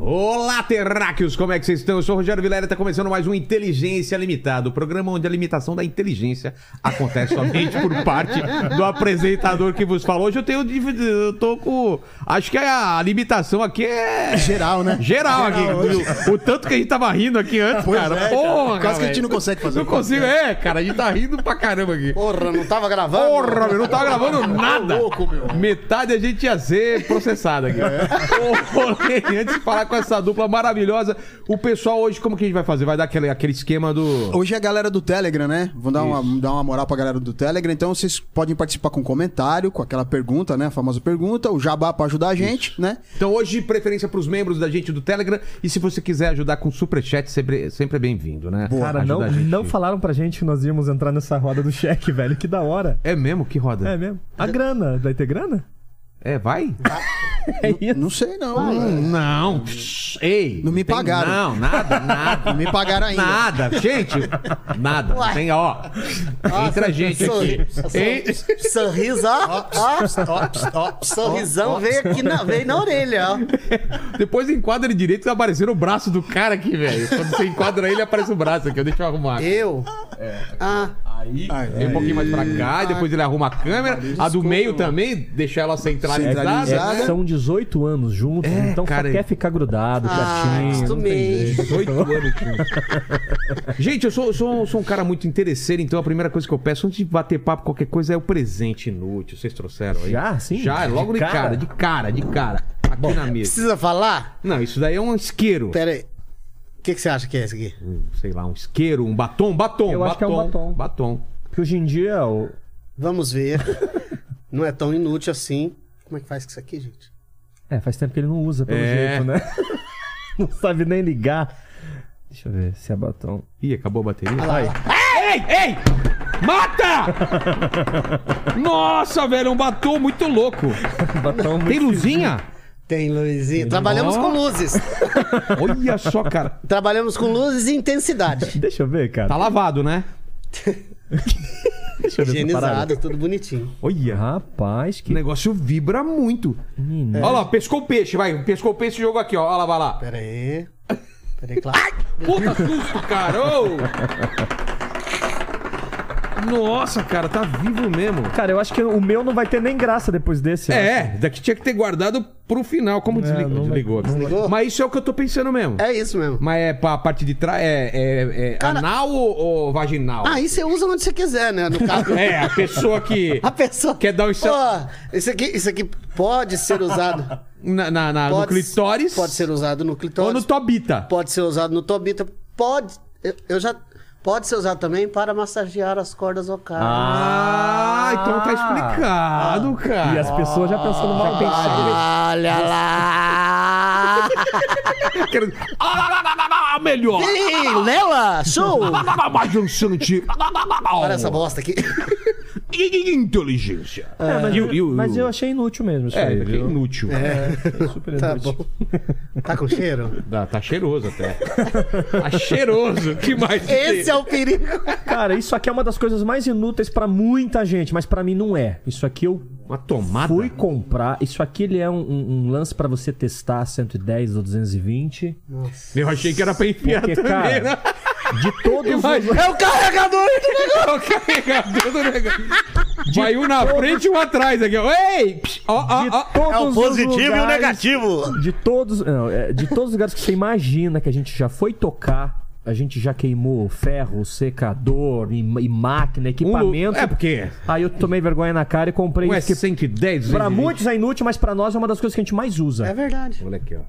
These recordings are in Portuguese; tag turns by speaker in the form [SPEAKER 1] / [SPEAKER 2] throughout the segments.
[SPEAKER 1] Olá, terráqueos! Como é que vocês estão? Eu sou o Rogério Vilela e está começando mais um Inteligência Limitada, o programa onde a limitação da inteligência acontece somente por parte do apresentador que vos falou. Hoje eu tenho... div- Eu tô com... Acho que a limitação aqui é...
[SPEAKER 2] Geral, né?
[SPEAKER 1] Geral aqui.
[SPEAKER 2] Geral,
[SPEAKER 1] O, o tanto que a gente tava rindo aqui antes,
[SPEAKER 2] Pois
[SPEAKER 1] cara.
[SPEAKER 2] é, cara.
[SPEAKER 1] Porra,
[SPEAKER 2] Quase que a gente
[SPEAKER 1] velho.
[SPEAKER 2] não consegue fazer
[SPEAKER 1] Não
[SPEAKER 2] um
[SPEAKER 1] consigo, é, cara. A gente tá rindo pra caramba aqui.
[SPEAKER 2] Porra, não tava gravando?
[SPEAKER 1] Porra, meu, não tava gravando nada.
[SPEAKER 2] Tá louco, meu. É.
[SPEAKER 1] Metade a gente ia ser processado aqui. Ô, Lê, antes de falar com essa dupla maravilhosa, o pessoal hoje, como que a gente vai fazer? Vai dar aquele, aquele esquema do.
[SPEAKER 2] Hoje é a galera do Telegram, né? Vou dar uma, dar uma moral pra galera do Telegram. Então vocês podem participar com comentário, com aquela pergunta, né? A famosa pergunta, o jabá pra ajudar a gente, né?
[SPEAKER 1] Então, hoje, preferência pros membros da gente do Telegram. E se você quiser ajudar com superchat, sempre, sempre é bem-vindo, né?
[SPEAKER 3] Cara,
[SPEAKER 1] Ajuda
[SPEAKER 3] não,
[SPEAKER 1] a gente.
[SPEAKER 3] não falaram pra gente que nós íamos entrar nessa roda do cheque, velho. Que da hora.
[SPEAKER 1] É mesmo? Que roda?
[SPEAKER 3] É mesmo. A grana. Vai ter grana?
[SPEAKER 1] É, vai?
[SPEAKER 3] É isso.
[SPEAKER 2] Não sei, não.
[SPEAKER 1] Hum, não. Ei.
[SPEAKER 2] Não me
[SPEAKER 1] tem-
[SPEAKER 2] pagaram.
[SPEAKER 1] Não, nada, nada.
[SPEAKER 2] Não me pagaram ainda.
[SPEAKER 1] Nada, gente. Nada. Tem, ó. Entra a gente aqui. Ei,
[SPEAKER 4] Sorriso, ó, ó, ó, sorrisão veio aqui na, veio na orelha, ó.
[SPEAKER 1] Depois enquadra ele direito vai aparecer o braço do cara aqui, velho. Quando você enquadra ele, aparece o braço aqui. Deixa eu arrumar.
[SPEAKER 4] Eu? Ah,
[SPEAKER 1] Vem um pouquinho mais pra cá, e depois ele arruma a câmera. A do meio também, deixa ela centralizada.
[SPEAKER 2] Centralizada.
[SPEAKER 1] né?
[SPEAKER 2] Nada.
[SPEAKER 3] É, São 18 anos juntos,
[SPEAKER 1] É,
[SPEAKER 3] então
[SPEAKER 1] cara,
[SPEAKER 3] só
[SPEAKER 1] é-
[SPEAKER 3] quer ficar grudado,
[SPEAKER 4] ah,
[SPEAKER 3] chatinho. Tá não tem
[SPEAKER 4] acostumei.
[SPEAKER 3] jeito.
[SPEAKER 1] 18 anos, tio. Gente, eu sou, sou, sou um cara muito interesseiro, então a primeira coisa que eu peço antes de bater papo qualquer coisa é o presente inútil. Vocês trouxeram aí?
[SPEAKER 3] Já? Sim?
[SPEAKER 1] Já, é logo de,
[SPEAKER 3] De
[SPEAKER 1] cara.
[SPEAKER 3] cara?
[SPEAKER 1] de cara, de cara. Aqui na mesa.
[SPEAKER 4] Precisa falar?
[SPEAKER 1] Não, isso daí é um isqueiro.
[SPEAKER 4] Pera aí. O que, que você acha que é esse aqui?
[SPEAKER 1] Um, sei lá, um isqueiro, um batom, batom,
[SPEAKER 3] Eu
[SPEAKER 1] batom,
[SPEAKER 3] acho que é um batom.
[SPEAKER 1] batom.
[SPEAKER 3] Porque hoje em dia, o...
[SPEAKER 4] Vamos ver. Não é tão inútil assim. Como é que faz com isso aqui, gente?
[SPEAKER 3] é, faz tempo que ele não usa pelo
[SPEAKER 1] É.
[SPEAKER 3] jeito, né? não sabe nem ligar. Deixa eu ver se é batom.
[SPEAKER 1] Ih, acabou a bateria.
[SPEAKER 3] Aí.
[SPEAKER 1] Ei, ei! Mata! Nossa, velho, um batom muito louco.
[SPEAKER 3] Batom
[SPEAKER 1] Tem
[SPEAKER 3] muito...
[SPEAKER 1] luzinha?
[SPEAKER 4] Tem luzinha. Trabalhamos
[SPEAKER 1] Ó.
[SPEAKER 4] com luzes.
[SPEAKER 1] Olha só, cara.
[SPEAKER 4] Trabalhamos com luzes e intensidade.
[SPEAKER 3] Deixa eu ver, cara.
[SPEAKER 1] Tá lavado, né?
[SPEAKER 3] Deixa eu ver essa parada.
[SPEAKER 4] Higienizado, tudo bonitinho.
[SPEAKER 1] Olha.
[SPEAKER 3] Rapaz,
[SPEAKER 1] O
[SPEAKER 3] que...
[SPEAKER 1] negócio vibra muito.
[SPEAKER 3] Menino.
[SPEAKER 1] Olha lá, pescou o peixe, vai. Pescou o peixe e jogou aqui, ó. Olha lá, vai lá.
[SPEAKER 4] Pera aí. Pera aí, claro.
[SPEAKER 1] Puta susto, cara. ô! Nossa, cara, tá vivo mesmo.
[SPEAKER 3] Cara, eu acho que o meu não vai ter nem graça depois desse. eu acho.
[SPEAKER 1] É, daqui tinha que ter guardado pro final. Como desligou?
[SPEAKER 3] não vai-
[SPEAKER 1] desligou.
[SPEAKER 4] Desligou?
[SPEAKER 1] Mas isso é o que eu tô pensando mesmo.
[SPEAKER 4] É isso mesmo.
[SPEAKER 1] Mas é pra parte de trás. É, é- é anal ou, ou vaginal?
[SPEAKER 4] Ah, aí você usa onde você quiser, né? No caso,
[SPEAKER 1] É, a pessoa que.
[SPEAKER 4] A pessoa
[SPEAKER 1] Quer dar um
[SPEAKER 4] Pô,
[SPEAKER 1] sa-
[SPEAKER 4] isso aqui, isso aqui pode ser usado.
[SPEAKER 1] na, na, na- no
[SPEAKER 4] Pode-
[SPEAKER 1] clitóris.
[SPEAKER 4] Pode ser usado no
[SPEAKER 1] Ou
[SPEAKER 4] clitóris.
[SPEAKER 1] no tobita.
[SPEAKER 4] Pode ser usado no tobita. Pode. eu- Eu já. Pode ser usado também para massagear as cordas vocais.
[SPEAKER 1] Ah, então tá explicado, cara.
[SPEAKER 3] E as pessoas já pensando
[SPEAKER 1] Ah,
[SPEAKER 3] mal.
[SPEAKER 4] Olha lá!
[SPEAKER 1] Aquele- Ah, lá, lá, lá, lá, lá, lá, melhor.
[SPEAKER 4] Ih, Lela! Show!
[SPEAKER 1] Ah, lá, lá, Mais dançante. Ah, lá, lá, lá, lá.
[SPEAKER 4] Olha essa bosta aqui.
[SPEAKER 1] E- e- Inteligência.
[SPEAKER 3] É, mas,
[SPEAKER 1] E o-
[SPEAKER 3] eu,
[SPEAKER 1] e o-
[SPEAKER 3] mas eu achei inútil mesmo isso
[SPEAKER 1] É,
[SPEAKER 3] aí,
[SPEAKER 1] que é
[SPEAKER 3] viu?
[SPEAKER 1] inútil.
[SPEAKER 3] Achei super
[SPEAKER 4] Tá
[SPEAKER 3] inútil.
[SPEAKER 4] bom. Tá com cheiro?
[SPEAKER 1] Tá, tá cheiroso até. tá cheiroso. Que mais? que
[SPEAKER 4] Esse é o perigo.
[SPEAKER 3] Cara, isso aqui é uma das coisas mais inúteis pra muita gente, mas pra mim não é. Isso aqui eu
[SPEAKER 1] Uma tomada.
[SPEAKER 3] fui comprar. Isso aqui ele é um, um- um lance pra você testar 110 ou 220.
[SPEAKER 1] Eu achei que era pra enfiar
[SPEAKER 3] Porque,
[SPEAKER 1] também,
[SPEAKER 3] cara,
[SPEAKER 1] né?
[SPEAKER 3] De todos os...
[SPEAKER 4] É o carregador do negócio!
[SPEAKER 1] É o carregador do negócio. Vai um na frente e um atrás aqui. ó. Ei! Psh, Ó, ó,
[SPEAKER 3] de
[SPEAKER 1] ó.
[SPEAKER 3] todos os lugares-
[SPEAKER 4] negativo.
[SPEAKER 3] De todos, não, é, de todos os lugares que você imagina que a gente já foi tocar, a gente já queimou ferro, secador e, e
[SPEAKER 1] Um
[SPEAKER 3] máquina,
[SPEAKER 1] lu-
[SPEAKER 3] equipamento.
[SPEAKER 1] É porque
[SPEAKER 3] Aí eu tomei vergonha na cara e comprei
[SPEAKER 1] um é
[SPEAKER 3] isso que
[SPEAKER 1] 110,
[SPEAKER 3] Pra
[SPEAKER 1] 220.
[SPEAKER 3] muitos é inútil, mas pra nós é uma das coisas que a gente mais usa.
[SPEAKER 4] É verdade.
[SPEAKER 1] Olha aqui, ó.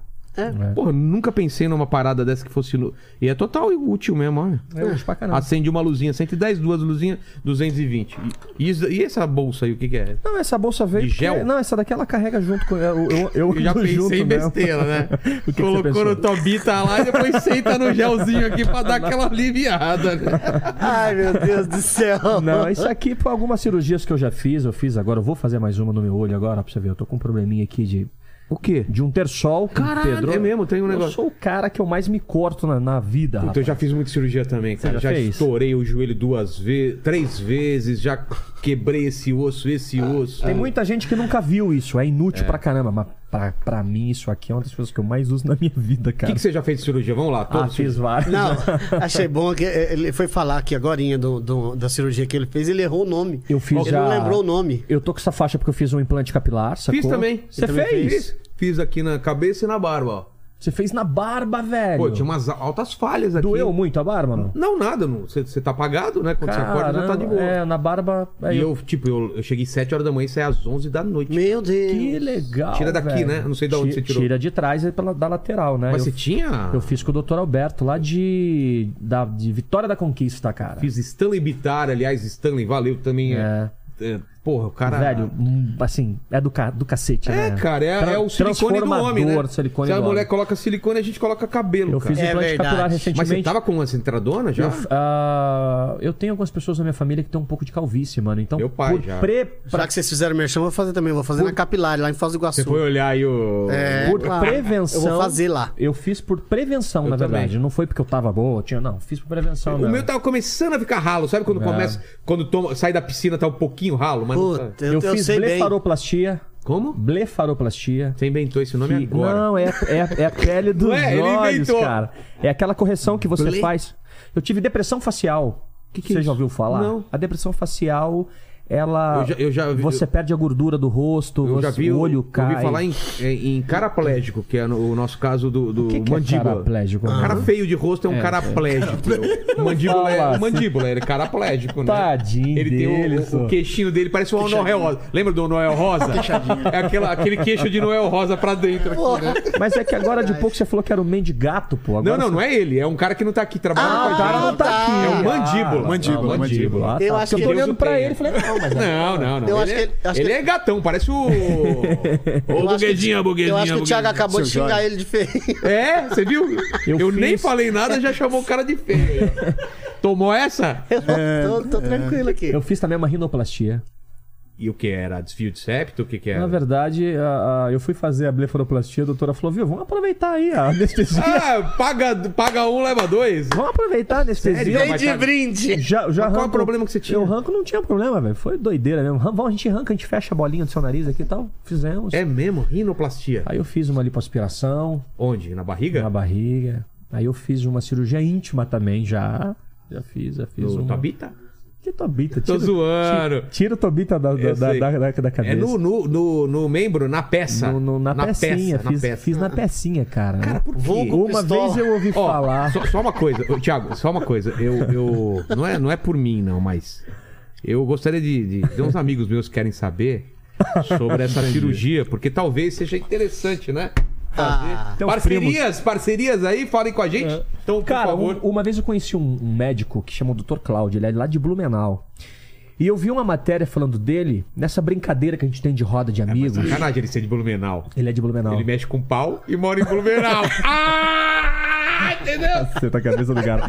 [SPEAKER 1] Porra, nunca pensei numa parada dessa que fosse. nu- E é total útil mesmo, olha.
[SPEAKER 3] É útil pra caramba.
[SPEAKER 1] Acende uma luzinha, 110, duas luzinhas, 220. E, e, isso- e essa bolsa aí, o que, que é?
[SPEAKER 3] Não, essa bolsa
[SPEAKER 1] De
[SPEAKER 3] veio.
[SPEAKER 1] gel?
[SPEAKER 3] porque- Não, essa daqui ela carrega junto com. Eu, eu, eu
[SPEAKER 1] Eu já
[SPEAKER 3] ando
[SPEAKER 1] pensei
[SPEAKER 3] junto
[SPEAKER 1] em
[SPEAKER 3] nela.
[SPEAKER 1] besteira, né?
[SPEAKER 3] o que que você
[SPEAKER 1] Colocou
[SPEAKER 3] pensou?
[SPEAKER 1] no Tobita lá e depois senta no gelzinho aqui pra dar aquela aliviada, né?
[SPEAKER 4] Ai, meu Deus do céu.
[SPEAKER 3] Não, isso aqui por algumas cirurgias que eu já fiz, eu fiz agora, eu vou fazer mais uma no meu olho agora pra você ver. Eu tô com um probleminha aqui de,
[SPEAKER 1] O quê?
[SPEAKER 3] de um terçol.
[SPEAKER 1] Caralho,
[SPEAKER 3] Pedro.
[SPEAKER 1] é mesmo, tem um
[SPEAKER 3] Eu
[SPEAKER 1] negócio.
[SPEAKER 3] sou o cara que eu mais me corto na, na vida.
[SPEAKER 1] Então eu
[SPEAKER 3] rapaz.
[SPEAKER 1] já fiz muita cirurgia também, cara.
[SPEAKER 3] já
[SPEAKER 1] Já,
[SPEAKER 3] fez?
[SPEAKER 1] estourei o joelho duas vezes, três vezes, já quebrei esse osso, esse osso.
[SPEAKER 3] Tem muita gente que nunca viu isso, é inútil pra caramba, mas pra, pra mim isso aqui é uma das coisas que eu mais uso na minha vida,
[SPEAKER 1] O que,
[SPEAKER 3] cara.
[SPEAKER 1] que você já fez de cirurgia? Vamos lá,
[SPEAKER 3] Ah,
[SPEAKER 1] todos.
[SPEAKER 3] fiz várias.
[SPEAKER 4] Não, achei bom que ele foi falar aqui agora da cirurgia que ele fez, ele errou o nome.
[SPEAKER 3] Eu fiz
[SPEAKER 4] ele
[SPEAKER 3] já-
[SPEAKER 4] não lembrou o nome.
[SPEAKER 3] Eu tô com essa faixa porque eu fiz um implante capilar, sacou?
[SPEAKER 1] Fiz também.
[SPEAKER 3] Você
[SPEAKER 1] Também
[SPEAKER 3] fez?
[SPEAKER 1] Fiz. Fiz aqui na cabeça e na barba, ó.
[SPEAKER 3] Você fez na barba, velho.
[SPEAKER 1] Pô, tinha umas altas falhas aqui.
[SPEAKER 3] Doeu muito a barba, mano?
[SPEAKER 1] Não, nada. não. Você você tá apagado, né? Quando você acorda, já tá de boa.
[SPEAKER 3] É, na barba. aí
[SPEAKER 1] E eu, tipo, eu, eu cheguei 7 horas da manhã e saí às 11 da noite.
[SPEAKER 4] Meu Deus.
[SPEAKER 3] Que legal.
[SPEAKER 1] Tira daqui,
[SPEAKER 3] velho.
[SPEAKER 1] né? Eu não sei de onde
[SPEAKER 3] Ti-
[SPEAKER 1] você tirou.
[SPEAKER 3] Tira de trás e pela, da lateral, né?
[SPEAKER 1] Mas você
[SPEAKER 3] eu,
[SPEAKER 1] tinha?
[SPEAKER 3] eu fiz com o Dr. Alberto lá de, da, de Vitória da Conquista, cara.
[SPEAKER 1] Fiz Stanley Bitar, aliás, Stanley, valeu também.
[SPEAKER 3] É.
[SPEAKER 1] é, porra, o cara.
[SPEAKER 3] Velho, hum, assim, é do, ca- do cacete, né?
[SPEAKER 1] É, cara, é,
[SPEAKER 3] Tra-
[SPEAKER 1] é o silicone do homem, né?
[SPEAKER 3] transformador, Silicone
[SPEAKER 1] Se a
[SPEAKER 3] do
[SPEAKER 1] mulher
[SPEAKER 3] homem.
[SPEAKER 1] coloca silicone, a gente coloca cabelo,
[SPEAKER 3] Eu
[SPEAKER 1] cara.
[SPEAKER 3] fiz
[SPEAKER 4] É
[SPEAKER 3] implante
[SPEAKER 4] verdade.
[SPEAKER 3] capilar
[SPEAKER 4] Mas você
[SPEAKER 3] recentemente.
[SPEAKER 1] Mas você tava com uma centradona já?
[SPEAKER 3] Eu, ah, eu tenho algumas pessoas na minha família que tem um pouco de calvície, mano. Então,
[SPEAKER 1] Meu pai
[SPEAKER 3] por
[SPEAKER 1] já.
[SPEAKER 3] pre-
[SPEAKER 4] Já que vocês fizeram merchan, eu vou fazer também. Vou fazer na capilar, lá em Foz do Iguaçu.
[SPEAKER 1] Você foi olhar aí o.
[SPEAKER 4] É,
[SPEAKER 3] por
[SPEAKER 4] lá.
[SPEAKER 3] prevenção.
[SPEAKER 4] Eu vou fazer lá.
[SPEAKER 3] Eu fiz por prevenção, na
[SPEAKER 1] também.
[SPEAKER 3] verdade. Não foi porque eu tava boa, tinha, não. Fiz por prevenção,
[SPEAKER 1] O
[SPEAKER 3] mesmo.
[SPEAKER 4] tá-
[SPEAKER 1] meu tava começando a ficar ralo, sabe quando começa. Quando toma, sai da piscina, tá um pouquinho ralo, mas. não tá.
[SPEAKER 4] Puta, eu,
[SPEAKER 3] Eu,
[SPEAKER 4] eu
[SPEAKER 3] fiz
[SPEAKER 4] sei bem.
[SPEAKER 3] blefaroplastia.
[SPEAKER 1] Como?
[SPEAKER 3] Blefaroplastia.
[SPEAKER 1] Você inventou esse nome
[SPEAKER 3] que-
[SPEAKER 1] agora.
[SPEAKER 3] Não, é, é, é a pele dos
[SPEAKER 1] Ué, ele
[SPEAKER 3] olhos,
[SPEAKER 1] inventou.
[SPEAKER 3] cara. É aquela correção que você
[SPEAKER 1] Ble-
[SPEAKER 3] faz. Eu tive depressão facial.
[SPEAKER 1] Que que é
[SPEAKER 3] você
[SPEAKER 1] isso?
[SPEAKER 3] já ouviu falar?
[SPEAKER 1] Não.
[SPEAKER 3] A depressão facial, ela...
[SPEAKER 1] Eu já- eu já vi-
[SPEAKER 3] Você perde a gordura do rosto,
[SPEAKER 1] Eu
[SPEAKER 3] você-
[SPEAKER 1] já vi um-
[SPEAKER 3] o olho cai.
[SPEAKER 1] Eu vi falar em, em, em caraplégico, que é no- o nosso caso do, do
[SPEAKER 3] O que que é né?
[SPEAKER 1] mandíbula.
[SPEAKER 3] caraplégico?
[SPEAKER 1] Um cara feio de rosto é um caraplégico. O mandíbula,
[SPEAKER 3] fala
[SPEAKER 1] é,
[SPEAKER 3] assim.
[SPEAKER 1] o mandíbula, ele é caraplégico, né?
[SPEAKER 3] Tadinho
[SPEAKER 1] Ele
[SPEAKER 3] dele,
[SPEAKER 1] tem o- o,
[SPEAKER 3] só.
[SPEAKER 1] o queixinho dele, parece o Noel Rosa. Lembra do Noel Rosa? é aquela, aquele queixo de Noel Rosa pra dentro. aqui, né?
[SPEAKER 3] Mas é que agora de pouco você falou que era o mendigato, pô. Agora
[SPEAKER 1] Não, não,
[SPEAKER 3] você-
[SPEAKER 1] não é ele. É um cara que não tá aqui trabalhando
[SPEAKER 4] Ah,
[SPEAKER 1] com a
[SPEAKER 3] O
[SPEAKER 1] gente.
[SPEAKER 3] cara não tá aqui.
[SPEAKER 1] É o
[SPEAKER 3] Ah,
[SPEAKER 1] mandíbula.
[SPEAKER 2] mandíbula,
[SPEAKER 1] Ah, o
[SPEAKER 2] mandíbula.
[SPEAKER 3] Ah, tá.
[SPEAKER 4] Eu acho
[SPEAKER 3] Porque
[SPEAKER 4] que
[SPEAKER 3] eu tô
[SPEAKER 4] Deus
[SPEAKER 3] olhando
[SPEAKER 1] o
[SPEAKER 3] pra
[SPEAKER 1] tenha.
[SPEAKER 3] ele e falei, não, mas
[SPEAKER 1] Não, não, não.
[SPEAKER 4] Eu
[SPEAKER 1] ele
[SPEAKER 4] acho
[SPEAKER 1] é,
[SPEAKER 4] que ele- acho
[SPEAKER 1] ele
[SPEAKER 4] que-
[SPEAKER 1] é gatão, parece o. Ô,
[SPEAKER 4] Eu acho que-
[SPEAKER 1] buguedinha, buguedinha.
[SPEAKER 4] Eu acho que o Thiago
[SPEAKER 1] buguedinha.
[SPEAKER 4] acabou de
[SPEAKER 2] Seu
[SPEAKER 4] xingar
[SPEAKER 2] Jorge.
[SPEAKER 4] ele de feio.
[SPEAKER 1] É, você viu?
[SPEAKER 3] Eu
[SPEAKER 1] Eu, nem
[SPEAKER 3] fiz.
[SPEAKER 1] falei nada, já chamou o cara de feio. Tomou essa?
[SPEAKER 4] Eu tô, tô tranquilo aqui.
[SPEAKER 3] É, Eu fiz também uma rinoplastia.
[SPEAKER 1] E o que era? Desfio de septo? O que que era?
[SPEAKER 3] Na verdade, a- a- eu fui fazer a blefaroplastia, a doutora falou, viu, vamos aproveitar aí a anestesia.
[SPEAKER 1] Ah, paga, paga um, leva dois.
[SPEAKER 3] vamos aproveitar a anestesia.
[SPEAKER 1] Sério?
[SPEAKER 4] Vem de
[SPEAKER 1] Thiago.
[SPEAKER 4] brinde.
[SPEAKER 3] Já, já
[SPEAKER 1] Mas qual é o
[SPEAKER 3] arranco-
[SPEAKER 1] problema que você tinha?
[SPEAKER 3] Eu arranco não tinha problema, velho. Foi doideira mesmo. Ram- Vamos, a gente arranca, a gente fecha a bolinha do seu nariz aqui e tal. Fizemos.
[SPEAKER 1] É mesmo? Rinoplastia.
[SPEAKER 3] Aí eu fiz uma lipoaspiração
[SPEAKER 1] Onde? Na barriga?
[SPEAKER 3] na barriga. Aí eu fiz uma cirurgia íntima também já. Já fiz, já fiz
[SPEAKER 1] No
[SPEAKER 3] uma.
[SPEAKER 1] Tabita?
[SPEAKER 3] Que Tobita?
[SPEAKER 1] Tô
[SPEAKER 3] Tira-
[SPEAKER 1] zoando.
[SPEAKER 3] ti- Tira o Tobita da, da,
[SPEAKER 1] Eu
[SPEAKER 3] da,
[SPEAKER 1] sei.
[SPEAKER 3] da, da- da
[SPEAKER 1] É
[SPEAKER 3] cabeça.
[SPEAKER 1] no, no, no, no membro, na peça.
[SPEAKER 3] No- no- na, pecinha.
[SPEAKER 1] peça,
[SPEAKER 3] fiz,
[SPEAKER 1] na peça.
[SPEAKER 3] fiz na pecinha, cara.
[SPEAKER 1] Cara, por quê?
[SPEAKER 4] Vulgo-
[SPEAKER 3] Uma
[SPEAKER 4] pistola.
[SPEAKER 3] vez eu ouvi
[SPEAKER 1] Ó,
[SPEAKER 3] falar.
[SPEAKER 1] Só, só uma coisa, ô, Thiago, só uma coisa. Eu, eu não é, não é por mim não, mas eu gostaria de, de tem uns amigos meus que querem saber sobre essa cirurgia, porque talvez seja interessante, né?
[SPEAKER 4] Ah,
[SPEAKER 3] Tem uns É.
[SPEAKER 1] parcerias, parcerias aí, falem com a gente. Então, por
[SPEAKER 3] Cara,
[SPEAKER 1] favor.
[SPEAKER 3] um- uma vez eu conheci um, um médico que chama o Dr. Cláudio, ele é lá de Blumenau. E eu vi uma matéria falando dele nessa brincadeira que a gente tem de roda de amigos.
[SPEAKER 1] Sacanagem É, ele ser de Blumenau.
[SPEAKER 3] Ele é de Blumenau.
[SPEAKER 1] Ele mexe com pau e mora em Blumenau. ah! Entendeu?
[SPEAKER 3] Você tá a cabeça do cara.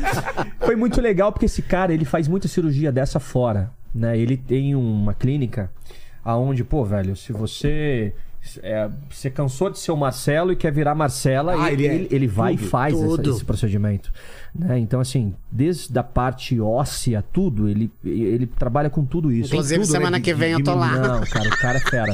[SPEAKER 3] Foi muito legal porque esse cara, ele faz muita cirurgia dessa fora, né? Ele tem uma clínica aonde, pô, velho, se você é, você cansou de ser o Marcelo e quer virar Marcela,
[SPEAKER 1] Ah,
[SPEAKER 3] ele,
[SPEAKER 1] ele é
[SPEAKER 3] ele, ele vai e
[SPEAKER 1] tudo,
[SPEAKER 3] faz essa-
[SPEAKER 4] tudo.
[SPEAKER 3] esse procedimento. né? Então, assim, desde a parte óssea, tudo, ele, ele trabalha com tudo isso.
[SPEAKER 4] Inclusive,
[SPEAKER 3] Tem tudo, né?
[SPEAKER 4] semana
[SPEAKER 3] de-
[SPEAKER 4] que vem
[SPEAKER 3] de-
[SPEAKER 4] eu tô
[SPEAKER 3] de-
[SPEAKER 4] lá.
[SPEAKER 3] Não, cara, o cara é fera.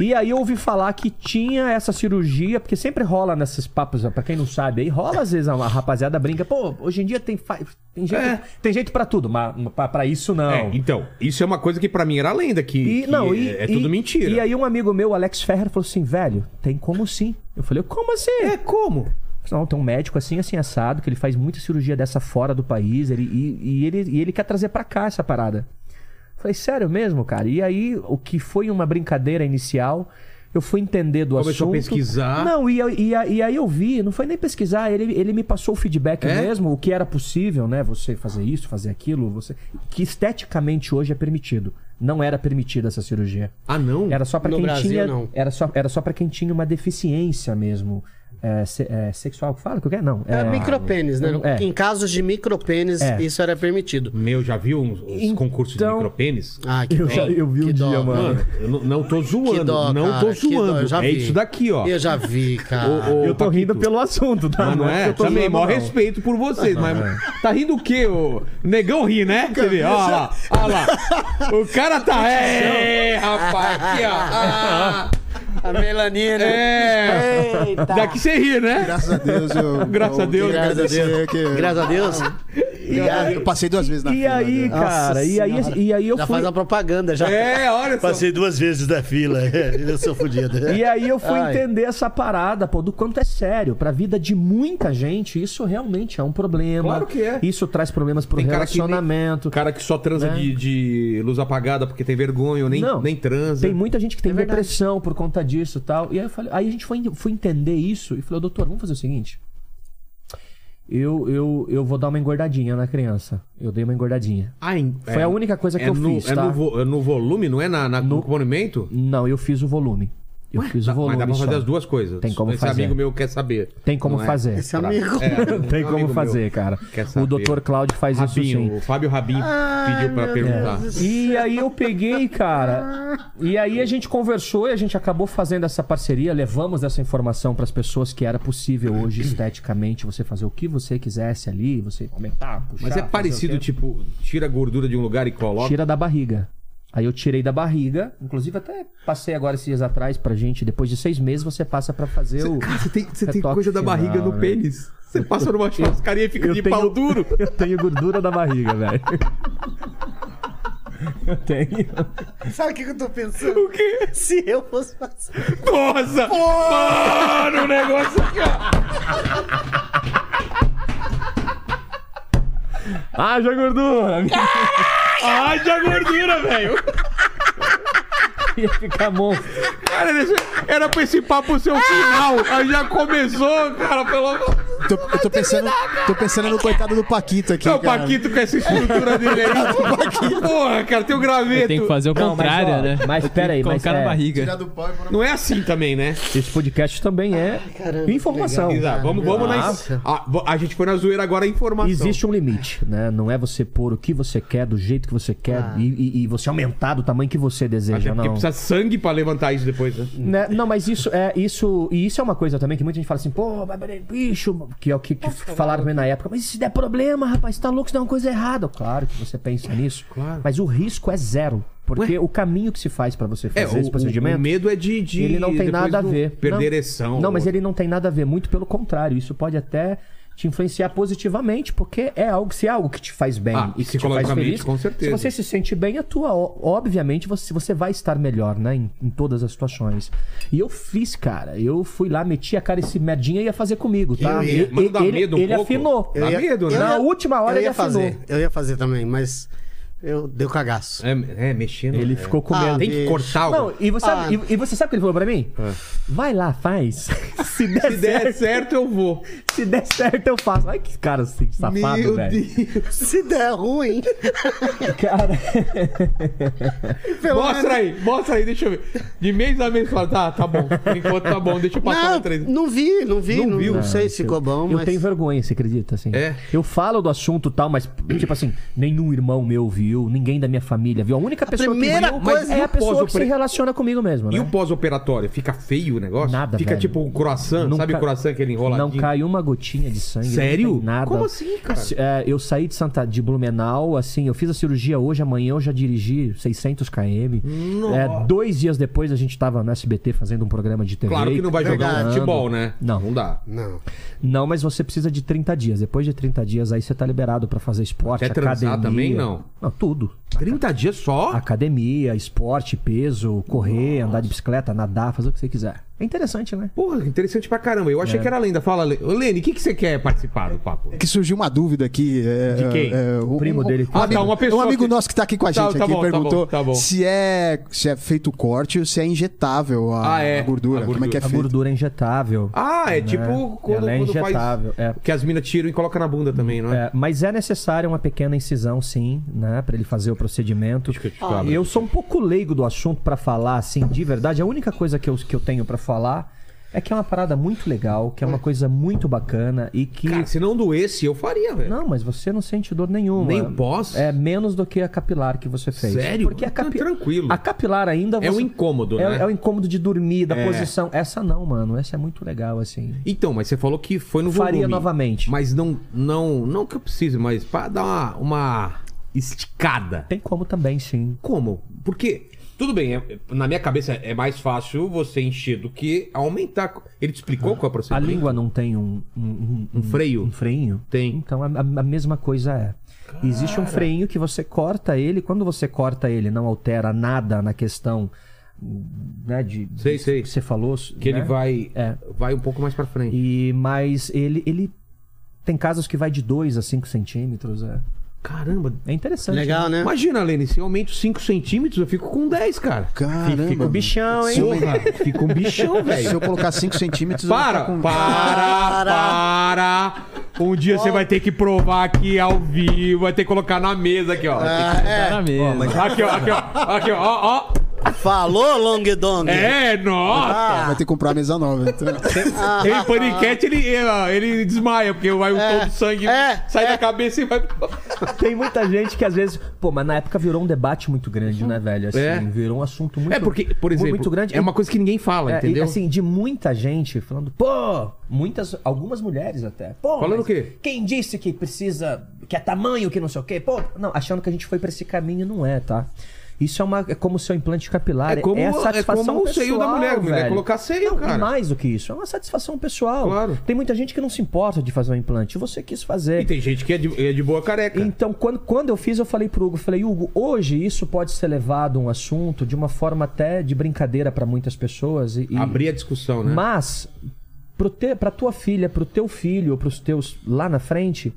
[SPEAKER 3] E aí eu ouvi falar que tinha essa cirurgia, porque sempre rola nessas papas, pra quem não sabe aí, rola às vezes a a rapaziada brinca, pô, hoje em dia tem, fa- tem, jeito,
[SPEAKER 1] É.
[SPEAKER 3] tem jeito pra tudo, mas pra, pra isso não.
[SPEAKER 1] É, então, isso é uma coisa que pra mim era lenda, que,
[SPEAKER 3] E,
[SPEAKER 1] que
[SPEAKER 3] não,
[SPEAKER 1] é,
[SPEAKER 3] e,
[SPEAKER 1] é tudo
[SPEAKER 3] e-
[SPEAKER 1] mentira.
[SPEAKER 3] E aí um amigo meu, Alex Ferrer, falou assim, velho, tem como sim. Eu falei, como assim?
[SPEAKER 1] É como?
[SPEAKER 3] Não, tem um médico assim, assim, assado, que ele faz muita cirurgia dessa fora do país, ele, e, e ele, e ele quer trazer pra cá essa parada. Falei, sério mesmo, cara? E aí, o que foi uma brincadeira inicial Eu fui entender do
[SPEAKER 1] Começou a
[SPEAKER 3] assunto.
[SPEAKER 1] pesquisar.
[SPEAKER 3] Não, e, eu- e a- e aí eu vi, não foi nem pesquisar, ele, ele me passou o feedback
[SPEAKER 1] É?
[SPEAKER 3] mesmo, o que era possível, né? Você fazer isso, fazer aquilo, você. Que esteticamente hoje é permitido. Não era permitida essa cirurgia.
[SPEAKER 1] Ah, não?
[SPEAKER 3] Era só pra
[SPEAKER 4] No
[SPEAKER 3] quem
[SPEAKER 4] Brasil,
[SPEAKER 3] tinha.
[SPEAKER 4] não.
[SPEAKER 3] Era só, era só para quem tinha uma deficiência mesmo. É, se- é, sexual, fala que eu quero? Não.
[SPEAKER 4] É, micropênis, né?
[SPEAKER 3] É.
[SPEAKER 4] Em casos de micropênis,
[SPEAKER 3] É.
[SPEAKER 4] isso era permitido.
[SPEAKER 1] Meu, já viu uns, uns
[SPEAKER 3] Então-
[SPEAKER 1] concursos de micropênis?
[SPEAKER 4] Ah, que
[SPEAKER 3] Eu
[SPEAKER 4] dó,
[SPEAKER 3] já- eu vi
[SPEAKER 4] que
[SPEAKER 3] um
[SPEAKER 4] dó,
[SPEAKER 3] dia, mano.
[SPEAKER 1] Mano, eu não, não tô zoando.
[SPEAKER 4] Que dó,
[SPEAKER 1] não
[SPEAKER 4] cara,
[SPEAKER 1] tô
[SPEAKER 4] que dó,
[SPEAKER 1] zoando.
[SPEAKER 4] eu já
[SPEAKER 1] é
[SPEAKER 4] vi.
[SPEAKER 1] isso daqui, ó. Ah,
[SPEAKER 4] Eu já vi, cara.
[SPEAKER 1] Ô, ô,
[SPEAKER 3] Eu tô
[SPEAKER 1] Paquito.
[SPEAKER 3] rindo pelo assunto, tá?
[SPEAKER 1] Mas não
[SPEAKER 3] porque
[SPEAKER 1] é?
[SPEAKER 3] eu tô
[SPEAKER 1] Também,
[SPEAKER 3] zoando,
[SPEAKER 1] maior
[SPEAKER 3] não.
[SPEAKER 1] respeito por vocês, mas tá rindo o quê? O negão ri, né? Você vê? Olha lá, olha lá. O cara tá. É, rapaz, aqui, ó. Ah,
[SPEAKER 4] A né? melanina.
[SPEAKER 1] é.
[SPEAKER 4] Eita.
[SPEAKER 1] Daqui você ri, né?
[SPEAKER 2] Graças a Deus, eu.
[SPEAKER 1] Graças a
[SPEAKER 2] eu
[SPEAKER 3] É.
[SPEAKER 1] Deus.
[SPEAKER 2] quero agradecer que-
[SPEAKER 4] Graças a Deus.
[SPEAKER 2] eu, eu passei duas vezes na
[SPEAKER 3] E
[SPEAKER 2] fila,
[SPEAKER 3] aí,
[SPEAKER 2] né?
[SPEAKER 4] Nossa
[SPEAKER 3] cara, e aí,
[SPEAKER 4] Senhora.
[SPEAKER 3] e aí eu
[SPEAKER 4] já
[SPEAKER 3] fui.
[SPEAKER 4] faz uma propaganda, já.
[SPEAKER 1] É, olha só.
[SPEAKER 5] Passei duas vezes da fila. Eu sou fodido.
[SPEAKER 3] E aí eu fui
[SPEAKER 4] Ai.
[SPEAKER 3] entender essa parada, pô, do quanto é sério. Pra vida de muita gente, isso realmente é um problema.
[SPEAKER 1] Claro que é.
[SPEAKER 3] Isso traz problemas pro
[SPEAKER 1] Tem cara que nem- O
[SPEAKER 3] relacionamento.
[SPEAKER 1] Um cara que só transa
[SPEAKER 4] É.
[SPEAKER 1] de, de luz apagada porque tem vergonha ou nem,
[SPEAKER 3] Não.
[SPEAKER 1] nem transa.
[SPEAKER 3] Tem muita gente que
[SPEAKER 1] É
[SPEAKER 3] tem
[SPEAKER 4] verdade.
[SPEAKER 3] depressão por conta disso e tal. E aí, eu falei, aí a gente foi, foi entender isso e falou, doutor, vamos fazer o seguinte. Eu, eu, eu vou dar uma engordadinha na criança. Eu dei uma engordadinha.
[SPEAKER 1] Ah, em-
[SPEAKER 3] Foi a única coisa que
[SPEAKER 1] é
[SPEAKER 3] eu
[SPEAKER 1] no,
[SPEAKER 3] fiz,
[SPEAKER 1] É
[SPEAKER 3] tá?
[SPEAKER 1] no, vo- é no volume, não é? Na, na- no monumento?
[SPEAKER 3] Não, eu fiz o volume. Eu fiz o
[SPEAKER 1] Dá-
[SPEAKER 3] volume.
[SPEAKER 1] Mas dá pra fazer
[SPEAKER 3] só.
[SPEAKER 1] as duas coisas.
[SPEAKER 3] Tem como
[SPEAKER 1] Esse
[SPEAKER 3] fazer.
[SPEAKER 1] amigo meu quer saber.
[SPEAKER 3] Tem como
[SPEAKER 1] Não é?
[SPEAKER 3] fazer.
[SPEAKER 4] Esse amigo.
[SPEAKER 1] É,
[SPEAKER 3] Tem
[SPEAKER 1] um
[SPEAKER 3] como
[SPEAKER 1] amigo
[SPEAKER 3] fazer,
[SPEAKER 1] meu.
[SPEAKER 3] cara.
[SPEAKER 1] Quer
[SPEAKER 3] O
[SPEAKER 1] saber.
[SPEAKER 3] Dr. Cláudio faz isso
[SPEAKER 1] Rabinho,
[SPEAKER 3] sim.
[SPEAKER 1] o Fábio Rabinho pediu pra perguntar.
[SPEAKER 3] E aí eu peguei, cara. E aí a gente conversou e a gente acabou fazendo essa parceria, levamos essa informação pras pessoas que era possível hoje esteticamente você fazer o que você quisesse ali, você comentar, puxar.
[SPEAKER 1] Mas é
[SPEAKER 3] fazer o
[SPEAKER 1] parecido,
[SPEAKER 3] quê.
[SPEAKER 1] tipo, tira a gordura de um lugar e coloca.
[SPEAKER 3] Tira da barriga. Aí eu tirei da barriga, inclusive até passei agora esses dias atrás pra gente, depois de seis meses você passa pra fazer o.
[SPEAKER 1] Cara, você tem, você tem
[SPEAKER 3] Retoque
[SPEAKER 1] coisa da
[SPEAKER 3] final,
[SPEAKER 1] barriga no
[SPEAKER 3] é né?
[SPEAKER 1] pênis. Você passa numa churrascaria e fica de pau duro.
[SPEAKER 3] Eu tenho gordura da barriga, velho. Eu tenho.
[SPEAKER 4] Sabe o que que eu tô pensando? O quê? Se eu fosse fazer.
[SPEAKER 1] Nossa! Mano, o negócio aqui, ó.
[SPEAKER 3] Haja gordura!
[SPEAKER 1] Haja gordura, velho.
[SPEAKER 3] Ia ficar monstro.
[SPEAKER 1] Cara, deixa- era pra esse papo ser o final. Aí já começou, cara, pelo amor.
[SPEAKER 2] Tô, eu tô pensando, tô pensando no coitado do Paquito aqui.
[SPEAKER 1] Não, É o
[SPEAKER 2] cara.
[SPEAKER 1] Paquito com essa estrutura dele
[SPEAKER 3] É
[SPEAKER 1] aí. Porra, cara, tem o graveto.
[SPEAKER 6] Tem que fazer o contrário,
[SPEAKER 3] mas, ó,
[SPEAKER 6] né?
[SPEAKER 3] mas pera aí, mas
[SPEAKER 6] Colocar
[SPEAKER 3] é-
[SPEAKER 6] na barriga.
[SPEAKER 2] do pau e pôr na-
[SPEAKER 1] Não é assim também, né?
[SPEAKER 3] Esse podcast também é
[SPEAKER 4] caramba,
[SPEAKER 3] informação.
[SPEAKER 1] Exato. Vamos, vamos na.
[SPEAKER 4] Nossa.
[SPEAKER 1] Ah, vo- a gente foi na zoeira agora a informação.
[SPEAKER 3] Existe um limite, né? Não é você pôr o que você quer, do jeito que você quer
[SPEAKER 1] Ah.
[SPEAKER 3] e, e- e você aumentar do tamanho que
[SPEAKER 1] Até
[SPEAKER 3] você
[SPEAKER 6] é
[SPEAKER 3] deseja,
[SPEAKER 1] É porque
[SPEAKER 3] não.
[SPEAKER 1] precisa de sangue pra levantar isso depois, né?
[SPEAKER 3] Né? Não, mas isso é isso e isso é uma coisa também que muita gente fala assim, pô, mas peraí, bicho, que é o que, que falaram
[SPEAKER 1] um
[SPEAKER 3] também na época. Mas se der problema, rapaz, tá louco, se der uma coisa errada. Claro que você pensa nisso,
[SPEAKER 1] Claro.
[SPEAKER 3] mas o risco é zero, porque o caminho que se faz pra você fazer esse
[SPEAKER 1] É, o
[SPEAKER 3] procedimento
[SPEAKER 1] medo é de, de
[SPEAKER 3] ele não tem
[SPEAKER 1] depois
[SPEAKER 3] nada a
[SPEAKER 1] do-
[SPEAKER 3] ver.
[SPEAKER 1] Perder
[SPEAKER 3] não,
[SPEAKER 1] ereção.
[SPEAKER 3] Não, mas ele não tem nada a ver. Muito pelo contrário. Isso pode até te influenciar positivamente, porque é algo, se é algo que te faz bem
[SPEAKER 1] Ah,
[SPEAKER 3] e que te faz
[SPEAKER 1] psicologicamente,
[SPEAKER 3] feliz,
[SPEAKER 1] com certeza.
[SPEAKER 3] se você se sente bem, a tua, o- obviamente, você, você vai estar melhor, né? Em, em todas as situações. E eu fiz, cara. Eu fui lá, meti a cara, esse merdinha ia fazer comigo, tá?
[SPEAKER 1] Eu ia.
[SPEAKER 3] E-
[SPEAKER 1] Mas não dá
[SPEAKER 3] ele,
[SPEAKER 1] medo um
[SPEAKER 3] ele
[SPEAKER 1] pouco?
[SPEAKER 3] afinou.
[SPEAKER 1] Dá medo, né?
[SPEAKER 4] eu
[SPEAKER 3] Na
[SPEAKER 4] ia-
[SPEAKER 3] última hora
[SPEAKER 4] eu
[SPEAKER 3] ele
[SPEAKER 4] ia
[SPEAKER 3] afinou.
[SPEAKER 4] fazer. Eu ia fazer também, mas eu deu cagaço.
[SPEAKER 1] É, é, mexendo.
[SPEAKER 3] Ele
[SPEAKER 1] é.
[SPEAKER 3] ficou com medo.
[SPEAKER 4] Ah,
[SPEAKER 1] Tem que
[SPEAKER 4] bicho.
[SPEAKER 1] cortar o.
[SPEAKER 3] Não, e você, sabe,
[SPEAKER 4] Ah.
[SPEAKER 3] e, e você sabe o que ele falou pra mim? Vai lá, faz. Se der,
[SPEAKER 1] Se der
[SPEAKER 3] é certo.
[SPEAKER 1] certo, eu vou.
[SPEAKER 3] Se der certo, eu faço. Ai, que cara assim, safado, velho.
[SPEAKER 4] Se der ruim.
[SPEAKER 3] Cara,
[SPEAKER 1] Mostra aí, mostra aí, deixa eu ver. De mês a mês fala, tá, tá bom. Por enquanto tá bom, deixa eu passar
[SPEAKER 4] Não,
[SPEAKER 1] uma três.
[SPEAKER 4] não vi, não vi.
[SPEAKER 1] Não
[SPEAKER 4] Não, né?
[SPEAKER 1] viu.
[SPEAKER 4] não sei se ficou bom, mas.
[SPEAKER 3] eu tenho vergonha, você acredita, assim?
[SPEAKER 1] É.
[SPEAKER 3] Eu falo do assunto e tal, mas, tipo assim, nenhum irmão meu viu, ninguém da minha família viu. A única pessoa
[SPEAKER 4] primeira
[SPEAKER 3] que viu
[SPEAKER 4] coisa-
[SPEAKER 3] é a pessoa que se
[SPEAKER 1] pós-opera-
[SPEAKER 3] relaciona comigo mesmo, né?
[SPEAKER 1] E o pós-operatório? Fica feio o negócio?
[SPEAKER 3] Nada,
[SPEAKER 1] Fica
[SPEAKER 3] velho.
[SPEAKER 1] tipo um croissant,
[SPEAKER 3] Não
[SPEAKER 1] sabe o
[SPEAKER 3] ca-
[SPEAKER 1] croissant que ele enrola
[SPEAKER 3] Não cai uma gotinha de sangue.
[SPEAKER 1] Sério?
[SPEAKER 3] Não tem nada.
[SPEAKER 1] Como assim, cara?
[SPEAKER 3] Se- é, eu saí de Santa de Blumenau, assim, eu fiz a cirurgia hoje, amanhã eu já dirigi 600 km. É, dois dias depois a gente tava no SBT fazendo um programa de TV.
[SPEAKER 1] Claro que não vai jogar
[SPEAKER 4] Verdade.
[SPEAKER 1] futebol, né?
[SPEAKER 3] Não.
[SPEAKER 1] Não dá.
[SPEAKER 4] Não.
[SPEAKER 3] Não, mas você precisa de 30 dias. Depois de 30 dias aí você tá liberado pra fazer esporte,
[SPEAKER 1] Até transar
[SPEAKER 3] academia.
[SPEAKER 1] também, não?
[SPEAKER 3] Não, tudo.
[SPEAKER 1] 30 dias só?
[SPEAKER 3] Academia, esporte, peso, correr, andar de bicicleta, nadar, fazer o que você quiser. É interessante, né?
[SPEAKER 1] Porra, interessante pra caramba. Eu
[SPEAKER 3] É.
[SPEAKER 1] achei que era lenda. Fala, Le- Ô, Lene, o que, que você quer participar do papo?
[SPEAKER 2] Que surgiu uma dúvida aqui. é,
[SPEAKER 1] De quem?
[SPEAKER 2] é, um-
[SPEAKER 3] O primo dele.
[SPEAKER 2] um
[SPEAKER 1] Ah,
[SPEAKER 2] amigo,
[SPEAKER 1] tá, uma pessoa
[SPEAKER 2] um amigo
[SPEAKER 1] que-
[SPEAKER 2] nosso que tá aqui com a
[SPEAKER 1] Tá,
[SPEAKER 2] gente
[SPEAKER 1] tá
[SPEAKER 2] aqui
[SPEAKER 1] bom, tá
[SPEAKER 2] perguntou
[SPEAKER 1] bom, tá bom.
[SPEAKER 2] Se, é, se é feito corte ou se é injetável a,
[SPEAKER 1] Ah, é,
[SPEAKER 2] a gordura.
[SPEAKER 1] a
[SPEAKER 2] Como é que é
[SPEAKER 3] A
[SPEAKER 2] feito?
[SPEAKER 3] gordura é injetável.
[SPEAKER 1] Ah, é
[SPEAKER 3] né?
[SPEAKER 1] tipo quando,
[SPEAKER 3] Ela é
[SPEAKER 1] quando
[SPEAKER 3] injetável.
[SPEAKER 1] faz.
[SPEAKER 3] é.
[SPEAKER 1] Que as minas tiram e colocam na bunda também, não é?
[SPEAKER 3] É, mas é necessária uma pequena incisão, sim, né? Pra ele fazer o procedimento.
[SPEAKER 1] Acho que eu te falo.
[SPEAKER 3] Eu sou um pouco leigo do assunto pra falar, assim, de verdade. A única coisa que eu, que eu tenho pra falar é que é uma parada muito legal, que é uma coisa muito bacana e que.
[SPEAKER 1] Hum. Cara, se não doesse, eu faria, velho.
[SPEAKER 3] Não, mas você não sente dor nenhuma.
[SPEAKER 1] Nem posso?
[SPEAKER 3] É menos do que a capilar que você fez.
[SPEAKER 1] Sério?
[SPEAKER 3] Porque a
[SPEAKER 1] Tá
[SPEAKER 3] capi...
[SPEAKER 1] tranquilo.
[SPEAKER 3] A capilar ainda
[SPEAKER 1] É um incômodo,
[SPEAKER 3] é,
[SPEAKER 1] né?
[SPEAKER 3] É o incômodo de dormir, da
[SPEAKER 1] É.
[SPEAKER 3] posição. Essa não, mano. Essa é muito legal, assim.
[SPEAKER 1] Então, mas você falou que foi no
[SPEAKER 3] Faria
[SPEAKER 1] volume.
[SPEAKER 3] novamente.
[SPEAKER 1] Mas não, não, não que eu precise, mas pra dar uma, uma esticada.
[SPEAKER 3] Tem como também, sim.
[SPEAKER 1] Como? Porque, tudo bem, é- na minha cabeça é mais fácil você encher do que aumentar. Ele te explicou qual é o
[SPEAKER 3] A
[SPEAKER 1] procedimento?
[SPEAKER 3] língua não tem um, um- um-
[SPEAKER 1] Um freio?
[SPEAKER 3] Um freinho?
[SPEAKER 1] Tem.
[SPEAKER 3] Então a, a- a mesma coisa é. Existe um freinho que você corta ele. Quando você corta ele, não altera nada na questão né, de,
[SPEAKER 1] Sei, sei.
[SPEAKER 3] que você falou.
[SPEAKER 1] Que ele
[SPEAKER 3] né?
[SPEAKER 1] vai,
[SPEAKER 3] É.
[SPEAKER 1] vai um pouco mais pra frente.
[SPEAKER 3] E, mas ele, ele tem casos que vai de 2 a 5 centímetros. É,
[SPEAKER 1] Caramba.
[SPEAKER 3] é interessante.
[SPEAKER 4] Legal, né?
[SPEAKER 1] Imagina, Lene, se eu aumento 5 centímetros, eu fico com 10, cara.
[SPEAKER 2] Caramba.
[SPEAKER 4] Fica o bichão, hein?
[SPEAKER 1] Porra, fico um bichão, velho.
[SPEAKER 2] Se eu colocar 5 centímetros,
[SPEAKER 1] Para,
[SPEAKER 2] eu vou ficar com...
[SPEAKER 1] para, para. Um dia você vai ter que provar aqui ao vivo, vai ter que colocar na mesa aqui, ó.
[SPEAKER 4] É,
[SPEAKER 1] Aqui, ó, aqui, ó, aqui, ó, ó, ó.
[SPEAKER 4] falou, Long Dong.
[SPEAKER 1] É, nossa.
[SPEAKER 2] Vai ter que comprar a mesa nova. então.
[SPEAKER 1] Ele paniquete, ele, ele, ó, ele desmaia, porque vai um tom de sangue,
[SPEAKER 4] Ah. é,
[SPEAKER 1] sai da cabeça e vai...
[SPEAKER 3] Tem muita gente que às vezes. Pô, mas na época virou um debate muito grande, né, velho? Assim,
[SPEAKER 1] É.
[SPEAKER 3] Virou um assunto muito
[SPEAKER 1] É porque, por exemplo,
[SPEAKER 3] muito grande.
[SPEAKER 1] é uma coisa que ninguém fala,
[SPEAKER 3] É, e,
[SPEAKER 1] entendeu?
[SPEAKER 3] assim, de muita gente falando, pô, muitas, algumas mulheres até. Pô,
[SPEAKER 1] Falando o
[SPEAKER 3] mas
[SPEAKER 1] quê?
[SPEAKER 3] Quem disse que precisa, que é tamanho, que não sei o quê? Pô, não, achando que a gente foi pra esse caminho, não é, tá? Isso é, uma, é como o seu implante capilar.
[SPEAKER 1] É como-
[SPEAKER 3] a
[SPEAKER 1] é
[SPEAKER 3] satisfação
[SPEAKER 1] como o seio
[SPEAKER 3] pessoal,
[SPEAKER 1] da mulher, mulher
[SPEAKER 3] velho.
[SPEAKER 1] colocar seio,
[SPEAKER 3] não,
[SPEAKER 1] cara.
[SPEAKER 3] E mais do que isso, é uma satisfação pessoal.
[SPEAKER 1] Claro.
[SPEAKER 3] Tem muita gente que não se importa de fazer um implante. Você quis fazer.
[SPEAKER 1] E tem gente que é de, é de boa careca.
[SPEAKER 3] Então, quando, quando eu fiz, eu falei pro Hugo, eu falei, Hugo, hoje isso pode ser levado a um assunto de uma forma até de brincadeira pra muitas pessoas. E, e-
[SPEAKER 1] Abrir a discussão, né?
[SPEAKER 3] Mas, pro te, pra tua filha, pro teu filho, ou pros teus lá na frente,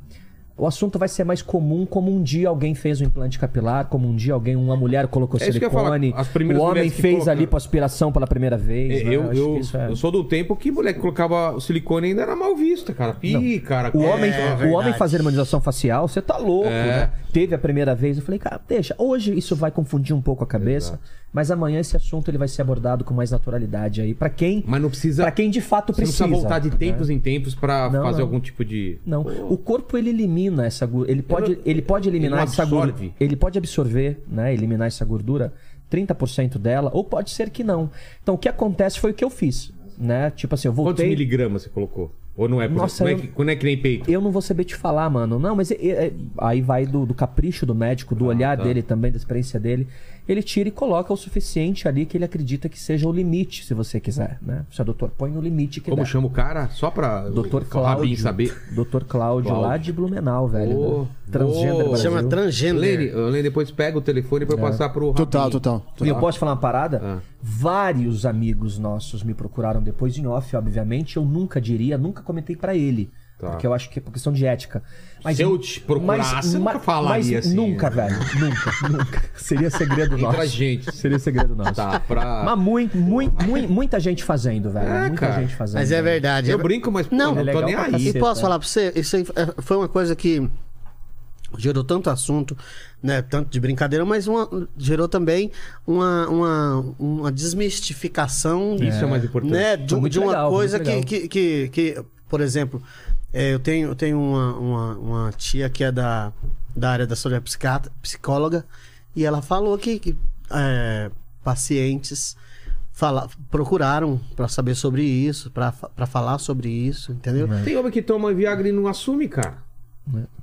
[SPEAKER 3] o assunto vai ser mais comum, como um dia alguém fez um implante capilar, como um dia alguém, uma mulher colocou
[SPEAKER 1] É isso que eu ia falar,
[SPEAKER 3] silicone,
[SPEAKER 1] as primeiras
[SPEAKER 3] o homem
[SPEAKER 1] mulheres que
[SPEAKER 3] fez
[SPEAKER 1] colocam-
[SPEAKER 3] a lipoaspiração pela primeira vez.
[SPEAKER 1] É,
[SPEAKER 3] né?
[SPEAKER 1] Eu,
[SPEAKER 3] Acho
[SPEAKER 1] eu,
[SPEAKER 3] que isso é-
[SPEAKER 1] eu sou do tempo que mulher que colocava o silicone ainda era mal vista, cara. Ih, cara.
[SPEAKER 3] O homem,
[SPEAKER 1] é,
[SPEAKER 3] o homem
[SPEAKER 4] verdade.
[SPEAKER 3] fazer harmonização facial, você tá louco, né? Teve a primeira vez, eu falei, cara, deixa. Hoje isso vai confundir um pouco a cabeça, mas amanhã esse assunto ele vai ser abordado com mais naturalidade aí para quem,
[SPEAKER 1] Mas não precisa.
[SPEAKER 3] para quem de fato
[SPEAKER 1] você não né?
[SPEAKER 3] precisa.
[SPEAKER 1] voltar de tempos em tempos pra
[SPEAKER 3] Não,
[SPEAKER 1] fazer
[SPEAKER 3] não.
[SPEAKER 1] algum tipo de.
[SPEAKER 3] Não, o corpo ele elimina essa gordura. Ele pode,
[SPEAKER 1] não-
[SPEAKER 3] ele pode eliminar
[SPEAKER 1] ele não
[SPEAKER 3] essa gordura.
[SPEAKER 1] absorve?
[SPEAKER 3] Ele pode absorver, né? Eliminar essa gordura, 30% dela, ou pode ser que não. Então o que acontece foi o que eu fiz, né? Tipo assim, eu
[SPEAKER 1] Quantos
[SPEAKER 3] voltei.
[SPEAKER 1] miligramas você colocou? Ou não é? por-
[SPEAKER 3] Nossa,
[SPEAKER 1] não, é
[SPEAKER 3] eu-
[SPEAKER 1] que, não é que nem peito.
[SPEAKER 3] Eu não vou saber te falar, mano. Não, mas é- é- é- aí vai do, do capricho do médico,
[SPEAKER 1] Ah,
[SPEAKER 3] do
[SPEAKER 1] tá.
[SPEAKER 3] olhar dele também, da experiência dele. Ele tira e coloca o suficiente ali que ele acredita que seja o limite, se você quiser, né? Seu doutor, põe no limite que
[SPEAKER 1] Como
[SPEAKER 3] dá.
[SPEAKER 1] chama o cara? Só pra
[SPEAKER 3] Doutor
[SPEAKER 1] o Rabin
[SPEAKER 3] Cláudio.
[SPEAKER 1] saber.
[SPEAKER 3] Doutor Cláudio,
[SPEAKER 1] Cláudio.
[SPEAKER 3] lá de Blumenau, velho.
[SPEAKER 1] Ô,
[SPEAKER 3] né? Transgênero
[SPEAKER 1] ô.
[SPEAKER 3] Brasil.
[SPEAKER 4] Chama transgênero.
[SPEAKER 1] Lene, ô, Lene, depois pega o telefone
[SPEAKER 3] É.
[SPEAKER 1] pra eu passar pro Rabin.
[SPEAKER 2] Total, total.
[SPEAKER 3] E eu
[SPEAKER 2] total.
[SPEAKER 3] posso te falar uma parada?
[SPEAKER 1] Ah.
[SPEAKER 3] Vários amigos nossos me procuraram depois em off, obviamente. Eu nunca diria, nunca comentei pra ele.
[SPEAKER 1] Tá.
[SPEAKER 3] Porque eu acho que é por questão de ética. Mas,
[SPEAKER 1] Se eu te procurasse, eu nunca falaria
[SPEAKER 3] mas
[SPEAKER 1] assim,
[SPEAKER 3] Nunca, velho. Nunca, nunca. Seria segredo nosso.
[SPEAKER 1] Entre a gente.
[SPEAKER 3] Seria segredo nosso.
[SPEAKER 1] Tá, pra.
[SPEAKER 3] Mas muito, muito, muito, muita gente fazendo, velho.
[SPEAKER 1] É,
[SPEAKER 3] muita
[SPEAKER 1] cara.
[SPEAKER 3] gente fazendo.
[SPEAKER 4] Mas é
[SPEAKER 3] velho.
[SPEAKER 4] verdade.
[SPEAKER 1] Eu
[SPEAKER 4] é-
[SPEAKER 1] brinco, mas pô,
[SPEAKER 4] Não,
[SPEAKER 1] não
[SPEAKER 3] é
[SPEAKER 1] tô
[SPEAKER 3] legal
[SPEAKER 1] nem
[SPEAKER 3] pra
[SPEAKER 1] aí.
[SPEAKER 3] cacete.
[SPEAKER 4] E
[SPEAKER 3] Caceta.
[SPEAKER 4] posso falar pra você? Isso aí é, foi uma coisa que gerou tanto assunto, né? Tanto de brincadeira, mas uma- gerou também uma, uma, uma desmistificação.
[SPEAKER 1] Isso é o mais importante.
[SPEAKER 4] Né, de,
[SPEAKER 3] Foi muito
[SPEAKER 4] de uma
[SPEAKER 3] legal, foi
[SPEAKER 4] coisa
[SPEAKER 3] muito
[SPEAKER 4] que,
[SPEAKER 3] legal.
[SPEAKER 4] que, que, que, por exemplo, é, eu tenho, eu tenho uma, uma, uma tia que é da, da área da saúde é psicata- psicóloga, e ela falou que, que, é, pacientes fala, procuraram para saber sobre isso, para falar sobre isso, entendeu?
[SPEAKER 3] Uhum.
[SPEAKER 1] Tem homem que toma Viagra e não assume, cara.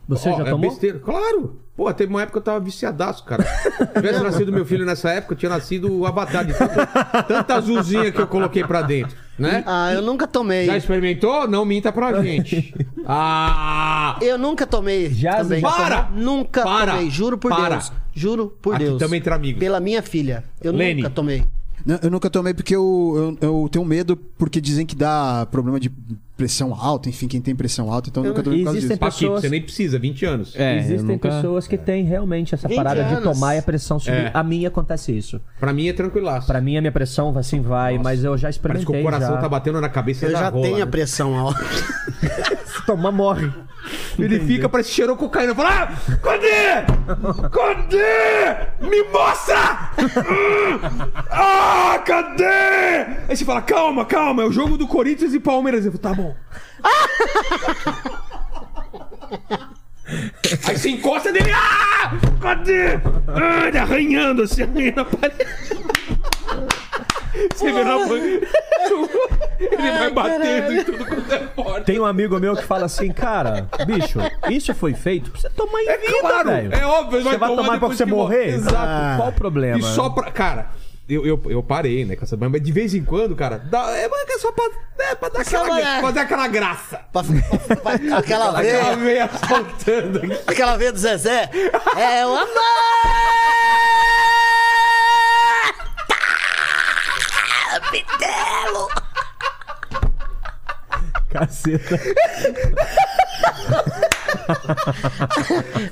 [SPEAKER 3] Você
[SPEAKER 1] Ó,
[SPEAKER 3] já
[SPEAKER 1] é
[SPEAKER 3] tomou?
[SPEAKER 1] besteira. Claro! Pô, teve uma época que eu tava viciadaço, cara. Se tivesse nascido meu filho nessa época, eu tinha nascido o avatar de tanta, tanta azulzinha que eu coloquei pra dentro, né?
[SPEAKER 4] Ah, eu nunca tomei.
[SPEAKER 1] Já experimentou? Não minta pra gente. Ah!
[SPEAKER 4] Eu nunca tomei.
[SPEAKER 3] Já-
[SPEAKER 4] também.
[SPEAKER 1] já Para! tomou?
[SPEAKER 4] Nunca
[SPEAKER 1] Para!
[SPEAKER 4] tomei, juro por
[SPEAKER 1] Para!
[SPEAKER 4] Deus. Juro por
[SPEAKER 1] Aqui
[SPEAKER 4] Deus.
[SPEAKER 1] também entre amigos.
[SPEAKER 4] Pela minha filha. Eu
[SPEAKER 1] Lene.
[SPEAKER 4] nunca tomei.
[SPEAKER 2] Não, Eu nunca tomei porque eu, eu, eu tenho medo, porque dizem que dá problema de pressão alta, enfim, quem tem pressão alta, então eu nunca tomei por causa
[SPEAKER 6] Existem
[SPEAKER 2] disso.
[SPEAKER 1] Paquito,
[SPEAKER 6] pessoas-
[SPEAKER 1] você nem precisa, 20 anos.
[SPEAKER 3] É, eu
[SPEAKER 6] Existem
[SPEAKER 3] nunca-
[SPEAKER 6] pessoas que têm realmente essa
[SPEAKER 4] 20
[SPEAKER 6] parada de
[SPEAKER 4] anos.
[SPEAKER 6] tomar e a pressão subir.
[SPEAKER 1] É.
[SPEAKER 6] A minha acontece isso.
[SPEAKER 1] Pra mim é tranquilaço.
[SPEAKER 6] Pra mim, a minha pressão assim vai, mas eu já
[SPEAKER 1] Parece que
[SPEAKER 6] experimentei.
[SPEAKER 1] o coração
[SPEAKER 6] já.
[SPEAKER 1] tá batendo na cabeça
[SPEAKER 4] Eu
[SPEAKER 1] da
[SPEAKER 4] já
[SPEAKER 1] rola,
[SPEAKER 4] tenho a
[SPEAKER 1] né?
[SPEAKER 4] pressão alta.
[SPEAKER 6] Se tomar, morre.
[SPEAKER 1] Ele fica, parece que cheirou cocaína. Fala, ah, cadê? Cadê? Me mostra! Hum! Ah, cadê? Aí você fala, calma, calma, é o jogo do Corinthians e Palmeiras. Eu falo, tá bom. Aí você encosta dele, ah, cadê? Ah, ele arranhando, se arranhando na parede. Você vê na banca. Ele vai batendo e tudo quanto é forte.
[SPEAKER 6] Tem um amigo meu que fala assim, cara, bicho, isso foi feito pra você tomar
[SPEAKER 3] É
[SPEAKER 6] em vida,
[SPEAKER 1] claro,
[SPEAKER 6] velho.
[SPEAKER 1] é óbvio,
[SPEAKER 6] Você
[SPEAKER 1] vai
[SPEAKER 6] vai
[SPEAKER 1] tomar
[SPEAKER 6] tomar pra
[SPEAKER 1] depois
[SPEAKER 6] você
[SPEAKER 1] que morrer.
[SPEAKER 6] morrer?
[SPEAKER 1] Exato.
[SPEAKER 6] Qual o problema? Né? Um
[SPEAKER 1] E só pra. Cara, eu, eu, eu parei, né, com essa banda, mas de vez em quando, cara, dá, é, é só pra, é, pra dar aquela,
[SPEAKER 4] Trabalhar.
[SPEAKER 1] fazer aquela graça.
[SPEAKER 4] Pra- pra- Tá aquela
[SPEAKER 1] Aquela
[SPEAKER 4] veia,
[SPEAKER 1] meia saltando aqui.
[SPEAKER 4] aquela veia do Zezé. É o amor!
[SPEAKER 6] Caceta.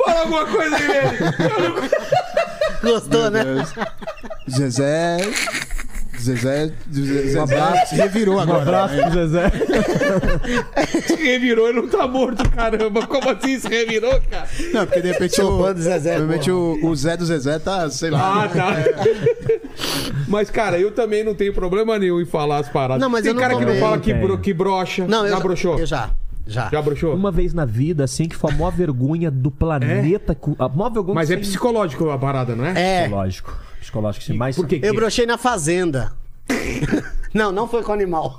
[SPEAKER 1] Fala alguma coisa aí nele.
[SPEAKER 4] Gostou, né?
[SPEAKER 2] Zezé. Zezé. Zezé.
[SPEAKER 4] Um
[SPEAKER 2] Zezé revirou agora.
[SPEAKER 6] pro Zezé.
[SPEAKER 1] Se revirou, ele não tá morto, caramba. Como assim se revirou, cara?
[SPEAKER 2] Não, porque de repente
[SPEAKER 4] Sou
[SPEAKER 2] o.
[SPEAKER 4] fã do Zezé,
[SPEAKER 2] de repente o,
[SPEAKER 4] porra.
[SPEAKER 2] o Zé do Zezé tá, sei lá.
[SPEAKER 1] Ah, tá. Mas, cara, eu também não tenho problema nenhum em falar as paradas.
[SPEAKER 4] Não, mas
[SPEAKER 1] Tem
[SPEAKER 4] eu não
[SPEAKER 1] cara que não
[SPEAKER 4] também,
[SPEAKER 1] fala
[SPEAKER 6] não
[SPEAKER 1] que,
[SPEAKER 6] tenho.
[SPEAKER 1] bro, que brocha.
[SPEAKER 4] Não, eu
[SPEAKER 1] já broxou?
[SPEAKER 4] Eu já. Já.
[SPEAKER 1] Já broxou?
[SPEAKER 6] Uma vez na vida, assim, que foi a maior vergonha do planeta. com- A maior vergonha
[SPEAKER 1] Mas
[SPEAKER 6] assim,
[SPEAKER 1] é
[SPEAKER 6] sem-
[SPEAKER 1] psicológico a parada, não é?
[SPEAKER 4] É,
[SPEAKER 6] psicológico. Psicológico, assim, sim. Mas
[SPEAKER 1] Por que
[SPEAKER 4] eu
[SPEAKER 1] que-
[SPEAKER 4] brochei na fazenda. Não, não foi com animal.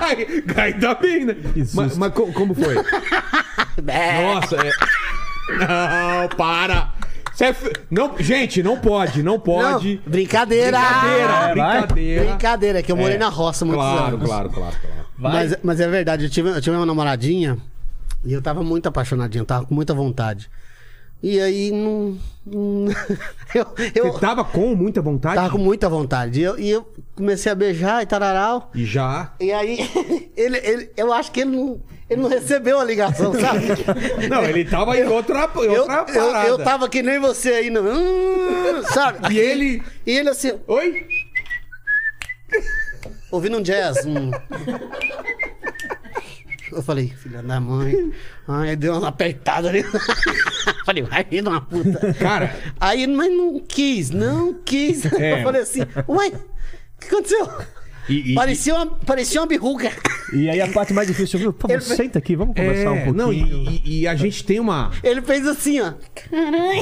[SPEAKER 1] Ai, Ainda bem, né? Mas, mas co- como foi? Nossa, é. Não, para! Isso é fe- não, gente, não pode, não
[SPEAKER 4] Não, Ah,
[SPEAKER 1] pode.
[SPEAKER 4] brincadeira!
[SPEAKER 1] Brincadeira,
[SPEAKER 6] É, vai.
[SPEAKER 1] brincadeira.
[SPEAKER 4] Brincadeira, é que eu morei
[SPEAKER 1] É,
[SPEAKER 4] na roça muitos
[SPEAKER 1] Claro,
[SPEAKER 4] anos.
[SPEAKER 1] claro, claro, claro.
[SPEAKER 4] Mas, mas é verdade, eu tive, eu tive uma namoradinha e eu tava muito apaixonadinho, eu tava com muita vontade. E aí não. não- eu, eu
[SPEAKER 1] Você tá tava com muita vontade?
[SPEAKER 4] tava com muita vontade. E eu, e eu comecei a beijar e tararau.
[SPEAKER 1] E já.
[SPEAKER 4] E aí, ele, ele, eu acho que ele não, ele não recebeu a ligação, sabe?
[SPEAKER 1] Não, ele tava em outra, outra
[SPEAKER 4] Eu, eu,
[SPEAKER 1] parada.
[SPEAKER 4] eu tava que nem você aí, no, hum, sabe?
[SPEAKER 1] E ele.
[SPEAKER 4] E ele assim,
[SPEAKER 1] Oi?
[SPEAKER 4] ouvindo um jazz. hum. Eu falei, filha da mãe. Ai, deu uma apertada ali. falei, vai vir uma puta.
[SPEAKER 1] Cara,
[SPEAKER 4] Aí, mas não quis, não quis.
[SPEAKER 1] É.
[SPEAKER 4] Eu falei assim, uai, o que aconteceu?
[SPEAKER 1] e. e-
[SPEAKER 4] Parecia, uma, parecia uma birruga.
[SPEAKER 6] E aí a parte mais difícil, viu? Pô, senta aqui, vamos
[SPEAKER 1] é,
[SPEAKER 6] conversar um pouquinho.
[SPEAKER 1] não, e, e- e a gente tem uma.
[SPEAKER 4] Ele fez assim, ó.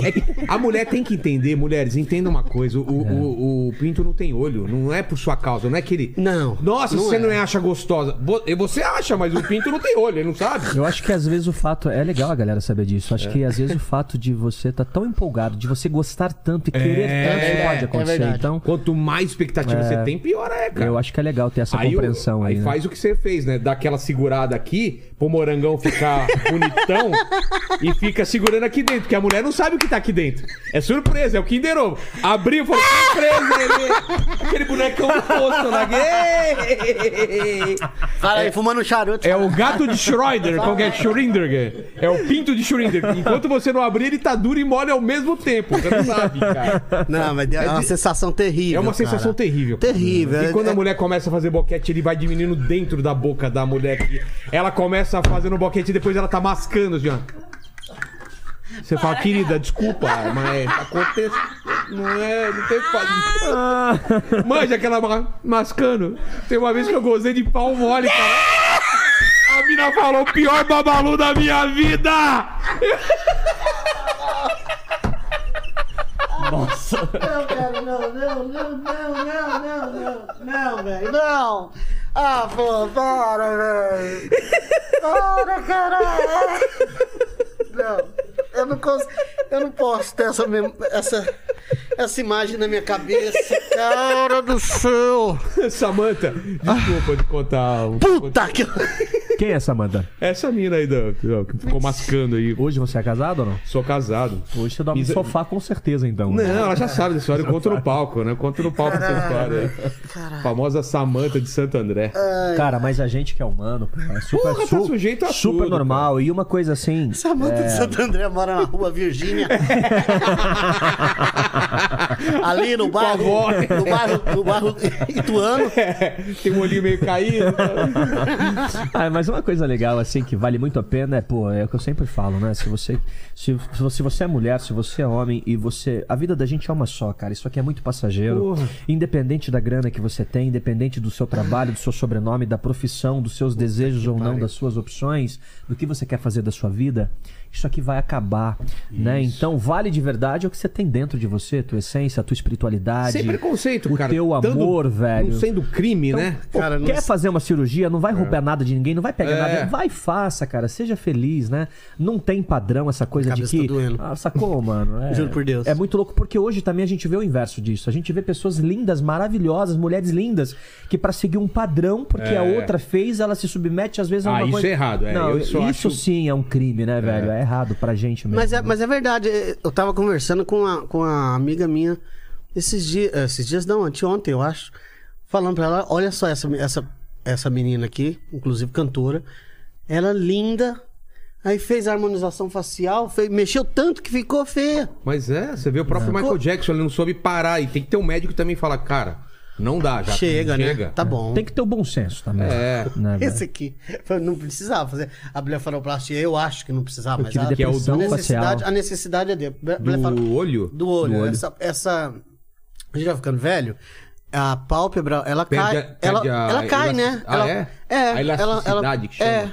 [SPEAKER 1] É que a mulher tem que entender, mulheres, entendam uma coisa: o, o- o- o pinto não tem olho, não é por sua causa, não é que ele.
[SPEAKER 4] Não,
[SPEAKER 1] Nossa,
[SPEAKER 4] não
[SPEAKER 1] você
[SPEAKER 4] é.
[SPEAKER 1] não é acha gostosa. Vo- Você acha, mas o pinto não tem olho, ele não sabe.
[SPEAKER 6] Eu acho que às vezes o fato. É legal a galera saber disso.
[SPEAKER 1] É.
[SPEAKER 6] Acho que às vezes o fato de você estar tão empolgado, de você gostar tanto e querer tanto,
[SPEAKER 4] é,
[SPEAKER 6] pode
[SPEAKER 4] é
[SPEAKER 6] acontecer.
[SPEAKER 4] verdade.
[SPEAKER 6] então,
[SPEAKER 1] Quanto mais expectativa você tem, pior é, cara.
[SPEAKER 6] eu acho que é legal ter essa
[SPEAKER 1] Aí, o-
[SPEAKER 6] compreensão aí.
[SPEAKER 1] aí
[SPEAKER 6] né?
[SPEAKER 1] faz o que você fez, né? Dá aquela segurada aqui pro morangão ficar bonitão e fica segurando aqui dentro, porque a mulher não sabe o que tá aqui dentro. É surpresa, é o Kinder Ovo. Abriu, falou, surpresa, ele... aquele bonecão no posto lá. Ei!
[SPEAKER 4] Fala aí, fumando um charuto.
[SPEAKER 1] É o gato de Schroeder, qual que é? Schrödinger. É o pinto de Schrödinger. Enquanto você não abrir, ele tá duro e mole ao mesmo tempo. Você não sabe, cara.
[SPEAKER 4] Não, mas é uma sensação terrível.
[SPEAKER 1] É uma sensação
[SPEAKER 4] cara.
[SPEAKER 1] terrível. cara.
[SPEAKER 4] Terrível,
[SPEAKER 1] E
[SPEAKER 4] é-
[SPEAKER 1] quando a
[SPEAKER 4] é-
[SPEAKER 1] mulher começa a fazer boquete, ele vai diminuindo dentro da boca da mulher. Que ela começa fazendo boquete e depois ela tá mascando, assim, ó. Você fala, querida, desculpa, mas é, acontece. Não é, não tem o que fazer. Manja aquela ma- mascando. Tem uma vez que eu gozei de pau mole, cara. A mina falou, pior babalu da minha vida!
[SPEAKER 4] Não, velho, não, não, não, não, não, não, não, não, velho, não. Ah, pô, para, velho. Para, caralho. Não, eu não consigo, eu não posso ter essa, mem- essa, essa imagem na minha cabeça. Cara do céu.
[SPEAKER 1] Samanta, desculpa de contar. o-
[SPEAKER 4] Puta que...
[SPEAKER 3] Quem é essa Amanda?
[SPEAKER 1] Essa mina aí da- da- que ficou mascando aí.
[SPEAKER 3] Hoje você é casado ou não?
[SPEAKER 1] Sou casado.
[SPEAKER 3] Hoje você dorme no
[SPEAKER 1] Isso- é-
[SPEAKER 3] sofá com certeza, então.
[SPEAKER 1] Não, ela já sabe dessa história. Eu conto no palco, né? Eu conto no palco essa história. aí. Famosa Samanta de Santo André.
[SPEAKER 3] Cara, mas a gente que é humano, pô, é super,
[SPEAKER 1] Porra, tá
[SPEAKER 3] su-
[SPEAKER 1] sujeito a
[SPEAKER 3] super
[SPEAKER 1] tudo,
[SPEAKER 3] normal. E uma coisa assim.
[SPEAKER 4] Samanta de Santo André mora na rua Virgínia. Ali no bairro, no bairro. No bairro Ituano.
[SPEAKER 1] Tem um olhinho meio caído. né?
[SPEAKER 3] Ah, mas uma coisa legal, assim, que vale muito a pena é, pô, é o que eu sempre falo, né? Se você, se, se você, se você é mulher, se você é homem e você. A vida da gente é uma só, cara. Isso aqui é muito passageiro. Independente da grana que você tem, independente do seu trabalho, do seu sobrenome, da profissão, dos seus desejos ou não, das suas opções, do que você quer fazer da sua vida, isso aqui vai acabar, né? Então, vale de verdade o que você tem dentro de você, tua essência, tua espiritualidade.
[SPEAKER 1] Sem preconceito,
[SPEAKER 3] o
[SPEAKER 1] cara.
[SPEAKER 3] teu
[SPEAKER 1] Tanto-
[SPEAKER 3] amor, velho. Então,
[SPEAKER 1] Não sendo crime, né?
[SPEAKER 3] Pô,
[SPEAKER 4] Cara, não-
[SPEAKER 3] quer fazer uma cirurgia, não vai roubar nada de ninguém, não vai pegar
[SPEAKER 1] É.
[SPEAKER 3] nada. Vai, faça, cara. Seja feliz, né? Não tem padrão essa coisa de
[SPEAKER 4] Cabeça
[SPEAKER 3] que.
[SPEAKER 4] tá doendo.
[SPEAKER 3] Ah, sacou, mano? É,
[SPEAKER 4] Juro por Deus.
[SPEAKER 3] É muito louco, porque hoje também a gente vê o inverso disso. A gente vê pessoas lindas, maravilhosas, mulheres lindas, que pra seguir um padrão, porque a outra fez, ela se submete às vezes a
[SPEAKER 1] Ah,
[SPEAKER 3] uma
[SPEAKER 1] isso
[SPEAKER 3] coisa.
[SPEAKER 1] é errado, é.
[SPEAKER 3] Não,
[SPEAKER 1] Eu só
[SPEAKER 3] isso
[SPEAKER 1] acho-
[SPEAKER 3] sim é um crime, né, velho? É errado pra gente mesmo.
[SPEAKER 4] Mas é, mas é verdade, é, eu tava conversando com a, com a amiga minha esses dias, esses dias não, anteontem, eu acho, falando pra ela, olha só essa, essa, essa menina aqui, inclusive cantora, ela é linda, aí fez a harmonização facial, fez- mexeu tanto que ficou feia.
[SPEAKER 1] Mas é, você vê o próprio Michael Jackson, ele não soube parar. E tem que ter um médico que também falar, cara, não dá, já
[SPEAKER 4] chega, né?
[SPEAKER 1] Chega.
[SPEAKER 4] Tá bom.
[SPEAKER 3] Tem que ter o bom senso também.
[SPEAKER 1] É.
[SPEAKER 3] Né, velho?
[SPEAKER 4] Esse aqui, foi- não precisava fazer a blefaloplastia, eu acho que não precisava, mas
[SPEAKER 3] tive
[SPEAKER 4] a,
[SPEAKER 1] Que é o
[SPEAKER 3] depressão
[SPEAKER 4] a
[SPEAKER 3] facial.
[SPEAKER 4] necessidade, a necessidade é de
[SPEAKER 1] Do olho?
[SPEAKER 4] Do olho. Essa, essa. A gente vai ficando velho. A pálpebra, ela
[SPEAKER 1] Perde
[SPEAKER 4] cai.
[SPEAKER 1] a- perde
[SPEAKER 4] ela,
[SPEAKER 1] a
[SPEAKER 4] ela cai,
[SPEAKER 1] elastici-
[SPEAKER 4] né?
[SPEAKER 1] Ah,
[SPEAKER 4] ela,
[SPEAKER 1] é?
[SPEAKER 4] É.
[SPEAKER 1] A
[SPEAKER 4] ela,
[SPEAKER 1] elasticidade
[SPEAKER 4] ela,
[SPEAKER 1] que chama.
[SPEAKER 4] É.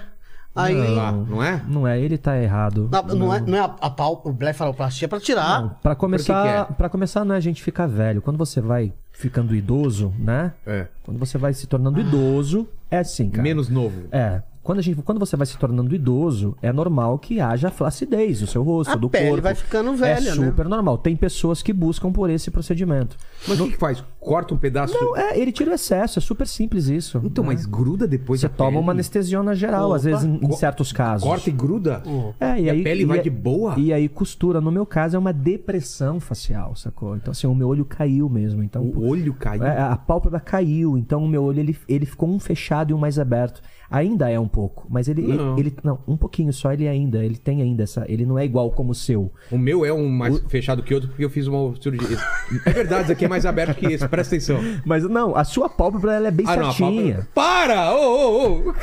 [SPEAKER 4] Aí.
[SPEAKER 1] Lá,
[SPEAKER 4] Não,
[SPEAKER 1] não é?
[SPEAKER 3] Não é, ele tá errado.
[SPEAKER 4] não é, não é a, a pálpebra, blefaroplastia é pra tirar.
[SPEAKER 3] Não, pra
[SPEAKER 1] Por que
[SPEAKER 3] começar,
[SPEAKER 1] que é?
[SPEAKER 3] pra começar não é a gente ficar velho. Quando você vai ficando idoso, né?
[SPEAKER 1] É.
[SPEAKER 3] Quando você vai se tornando idoso, é assim, cara.
[SPEAKER 1] Menos novo.
[SPEAKER 3] É. Quando, a gente, quando você vai se tornando idoso, é normal que haja flacidez do seu rosto,
[SPEAKER 4] A
[SPEAKER 3] do
[SPEAKER 4] pele
[SPEAKER 3] corpo.
[SPEAKER 4] vai ficando velha,
[SPEAKER 3] É
[SPEAKER 4] né?
[SPEAKER 3] super normal. Tem pessoas que buscam por esse procedimento.
[SPEAKER 1] Mas o que, que faz? Corta um pedaço.
[SPEAKER 3] Não, é, ele tira o excesso, é super simples isso. né?
[SPEAKER 1] Então, mas gruda depois
[SPEAKER 3] Você
[SPEAKER 1] da
[SPEAKER 3] toma
[SPEAKER 1] pele?
[SPEAKER 3] uma anestesiona geral, às vezes, em, em
[SPEAKER 1] Co-
[SPEAKER 3] certos casos.
[SPEAKER 1] Corta e gruda?
[SPEAKER 3] É, e
[SPEAKER 1] a
[SPEAKER 3] aí,
[SPEAKER 1] pele
[SPEAKER 3] e
[SPEAKER 1] vai
[SPEAKER 3] a-
[SPEAKER 1] de boa?
[SPEAKER 3] E aí costura. No meu caso, é uma depressão facial, sacou? Então, assim, o meu olho caiu mesmo. Então, pô,
[SPEAKER 1] O olho caiu.
[SPEAKER 3] é, a pálpebra caiu, então o meu olho ele, ele ficou um fechado e um mais aberto. Ainda é um pouco, mas ele ele-
[SPEAKER 1] Não.
[SPEAKER 3] ele, não, um pouquinho só ele ainda, ele tem ainda essa, ele não é igual como o seu.
[SPEAKER 1] O meu é um mais fechado que outro porque eu fiz uma cirurgia. é verdade, isso aqui é mais aberto que esse, presta atenção. Ah,
[SPEAKER 3] Mas não, a sua pálpebra ela é bem
[SPEAKER 1] a
[SPEAKER 3] certinha.
[SPEAKER 1] pálpebra- Para! Ô, ô, ô!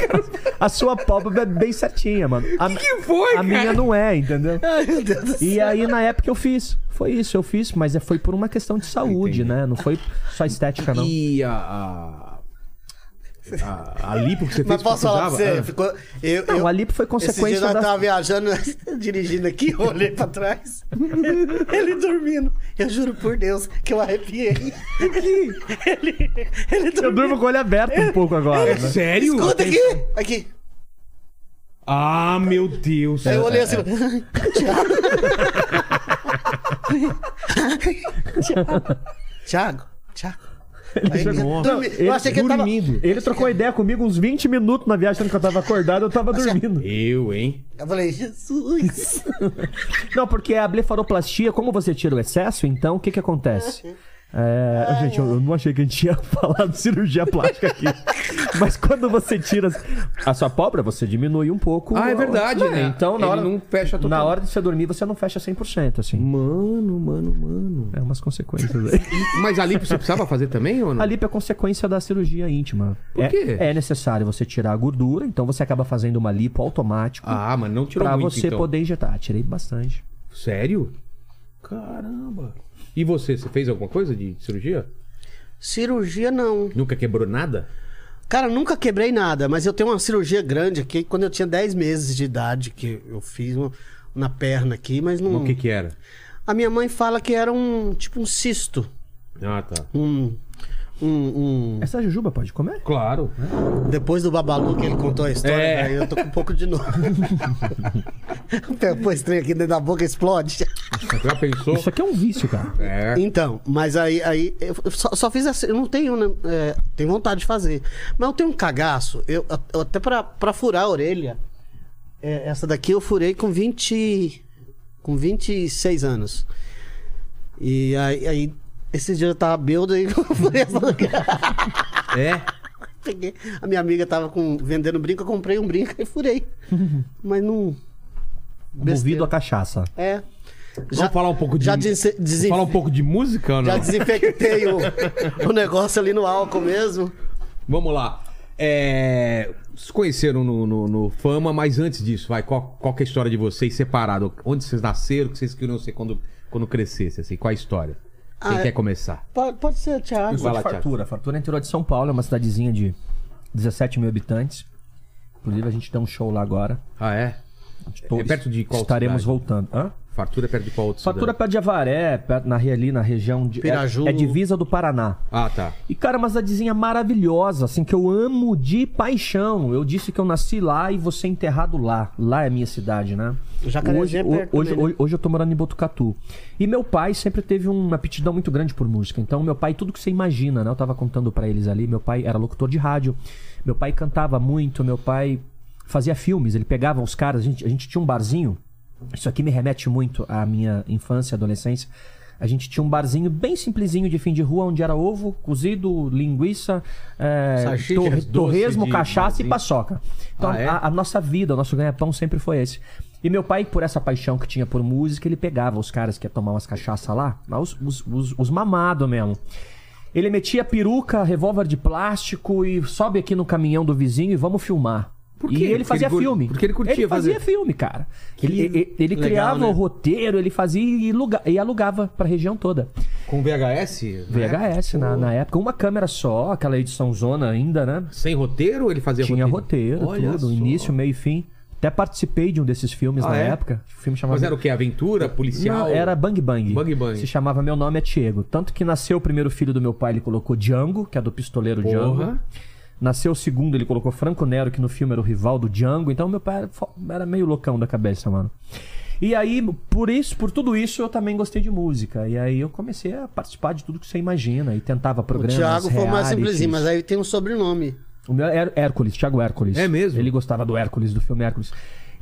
[SPEAKER 3] A sua pálpebra é bem certinha, mano. A,
[SPEAKER 1] que foi,
[SPEAKER 3] a
[SPEAKER 1] cara?
[SPEAKER 3] minha não é, entendeu?
[SPEAKER 4] Ai, meu Deus do
[SPEAKER 3] E aí, na época, eu fiz. Foi isso, eu fiz, mas é- foi por uma questão de saúde, né? Não foi só estética, não.
[SPEAKER 1] E a. a... A, a lipo que você fez
[SPEAKER 4] Mas posso falar pra
[SPEAKER 1] precisava? é
[SPEAKER 4] você?
[SPEAKER 1] Ah.
[SPEAKER 4] Ficou, eu,
[SPEAKER 3] Não,
[SPEAKER 4] eu,
[SPEAKER 3] ali foi
[SPEAKER 4] Esse
[SPEAKER 3] consequência
[SPEAKER 4] dia nós
[SPEAKER 3] da-
[SPEAKER 4] tava viajando, dirigindo aqui, eu olhei pra trás, ele, ele dormindo. Eu juro por Deus que eu arrepiei. Ele, ele, ele
[SPEAKER 3] Eu
[SPEAKER 4] dormindo.
[SPEAKER 3] durmo com o olho aberto um pouco agora. né?
[SPEAKER 1] Ah, Sério?
[SPEAKER 4] Escuta aqui, aqui.
[SPEAKER 1] Ah, meu Deus.
[SPEAKER 4] Aí eu olhei assim, Thiago, Thiago. Aí,
[SPEAKER 3] chegou.
[SPEAKER 4] dormi-
[SPEAKER 3] Não, ele
[SPEAKER 4] eu achei que ele tava...
[SPEAKER 1] dormindo.
[SPEAKER 3] Ele trocou ideia comigo uns 20 minutos na viagem, achando que eu tava acordado, eu tava
[SPEAKER 4] é-
[SPEAKER 3] dormindo.
[SPEAKER 1] Eu, hein?
[SPEAKER 4] Eu falei, Jesus.
[SPEAKER 3] Não, porque a blefaroplastia, como você tira o excesso, então o que que
[SPEAKER 4] Uhum.
[SPEAKER 3] acontece? É,
[SPEAKER 4] Ah,
[SPEAKER 3] gente, eu, eu não achei que a gente tinha falado de cirurgia plástica aqui. Mas quando você tira a sua pálpebra, você diminui um pouco.
[SPEAKER 1] Ah, é verdade, né?
[SPEAKER 3] Então, na
[SPEAKER 1] Ele
[SPEAKER 3] hora,
[SPEAKER 1] não fecha
[SPEAKER 3] na
[SPEAKER 1] totalmente.
[SPEAKER 3] hora de você dormir, você não fecha 100%, assim.
[SPEAKER 1] Mano, mano, mano.
[SPEAKER 3] É umas consequências aí.
[SPEAKER 1] E- mas a lipo você precisava fazer também ou não?
[SPEAKER 3] A lipo é consequência da cirurgia íntima. Por
[SPEAKER 1] Uhum. quê?
[SPEAKER 3] É, é necessário você tirar a gordura, então você acaba fazendo uma lipo automático
[SPEAKER 1] Ah, mas não tirou
[SPEAKER 3] pra
[SPEAKER 1] muito,
[SPEAKER 3] você
[SPEAKER 1] então.
[SPEAKER 3] poder injetar. Ah, Tirei bastante.
[SPEAKER 1] Sério? Caramba. E você, você fez alguma coisa de cirurgia?
[SPEAKER 4] Cirurgia não.
[SPEAKER 1] Nunca quebrou nada?
[SPEAKER 4] Cara, nunca quebrei nada, mas eu tenho uma cirurgia grande aqui quando eu tinha 10 meses de idade que eu fiz uma- na perna aqui, mas não.
[SPEAKER 1] Mas O que que era?
[SPEAKER 4] A minha mãe fala que era um tipo um cisto.
[SPEAKER 1] Ah, tá.
[SPEAKER 3] Hum.
[SPEAKER 4] Um.
[SPEAKER 1] Hum.
[SPEAKER 4] um, um-
[SPEAKER 3] Essa jujuba pode comer?
[SPEAKER 1] Claro.
[SPEAKER 3] Hum.
[SPEAKER 4] Depois do Babalu que ele contou a história,
[SPEAKER 1] É.
[SPEAKER 4] né, eu tô com um pouco de novo. Põe esse trem aqui dentro da boca explode.
[SPEAKER 1] Já pensou?
[SPEAKER 3] Isso aqui é um vício, cara.
[SPEAKER 1] É.
[SPEAKER 4] Então, mas aí, aí eu só, só fiz assim, eu não tenho, né? é, tenho vontade de fazer. Mas eu tenho um cagaço, eu, eu até pra, pra furar a orelha, é, essa daqui eu furei com 20, com 26 anos. E aí, aí esse dia eu tava bêbado e eu furei essa daqui.
[SPEAKER 1] É?
[SPEAKER 4] Peguei. A minha amiga tava com, vendendo brinco, eu comprei um brinco e furei. Mas não...
[SPEAKER 3] Movido a cachaça.
[SPEAKER 4] É.
[SPEAKER 1] Vamos falar um pouco de.
[SPEAKER 4] Já desinfe-
[SPEAKER 1] Vamos um falar um pouco de música ou não?
[SPEAKER 4] Já desinfectei o, o negócio ali no álcool mesmo.
[SPEAKER 1] Vamos lá. É... Se conheceram no, no- no Fama, mas antes disso, vai, qual, qual que é a história de vocês separado? Onde vocês nasceram, o que vocês queriam ser quando, quando crescesse, assim, qual a história? Quem
[SPEAKER 4] Ah,
[SPEAKER 1] quer
[SPEAKER 4] é-
[SPEAKER 1] começar?
[SPEAKER 4] Pode, pode ser, Thiago.
[SPEAKER 3] Eu sou
[SPEAKER 1] Vai lá,
[SPEAKER 3] de
[SPEAKER 1] Thiago.
[SPEAKER 3] Fartura. Fartura é interior de São Paulo, é uma cidadezinha de 17 mil habitantes. Inclusive, a gente dá um show lá agora.
[SPEAKER 1] Ah, é?
[SPEAKER 3] Estou-
[SPEAKER 1] É perto de qual
[SPEAKER 3] Estaremos
[SPEAKER 1] cidade?
[SPEAKER 3] voltando. Hã?
[SPEAKER 1] Fartura é perto de qual outra
[SPEAKER 3] Fatura
[SPEAKER 1] cidade?
[SPEAKER 3] perto de Avaré, perto- na, ali na região de. é-
[SPEAKER 4] Piraju.
[SPEAKER 3] É, divisa do Paraná.
[SPEAKER 1] Ah, tá.
[SPEAKER 3] E, cara, uma cidadezinha maravilhosa, assim, que eu amo de paixão. Eu disse que eu nasci lá e vou ser enterrado lá. Lá é a minha cidade, né?
[SPEAKER 4] Jacarandí
[SPEAKER 3] hoje,
[SPEAKER 4] é
[SPEAKER 3] ho-
[SPEAKER 4] perto
[SPEAKER 3] hoje,
[SPEAKER 4] também, né?
[SPEAKER 3] hoje, hoje eu tô morando em Botucatu. E meu pai sempre teve uma aptidão muito grande por música. Então, meu pai, tudo que você imagina, né? Eu tava contando pra eles ali, meu pai era locutor de rádio. Meu pai cantava muito, meu pai fazia filmes, ele pegava os caras, a gente, a gente tinha um barzinho. Isso aqui me remete muito à minha infância, adolescência. A gente tinha um barzinho bem simplesinho de fim de rua, onde era ovo, cozido, linguiça, é,
[SPEAKER 4] Salsicha,
[SPEAKER 3] torre-
[SPEAKER 1] doce
[SPEAKER 3] torresmo,
[SPEAKER 1] de
[SPEAKER 3] cachaça
[SPEAKER 1] barzinho.
[SPEAKER 3] e paçoca. Então
[SPEAKER 1] Ah, é?
[SPEAKER 3] a, a nossa vida, o nosso ganha-pão sempre foi esse. E meu pai, por essa paixão que tinha por música, ele pegava os caras que iam tomar umas cachaça lá, mas os, os, os, os mamados mesmo. Ele metia peruca, revólver de plástico e sobe aqui no caminhão do vizinho e vamos filmar.
[SPEAKER 1] Por
[SPEAKER 3] E
[SPEAKER 1] quê?
[SPEAKER 3] ele
[SPEAKER 1] Porque
[SPEAKER 3] fazia
[SPEAKER 1] ele cur-
[SPEAKER 3] filme.
[SPEAKER 1] porque ele curtia
[SPEAKER 3] Ele fazia
[SPEAKER 1] fazer.
[SPEAKER 3] filme, cara. Ele, ele, ele
[SPEAKER 7] legal,
[SPEAKER 3] criava
[SPEAKER 7] né?
[SPEAKER 3] o roteiro, ele fazia e, luga- e alugava pra região toda.
[SPEAKER 1] Com VHS? né?
[SPEAKER 3] VHS na, na época, uma câmera só, aquela edição zona ainda, né?
[SPEAKER 1] Sem roteiro ou ele fazia
[SPEAKER 3] Tinha
[SPEAKER 1] roteiro?
[SPEAKER 3] roteiro,
[SPEAKER 1] Olha
[SPEAKER 3] tudo,
[SPEAKER 1] só.
[SPEAKER 3] início, meio e fim. Até participei de um desses filmes
[SPEAKER 1] Ah,
[SPEAKER 3] na
[SPEAKER 1] é?
[SPEAKER 3] época. O filme chamava
[SPEAKER 1] Mas era o quê? Aventura? Policial?
[SPEAKER 3] não, era Bang Bang.
[SPEAKER 1] Bang Bang.
[SPEAKER 3] Se chamava Meu Nome é Diego. Tanto que nasceu o primeiro filho do meu pai, ele colocou Django, que é do pistoleiro
[SPEAKER 1] Porra.
[SPEAKER 3] Django. Nasceu o segundo, ele colocou Franco Nero, que no filme era o rival do Django. Então meu pai era, fo- era meio loucão da cabeça, mano. E aí, por isso, por tudo isso, eu também gostei de música. E aí eu comecei a participar de tudo que você imagina. E tentava
[SPEAKER 4] O
[SPEAKER 3] programas,
[SPEAKER 4] Thiago foi mais
[SPEAKER 3] realities.
[SPEAKER 4] simplesinho, mas aí tem um sobrenome.
[SPEAKER 3] O meu era Hércules, Thiago Hércules.
[SPEAKER 1] É mesmo? Hum.
[SPEAKER 3] Ele gostava do Hércules, do filme Hércules.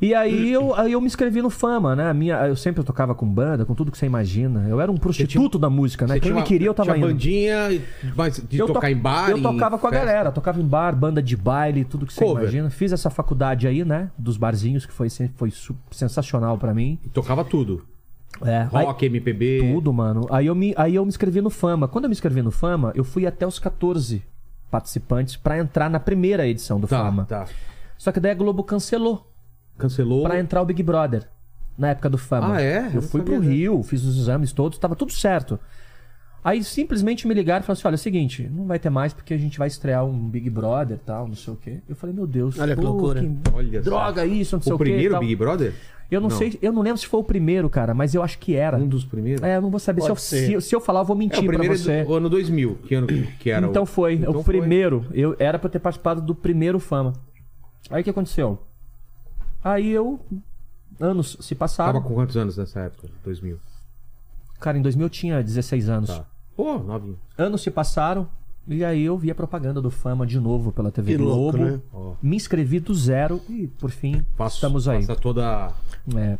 [SPEAKER 3] E aí eu, aí eu me inscrevi no Fama, né? A minha, eu sempre tocava com banda, com tudo que você imagina. Eu era um prostituto da música, né?
[SPEAKER 1] Você
[SPEAKER 3] Quem
[SPEAKER 1] tinha
[SPEAKER 3] me
[SPEAKER 1] uma-
[SPEAKER 3] queria, eu tava
[SPEAKER 1] tinha
[SPEAKER 3] indo.
[SPEAKER 1] bandinha, mas de
[SPEAKER 3] eu to-
[SPEAKER 1] tocar em bar?
[SPEAKER 3] Eu
[SPEAKER 1] em
[SPEAKER 3] tocava com a
[SPEAKER 1] festa?
[SPEAKER 3] galera, tocava em bar, banda de baile, tudo que você
[SPEAKER 1] Cover.
[SPEAKER 3] imagina. Fiz essa faculdade aí, né? Dos barzinhos, que foi, sen- foi su- sensacional pra mim.
[SPEAKER 1] E Tocava tudo.
[SPEAKER 3] É, aí-
[SPEAKER 1] Rock, MPB.
[SPEAKER 3] tudo, mano. Aí eu, me, aí eu me inscrevi no Fama. Quando eu me inscrevi no Fama, eu fui até os 14 participantes pra entrar na primeira edição do
[SPEAKER 1] Tá,
[SPEAKER 3] Fama.
[SPEAKER 1] tá.
[SPEAKER 3] Só que daí a Globo cancelou
[SPEAKER 1] Cancelou.
[SPEAKER 3] pra entrar o Big Brother na época do Fama.
[SPEAKER 1] Ah, é? Eu
[SPEAKER 3] Eu fui
[SPEAKER 1] não
[SPEAKER 3] pro
[SPEAKER 1] sabia, né?
[SPEAKER 3] Rio, fiz os exames todos, tava tudo certo. Aí simplesmente me ligaram e falaram assim: olha, é o seguinte, não vai ter mais porque a gente vai estrear um Big Brother e tal, não sei o quê. Eu falei, meu Deus,
[SPEAKER 4] Olha que
[SPEAKER 3] pô,
[SPEAKER 4] loucura.
[SPEAKER 1] Olha só.
[SPEAKER 3] droga isso, não sei
[SPEAKER 1] O
[SPEAKER 3] o quê. tá e
[SPEAKER 1] primeiro
[SPEAKER 3] tal.
[SPEAKER 1] Big Brother?
[SPEAKER 3] Eu não,
[SPEAKER 1] Não.
[SPEAKER 3] sei, eu não lembro se foi o primeiro, cara, mas eu acho que era.
[SPEAKER 1] Um dos primeiros?
[SPEAKER 3] É, eu não vou saber. Se eu,
[SPEAKER 4] Pode ser.
[SPEAKER 3] se, eu- se eu falar, eu vou
[SPEAKER 1] É,
[SPEAKER 3] mentir
[SPEAKER 1] o
[SPEAKER 3] pra
[SPEAKER 1] primeiro
[SPEAKER 3] você.
[SPEAKER 1] é do ano 2000, que ano que era o-
[SPEAKER 3] Então foi.
[SPEAKER 1] Então
[SPEAKER 3] o
[SPEAKER 1] foi.
[SPEAKER 3] primeiro. Eu, era pra eu ter participado do primeiro Fama. Aí o que aconteceu? Aí eu. Anos se passaram.
[SPEAKER 1] Tava com quantos anos nessa época? 2000.
[SPEAKER 3] Cara, em 2000 eu tinha 16 anos.
[SPEAKER 1] Tá. Pô, novinho.
[SPEAKER 3] Anos se passaram. E aí eu vi a propaganda do Fama de novo pela TV
[SPEAKER 4] Que
[SPEAKER 3] Globo.
[SPEAKER 4] louco, né?
[SPEAKER 1] Ó.
[SPEAKER 3] Me inscrevi do zero e, por fim,
[SPEAKER 1] Passa-
[SPEAKER 3] estamos aí.
[SPEAKER 1] Passa toda...
[SPEAKER 3] É.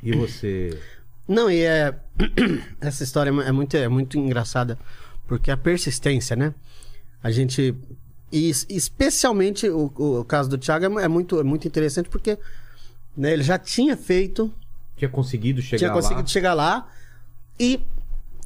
[SPEAKER 1] E você...
[SPEAKER 4] Não, e é. Essa história é muito, é muito engraçada, porque a persistência, né? A gente. E es- especialmente o, o caso do Thiago é mu- é muito, é muito interessante, porque né, ele já tinha feito,
[SPEAKER 1] Tinha conseguido chegar
[SPEAKER 4] tinha
[SPEAKER 1] lá?
[SPEAKER 4] conseguido chegar lá e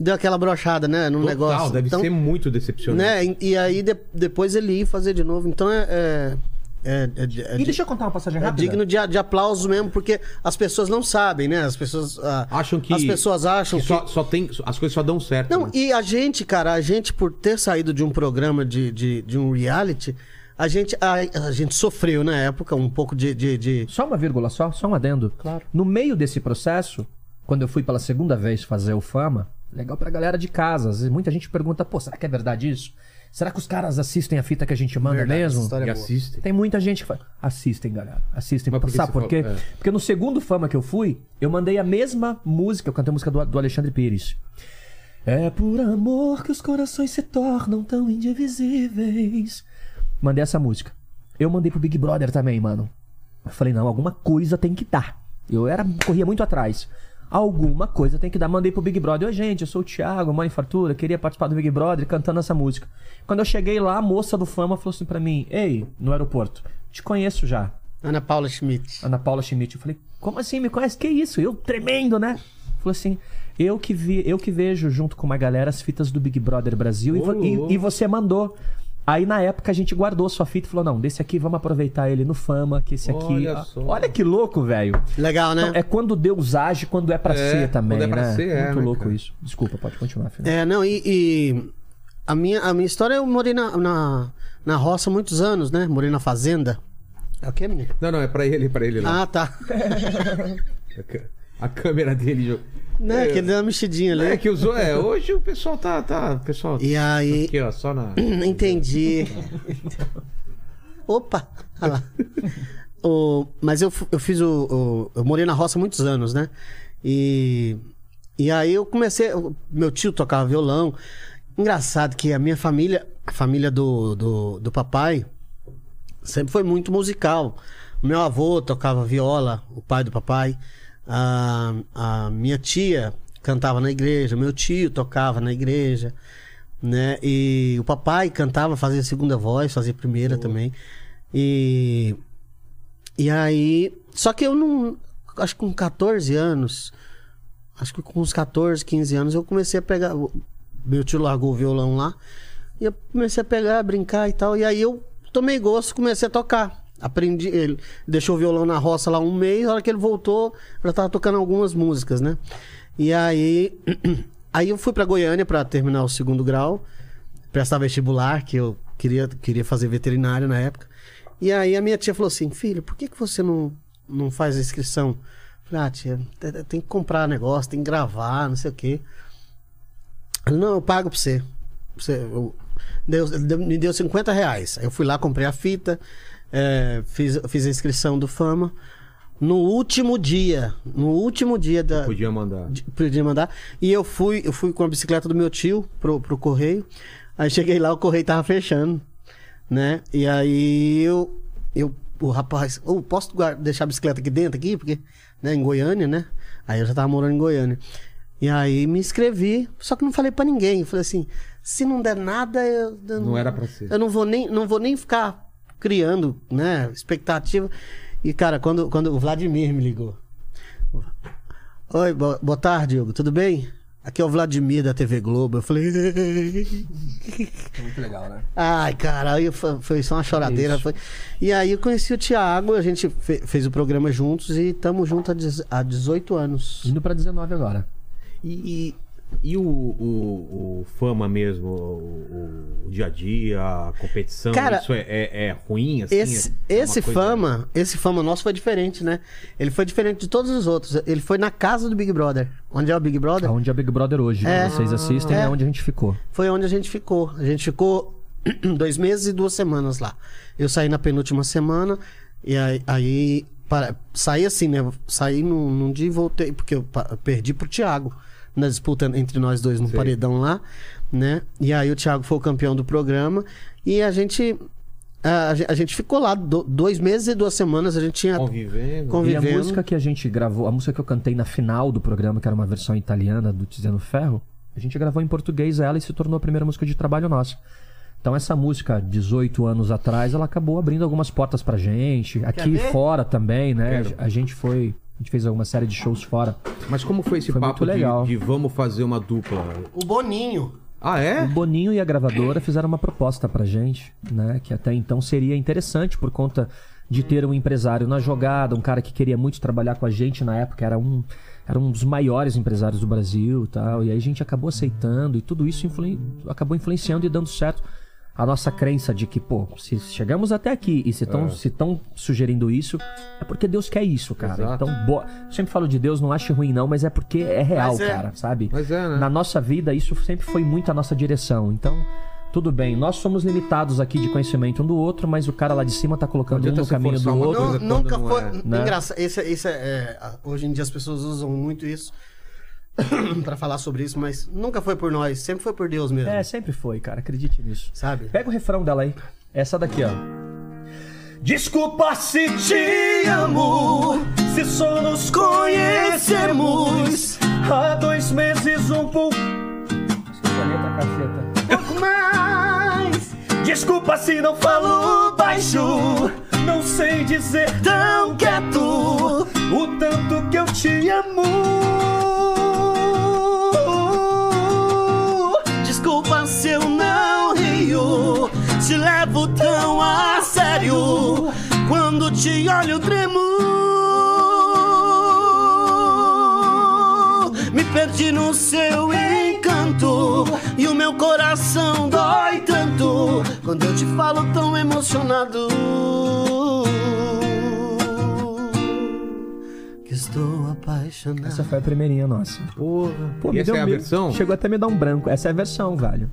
[SPEAKER 4] deu aquela brochada, né? Num
[SPEAKER 1] Total,
[SPEAKER 4] negócio.
[SPEAKER 1] deve
[SPEAKER 4] então,
[SPEAKER 1] ser muito decepcionante.
[SPEAKER 4] né? E, e aí de- depois ele ir fazer de novo. Então é. é- é- é- é-
[SPEAKER 3] E deixa eu contar uma passagem
[SPEAKER 4] É
[SPEAKER 3] rápida.
[SPEAKER 4] digno de, de aplauso mesmo, porque as pessoas não sabem, né? As pessoas. ah,
[SPEAKER 1] Acham que...
[SPEAKER 4] As pessoas acham
[SPEAKER 1] que
[SPEAKER 4] que.
[SPEAKER 1] Só, só tem... As coisas só dão certo.
[SPEAKER 4] Não,
[SPEAKER 1] né?
[SPEAKER 4] e a gente, cara, a gente, por ter saído de um programa de, de, de um reality, a gente, a, a gente sofreu na época um pouco de. de, de-
[SPEAKER 3] Só uma vírgula só, só um adendo. Claro. No meio desse processo, quando eu fui pela segunda vez fazer o Fama, legal pra galera de casa. Às vezes muita gente pergunta, pô, será que é verdade isso? Será que os caras assistem a fita que a gente manda
[SPEAKER 4] Verdade, essa
[SPEAKER 3] mesmo?
[SPEAKER 4] história é
[SPEAKER 1] E
[SPEAKER 4] boa.
[SPEAKER 1] assiste.
[SPEAKER 3] Tem muita gente que fala. Assistem, galera. Assistem.
[SPEAKER 1] Mas por que
[SPEAKER 3] Sabe
[SPEAKER 1] você
[SPEAKER 3] por quê?
[SPEAKER 1] falou? É.
[SPEAKER 3] Porque no segundo fama que eu fui, eu mandei a mesma música. Eu cantei a música do, do Alexandre Pires. É por amor que os corações se tornam tão indivisíveis. Mandei essa música. Eu mandei pro Big Brother também, mano. Eu falei, não, alguma coisa tem que dar. Eu era corria muito atrás. Alguma coisa tem que dar. Mandei pro Big Brother. Oi, gente, eu sou o Thiago, mãe fartura, queria participar do Big Brother cantando essa música. Quando eu cheguei lá, a moça do Fama falou assim pra mim: Ei, no aeroporto, te conheço já.
[SPEAKER 4] Ana Paula Schmidt.
[SPEAKER 3] Ana Paula Schmidt. Eu falei, como assim? Me conhece? Que isso? Eu tremendo, né? Falou assim, eu que, vi, eu que vejo junto com uma galera as fitas do Big Brother Brasil e vo- e, e você mandou. Aí na época a gente guardou sua fita e falou, não, desse aqui vamos aproveitar ele no Fama, que esse aqui...
[SPEAKER 1] Olha
[SPEAKER 3] Ah,
[SPEAKER 1] só.
[SPEAKER 3] Olha que louco, velho.
[SPEAKER 4] Legal, né?
[SPEAKER 3] Então, é quando Deus age, quando é pra
[SPEAKER 1] É,
[SPEAKER 3] ser também,
[SPEAKER 1] quando é pra
[SPEAKER 3] né?
[SPEAKER 1] ser, é,
[SPEAKER 3] Muito
[SPEAKER 1] né,
[SPEAKER 3] louco
[SPEAKER 1] cara?
[SPEAKER 3] isso. Desculpa, pode continuar, filho.
[SPEAKER 4] É, não, e, e a, minha, a minha história, eu morei na, na, na roça muitos anos, né? Morei na fazenda. É o que, menino?
[SPEAKER 1] Não, não, é pra ele, pra ele lá.
[SPEAKER 4] Ah, tá.
[SPEAKER 1] A cã- A câmera dele.
[SPEAKER 4] né, que deu uma mexidinha ali.
[SPEAKER 1] É que usou. É, hoje o pessoal tá. tá o pessoal. tá
[SPEAKER 4] E aí-
[SPEAKER 1] Aqui, ó, só na.
[SPEAKER 4] Entendi. Opa! Olha lá. O- mas eu, fu- eu fiz o, o- Eu morei na roça há muitos anos, né? E. E aí eu comecei. eu- Meu tio tocava violão. Engraçado que a minha família, a família do, do, do papai, sempre foi muito musical. O meu avô tocava viola, o pai do papai. A, a minha tia cantava na igreja, meu tio tocava na igreja, né? E o papai cantava, fazia segunda voz, fazia primeira também. E e aí, só que eu não, acho que com 14 anos, acho que com uns 14, 15 anos eu comecei a pegar, o- meu tio largou o violão lá, e eu comecei a pegar, brincar e tal. E aí eu tomei gosto, comecei a tocar. Aprendi, ele deixou o violão na roça lá um mês, a hora que ele voltou, já tava tocando algumas músicas, né? E aí, aí eu fui pra Goiânia pra terminar o segundo grau, prestar vestibular, que eu queria, queria fazer veterinário na época. E aí a minha tia falou assim, filho, por que, que você não, não faz a inscrição? Eu Falei, ah, tia, te- te- tem que comprar negócio, tem que gravar, não sei o quê. Ela, não, eu pago pra você. Você- eu- deu- deu- me deu 50 reais. Aí eu fui lá, comprei a fita, é, fiz, fiz a inscrição do Fama. No último dia, no último dia da,
[SPEAKER 1] Podia mandar.
[SPEAKER 4] de- podia mandar. E eu fui, eu fui com a bicicleta do meu tio pro, pro correio. Aí cheguei lá, o correio tava fechando, né? E aí eu, eu o rapaz, "Ô, posso guar- deixar a bicicleta aqui dentro aqui, porque né, em Goiânia, né? Aí eu já tava morando em Goiânia. E aí me inscrevi, só que não falei pra ninguém. Eu falei assim, se não der nada, eu, eu
[SPEAKER 1] Não era pra ser.
[SPEAKER 4] eu não vou nem, não vou nem ficar criando, né, expectativa. E cara, quando, quando o Vladimir me ligou. Oi, bo- boa tarde, Hugo. Tudo bem? Aqui é o Vladimir da TV Globo. Eu falei.
[SPEAKER 1] É
[SPEAKER 3] Muito legal, né?
[SPEAKER 4] Ai, cara, aí foi, foi só uma choradeira. foi. E aí eu conheci o Thiago, a gente fe- fez o programa juntos e estamos juntos há, dez- há 18 anos.
[SPEAKER 3] Indo pra 19 agora.
[SPEAKER 1] E, e, e o, o, o fama mesmo, o, o- o dia a dia, a competição,
[SPEAKER 4] Cara,
[SPEAKER 1] isso é, é, é ruim, assim?
[SPEAKER 4] Esse,
[SPEAKER 1] é uma
[SPEAKER 4] esse
[SPEAKER 1] coisa-
[SPEAKER 4] fama, esse fama nosso foi diferente, né? Ele foi diferente de todos os outros. Ele foi na casa do Big Brother. Onde é o Big Brother?
[SPEAKER 3] Onde é o Big Brother hoje.
[SPEAKER 4] É.
[SPEAKER 3] Vocês assistem, é.
[SPEAKER 4] É.
[SPEAKER 3] onde a gente ficou.
[SPEAKER 4] foi onde a gente ficou. A gente ficou dois meses e duas semanas lá. Eu saí na penúltima semana e aí, aí para- saí assim, né? Saí num, num dia e voltei, porque eu pa- perdi pro Thiago na disputa entre nós dois no paredão lá, né? E aí o Thiago foi o campeão do programa e a gente. A, a gente ficou lá do- dois meses e duas semanas, a gente tinha.
[SPEAKER 1] Convivendo.
[SPEAKER 4] Convi-
[SPEAKER 3] E a
[SPEAKER 4] Vivendo.
[SPEAKER 3] música que a gente gravou, a música que eu cantei na final do programa, que era uma versão italiana do Tiziano Ferro, a gente gravou em português ela e se tornou a primeira música de trabalho nossa. Então essa música, 18 anos atrás, ela acabou abrindo algumas portas pra gente, aqui
[SPEAKER 4] ver?
[SPEAKER 3] fora também, né? A gente foi, a gente fez alguma série de shows fora.
[SPEAKER 1] Mas como foi esse
[SPEAKER 3] Foi
[SPEAKER 1] papo
[SPEAKER 3] muito legal.
[SPEAKER 1] De, de vamos fazer uma dupla?
[SPEAKER 4] O Boninho.
[SPEAKER 1] Ah,
[SPEAKER 3] O
[SPEAKER 1] é?
[SPEAKER 3] Boninho e a gravadora fizeram uma proposta pra gente, né? Que até então seria interessante por conta de ter um empresário na jogada, um cara que queria muito trabalhar com a gente na época, era um, era um dos maiores empresários do Brasil e tal. E aí a gente acabou aceitando e tudo isso influen- acabou influenciando e dando certo. A nossa crença de que, pô, se chegamos até aqui e se estão sugerindo isso, é porque Deus quer isso, cara.
[SPEAKER 1] Exato.
[SPEAKER 3] Então, boa. Sempre falo de Deus, não ache ruim, não, mas é porque é real,
[SPEAKER 4] Mas é.
[SPEAKER 3] cara, sabe?
[SPEAKER 1] Mas é, né?
[SPEAKER 3] Na nossa vida, isso sempre foi muito a nossa direção. Então, Tudo bem, nós somos limitados aqui de conhecimento um do outro, mas o cara lá de cima tá colocando
[SPEAKER 1] Não
[SPEAKER 3] um
[SPEAKER 1] adianta
[SPEAKER 3] no
[SPEAKER 1] você
[SPEAKER 3] caminho do
[SPEAKER 1] forçar uma
[SPEAKER 3] outro.
[SPEAKER 1] coisa
[SPEAKER 4] Nu-
[SPEAKER 1] quando
[SPEAKER 4] nunca
[SPEAKER 1] não
[SPEAKER 4] foi.
[SPEAKER 1] é.
[SPEAKER 3] Né?
[SPEAKER 4] Engraçado. Esse, esse é, é, hoje em dia as pessoas usam muito isso pra falar sobre isso, mas nunca foi por nós, sempre foi por Deus mesmo.
[SPEAKER 3] É, sempre foi, cara, acredite nisso.
[SPEAKER 4] Sabe?
[SPEAKER 3] Pega o refrão dela aí. Essa daqui, ó. Desculpa se te amo, se só nos conhecemos há dois meses um pouco. Esqueci a letra, caceta. Pouco mais. Desculpa se não falo baixo, não sei dizer tão quieto o tanto que eu te amo.
[SPEAKER 4] Desculpa se eu não rio, te levo tão a sério. Quando te olho, tremo. Me perdi no seu encanto e o meu coração dói tanto quando eu te falo tão emocionado. Que estou apaixonado.
[SPEAKER 3] Essa foi a primeirinha nossa. Pô,
[SPEAKER 1] E
[SPEAKER 3] me
[SPEAKER 1] essa
[SPEAKER 3] deu
[SPEAKER 1] é a
[SPEAKER 3] medo.
[SPEAKER 1] versão?
[SPEAKER 3] Chegou até me dar um branco. Essa é a versão, velho.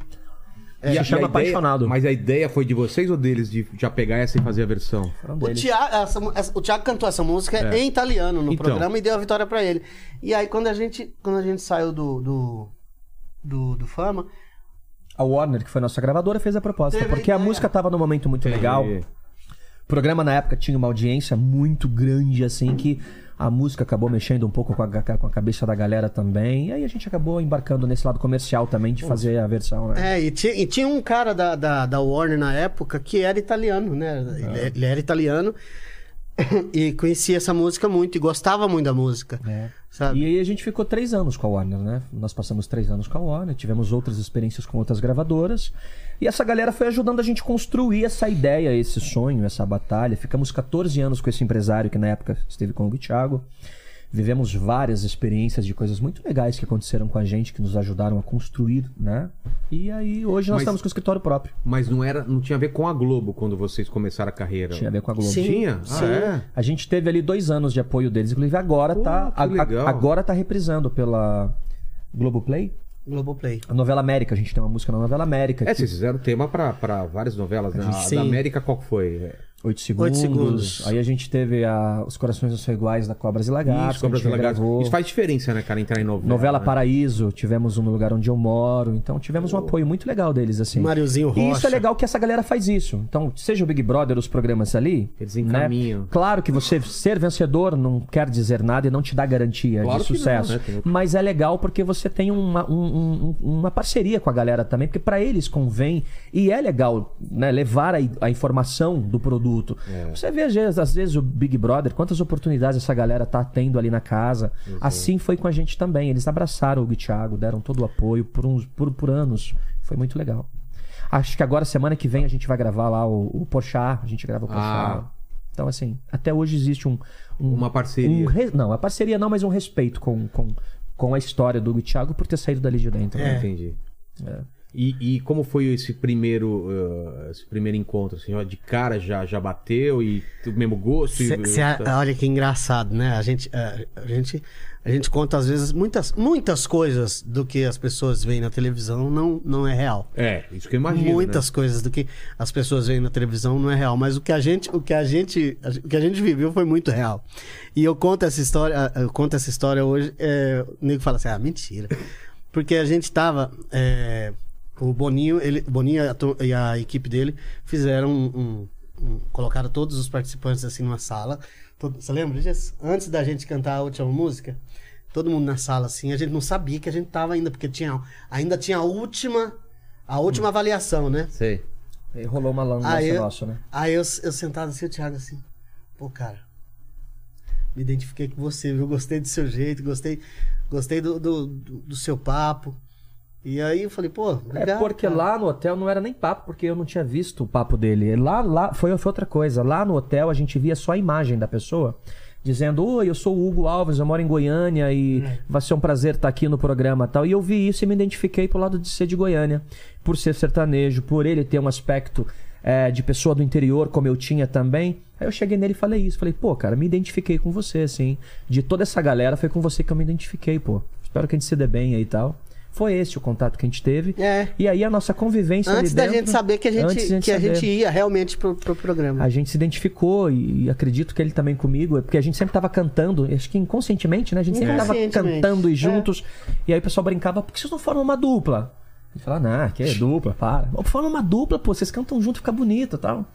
[SPEAKER 1] E
[SPEAKER 3] se
[SPEAKER 1] a-
[SPEAKER 3] chama
[SPEAKER 1] e a ideia-
[SPEAKER 3] Apaixonado.
[SPEAKER 1] Mas a ideia foi de vocês ou deles de já pegar essa e fazer a versão?
[SPEAKER 3] Foram
[SPEAKER 4] O
[SPEAKER 3] deles.
[SPEAKER 4] Tiago, essa mu- essa- o Tiago cantou essa música
[SPEAKER 1] É.
[SPEAKER 4] em italiano no
[SPEAKER 1] Então.
[SPEAKER 4] programa e deu a vitória pra ele. E aí, quando a gente, quando a gente saiu do, do, do, do Fama,
[SPEAKER 3] A Warner, que foi nossa gravadora, fez a proposta.
[SPEAKER 4] Teve
[SPEAKER 3] Porque a
[SPEAKER 4] ideia.
[SPEAKER 3] música tava num momento muito legal.
[SPEAKER 1] E-
[SPEAKER 3] O programa na época tinha uma audiência muito grande, assim, que a música acabou mexendo um pouco com a, ga- com a cabeça da galera também. E aí a gente acabou embarcando nesse lado comercial também de fazer a versão, né?
[SPEAKER 4] É, e tinha, e tinha um cara da, da, da Warner na época que era italiano, né? Ele, ele era italiano e conhecia essa música muito e gostava muito da música.
[SPEAKER 3] É.
[SPEAKER 4] Sabe?
[SPEAKER 3] E aí a gente ficou três anos com a Warner, né? Nós passamos três anos com a Warner, tivemos outras experiências com outras gravadoras. E essa galera foi ajudando a gente construir essa ideia, esse sonho, essa batalha. Ficamos 14 anos com esse empresário que na época esteve com o Hugo Thiago. Vivemos várias experiências de coisas muito legais que aconteceram com a gente, que nos ajudaram a construir, né? E aí hoje nós
[SPEAKER 1] Mas-
[SPEAKER 3] estamos com o escritório próprio.
[SPEAKER 1] Mas não era, não tinha a ver com a Globo quando vocês começaram a carreira.
[SPEAKER 3] Tinha a ver com a Globo.
[SPEAKER 4] Sim.
[SPEAKER 1] Tinha?
[SPEAKER 4] Sim.
[SPEAKER 1] Ah, é?
[SPEAKER 3] A gente teve ali dois anos de apoio deles, inclusive agora
[SPEAKER 1] Pô,
[SPEAKER 3] tá.
[SPEAKER 1] que
[SPEAKER 3] a- a-
[SPEAKER 1] legal.
[SPEAKER 3] agora tá reprisando pela Globoplay.
[SPEAKER 4] Globoplay.
[SPEAKER 3] A novela América, a gente tem uma música na novela América.
[SPEAKER 1] É,
[SPEAKER 3] que-
[SPEAKER 1] vocês fizeram tema pra, pra várias novelas, né? A
[SPEAKER 4] Sim.
[SPEAKER 1] da América qual que foi? É,
[SPEAKER 3] Oito segundos.
[SPEAKER 4] Oito segundos.
[SPEAKER 3] Aí a gente teve a- Os Corações Não São Iguais da Cobras e Lagartos.
[SPEAKER 1] Isso, Cobras
[SPEAKER 3] que a gente
[SPEAKER 1] e Lagartos.
[SPEAKER 3] regravou.
[SPEAKER 1] Isso faz diferença, né, cara, entrar em novela.
[SPEAKER 3] Novela
[SPEAKER 1] né?
[SPEAKER 3] Paraíso, tivemos um no lugar onde eu moro. Então tivemos um apoio muito legal deles, assim.
[SPEAKER 4] Máriozinho
[SPEAKER 3] E isso
[SPEAKER 4] Rocha.
[SPEAKER 3] é legal que essa galera faz isso. Então, seja o Big Brother, os programas ali. né?
[SPEAKER 1] Eles encaminham.
[SPEAKER 3] Claro que você ser vencedor não quer dizer nada e não te dá garantia
[SPEAKER 1] Claro
[SPEAKER 3] de
[SPEAKER 1] que não,
[SPEAKER 3] sucesso.
[SPEAKER 1] né? Tem-
[SPEAKER 3] Mas é legal porque você tem uma, um- um- uma parceria com a galera também, porque pra eles convém. E é legal né, levar a, a informação do produto.
[SPEAKER 1] É.
[SPEAKER 3] Você vê, às vezes, às vezes, o Big Brother, quantas oportunidades essa galera tá tendo ali na casa.
[SPEAKER 1] Uhum.
[SPEAKER 3] Assim foi com a gente também. Eles abraçaram o Hugo e Thiago, deram todo o apoio por, uns, por, por anos. Foi muito legal. Acho que agora, semana que vem, a gente vai gravar lá o, o Porchat. A gente grava o Porchat.
[SPEAKER 1] Ah.
[SPEAKER 3] Então, assim, até hoje existe um... um
[SPEAKER 1] Uma parceria.
[SPEAKER 3] um re- Não, a parceria não, mas um respeito com, com, com a história do Hugo e Thiago por ter saído dali de dentro. né?
[SPEAKER 1] É. Entendi. E, e como foi esse primeiro, eh, esse primeiro encontro? Assim, ó, de cara já, já bateu e o mesmo gosto? e-
[SPEAKER 4] Cê- cê- olha que engraçado, né? A gente, a, a gente, a gente conta às vezes muitas, muitas coisas do que as pessoas veem na televisão não, não é real.
[SPEAKER 1] É, isso que eu imagino.
[SPEAKER 4] muitas coisas do que as pessoas veem na televisão não é real, mas o que a gente, o que a gente, o que a gente viveu foi muito real. E eu conto essa história, ah, eu conto essa história hoje, é, o nego fala assim: "Ah, mentira". Porque a gente tava é, o Boninho, ele, o Boninho e a tu- e a equipe dele fizeram um, um- um- colocaram todos os participantes assim numa sala. Todo- você lembra disso? Antes da gente cantar a última música, todo mundo na sala assim, a gente não sabia que a gente tava ainda, porque tinha ainda tinha a última a última avaliação, né?
[SPEAKER 1] Né? Sei.
[SPEAKER 3] E rolou uma lança
[SPEAKER 4] Aí Ah, eu,
[SPEAKER 3] nossa, né?
[SPEAKER 4] aí eu, eu sentado assim, o Thiago assim, pô, cara, me identifiquei com você, viu? Gostei do seu jeito, gostei, gostei do, do, do- do seu papo. E aí eu falei, pô,
[SPEAKER 3] É
[SPEAKER 4] obrigado,
[SPEAKER 3] porque
[SPEAKER 4] cara.
[SPEAKER 3] lá no hotel não era nem papo, porque eu não tinha visto o papo dele. Lá, lá foi, foi outra coisa. Lá no hotel a gente via só a imagem da pessoa dizendo: Oi, eu sou o Hugo Alves, eu moro em Goiânia e vai ser um prazer estar aqui no programa e tal. E eu vi isso e me identifiquei pro lado de ser de Goiânia, por ser sertanejo, por ele ter um aspecto eh, de pessoa do interior, como eu tinha também. Aí eu cheguei nele e falei isso. Falei, pô, cara, me identifiquei com você, assim. De toda essa galera, foi com você que eu me identifiquei, pô. Espero que a gente se dê bem aí e tal. Foi esse o contato que a gente teve.
[SPEAKER 4] É.
[SPEAKER 3] E aí a nossa convivência ali
[SPEAKER 4] Antes da
[SPEAKER 3] dentro-
[SPEAKER 4] gente saber que a gente,
[SPEAKER 3] antes da
[SPEAKER 4] que a
[SPEAKER 3] saber.
[SPEAKER 4] gente ia realmente pro, pro programa.
[SPEAKER 3] A gente se identificou e, e acredito que ele também comigo, é porque a gente sempre tava cantando, acho que inconscientemente, né? A gente sempre tava
[SPEAKER 4] Inconscientemente,
[SPEAKER 3] cantando
[SPEAKER 4] é.
[SPEAKER 3] e juntos. E aí o pessoal brincava, por que vocês não formam uma dupla? A gente falava, não, que é dupla, para. "Pô, Forma uma dupla, pô, vocês cantam junto, fica bonito e tal.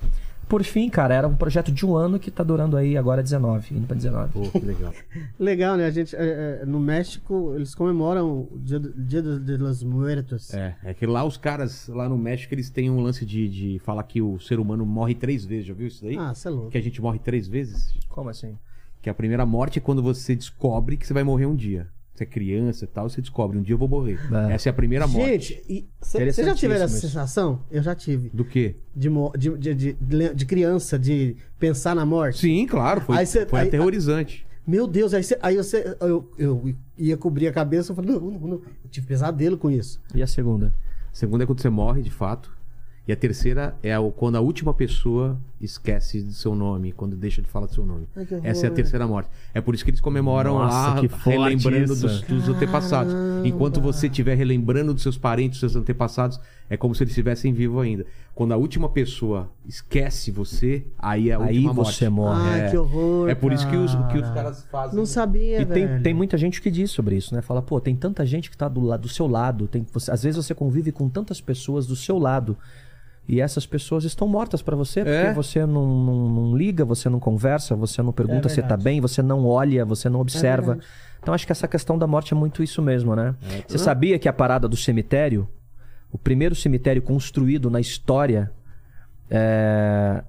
[SPEAKER 3] Por fim, cara, era um projeto de um ano que tá durando aí agora 19, indo pra 19.
[SPEAKER 1] Pô, que legal.
[SPEAKER 4] Legal, né? A gente, é, é, no México, eles comemoram o Dia, do- dia dos- de los Muertos.
[SPEAKER 1] É, é que lá os caras, lá no México, eles têm um lance de, de falar que o ser humano morre três vezes, já viu isso daí?
[SPEAKER 4] Ah, você é louco.
[SPEAKER 1] Que a gente morre três vezes?
[SPEAKER 3] Como assim?
[SPEAKER 1] Que a primeira morte é quando você descobre que você vai morrer um dia. Você é criança e tal, você descobre, um dia eu vou morrer.
[SPEAKER 3] É.
[SPEAKER 1] Essa é a primeira morte.
[SPEAKER 4] Gente, e cê- vocês já tiveram essa
[SPEAKER 3] Interessantíssimo isso.
[SPEAKER 4] sensação? Eu já tive.
[SPEAKER 1] Do quê?
[SPEAKER 4] De, mo- de, de, de- de criança, de pensar na morte.
[SPEAKER 1] Sim, claro, foi,
[SPEAKER 4] Aí cê-
[SPEAKER 1] foi
[SPEAKER 4] aí-
[SPEAKER 1] aterrorizante.
[SPEAKER 4] Meu Deus, aí, cê- aí eu, cê- eu, eu ia cobrir a cabeça e falei, não, não, não. Eu tive pesadelo com isso.
[SPEAKER 3] E a segunda?
[SPEAKER 1] A segunda é quando você morre, de fato. E a terceira é o- quando a última pessoa esquece do seu nome, quando deixa de falar do seu nome.
[SPEAKER 4] Ai, que horror,
[SPEAKER 1] Essa é a
[SPEAKER 4] né?
[SPEAKER 1] terceira morte. É por isso que eles comemoram
[SPEAKER 3] Nossa,
[SPEAKER 1] lá,
[SPEAKER 3] que forte
[SPEAKER 1] relembrando
[SPEAKER 3] isso.
[SPEAKER 1] dos, dos antepassados. Enquanto você estiver relembrando dos seus parentes, dos seus antepassados, é como se eles estivessem vivos ainda. Quando a última pessoa esquece você, aí é a
[SPEAKER 3] Aí
[SPEAKER 1] última
[SPEAKER 3] você
[SPEAKER 1] morte.
[SPEAKER 3] morre.
[SPEAKER 4] Ai,
[SPEAKER 1] é.
[SPEAKER 4] que horror.
[SPEAKER 1] É por isso que os, que os
[SPEAKER 4] cara.
[SPEAKER 1] caras fazem.
[SPEAKER 4] Não sabia,
[SPEAKER 3] E tem,
[SPEAKER 4] velho.
[SPEAKER 3] tem muita gente que diz sobre isso, né? Fala, pô, tem tanta gente que tá do, la- do seu lado. Tem, você- às vezes você convive com tantas pessoas do seu lado. E essas pessoas estão mortas pra você, porque
[SPEAKER 1] É.
[SPEAKER 3] você não, não- não liga, você não conversa, você não pergunta se tá
[SPEAKER 4] É verdade. É
[SPEAKER 3] bem, você não olha, você não observa. então acho que essa questão da morte é muito isso mesmo, né? Você sabia que a parada do cemitério, o primeiro cemitério construído na história, é,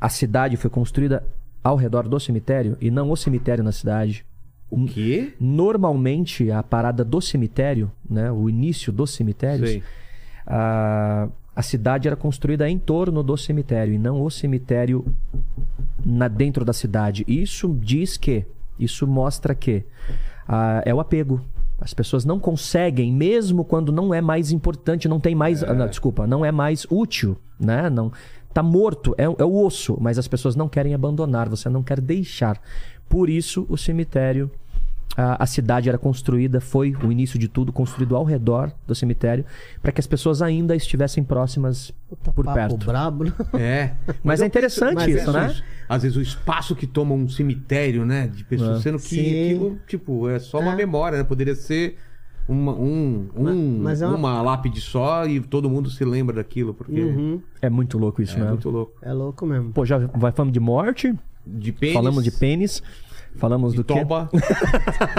[SPEAKER 3] a cidade foi construída ao redor do cemitério e não o cemitério na cidade.
[SPEAKER 1] O quê?
[SPEAKER 3] Normalmente, a parada do cemitério, né, o início dos cemitérios,
[SPEAKER 1] Sei.
[SPEAKER 3] a, a cidade era construída em torno do cemitério e não o cemitério na dentro da cidade. Isso diz que, isso mostra que ah, é o apego. As pessoas não conseguem, mesmo quando não é mais importante, não tem mais. ah, não, desculpa, não é mais útil, né? Não, tá morto, é, é o osso, mas as pessoas não querem abandonar, você não quer deixar. Por isso, o cemitério a, a cidade era construída, foi o início de tudo, construído ao redor do cemitério, para que as pessoas ainda estivessem próximas
[SPEAKER 4] Puta
[SPEAKER 3] por
[SPEAKER 4] Tá papo
[SPEAKER 3] perto.
[SPEAKER 4] brabo. né?
[SPEAKER 1] É.
[SPEAKER 3] Mas
[SPEAKER 1] eu penso-
[SPEAKER 3] é interessante
[SPEAKER 1] mas
[SPEAKER 3] isso, né?
[SPEAKER 1] Às vezes o espaço que toma um cemitério, né? De pessoas, sendo que
[SPEAKER 4] É. Sim.
[SPEAKER 1] aquilo, tipo, é só uma memória, né? Poderia ser uma, um, um-
[SPEAKER 4] mas é uma-
[SPEAKER 1] uma... lápide só e todo mundo se lembra daquilo, porque
[SPEAKER 4] Uhum.
[SPEAKER 3] É muito louco isso,
[SPEAKER 1] é
[SPEAKER 3] né?
[SPEAKER 1] muito louco.
[SPEAKER 4] É louco mesmo.
[SPEAKER 3] Pô, já vai falando de morte,
[SPEAKER 1] De pênis,
[SPEAKER 3] falamos de pênis, falamos do quê?
[SPEAKER 1] toba.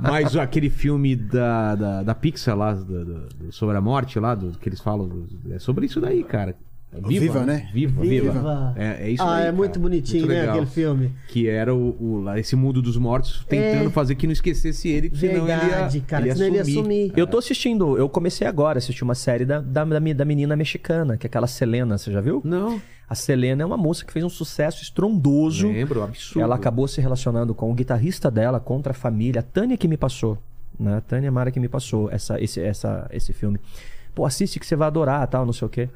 [SPEAKER 1] mas aquele filme da, da, da Pixar lá, do- do- do- sobre a morte lá, do, que eles falam, do- é sobre isso daí, cara. É
[SPEAKER 2] Viva, né?
[SPEAKER 1] Viva, viva.
[SPEAKER 4] Viva.
[SPEAKER 1] É, é isso
[SPEAKER 4] ah,
[SPEAKER 1] daí,
[SPEAKER 4] é
[SPEAKER 1] cara.
[SPEAKER 4] muito bonitinho,
[SPEAKER 1] Muito
[SPEAKER 4] né?
[SPEAKER 1] legal.
[SPEAKER 4] Aquele filme. É.
[SPEAKER 1] Que era o, o- lá, esse mundo dos mortos tentando fazer que não esquecesse ele, porque senão ele ia,
[SPEAKER 4] Verdade, cara.
[SPEAKER 1] ele ia
[SPEAKER 4] senão ele ia
[SPEAKER 1] sumir.
[SPEAKER 4] sumir.
[SPEAKER 3] Eu tô assistindo, eu comecei agora a assistir uma série da, da, da me- da menina mexicana, que é aquela Selena, você já viu?
[SPEAKER 1] Não,
[SPEAKER 3] A Selena é uma moça que fez um sucesso estrondoso.
[SPEAKER 1] lembro, absurdo.
[SPEAKER 3] Ela acabou se relacionando com o guitarrista dela, contra a família, a Tânia que me passou. Né? A Tânia Mara que me passou essa, esse, essa, esse filme. Pô, assiste que você vai adorar, tal, não sei o quê.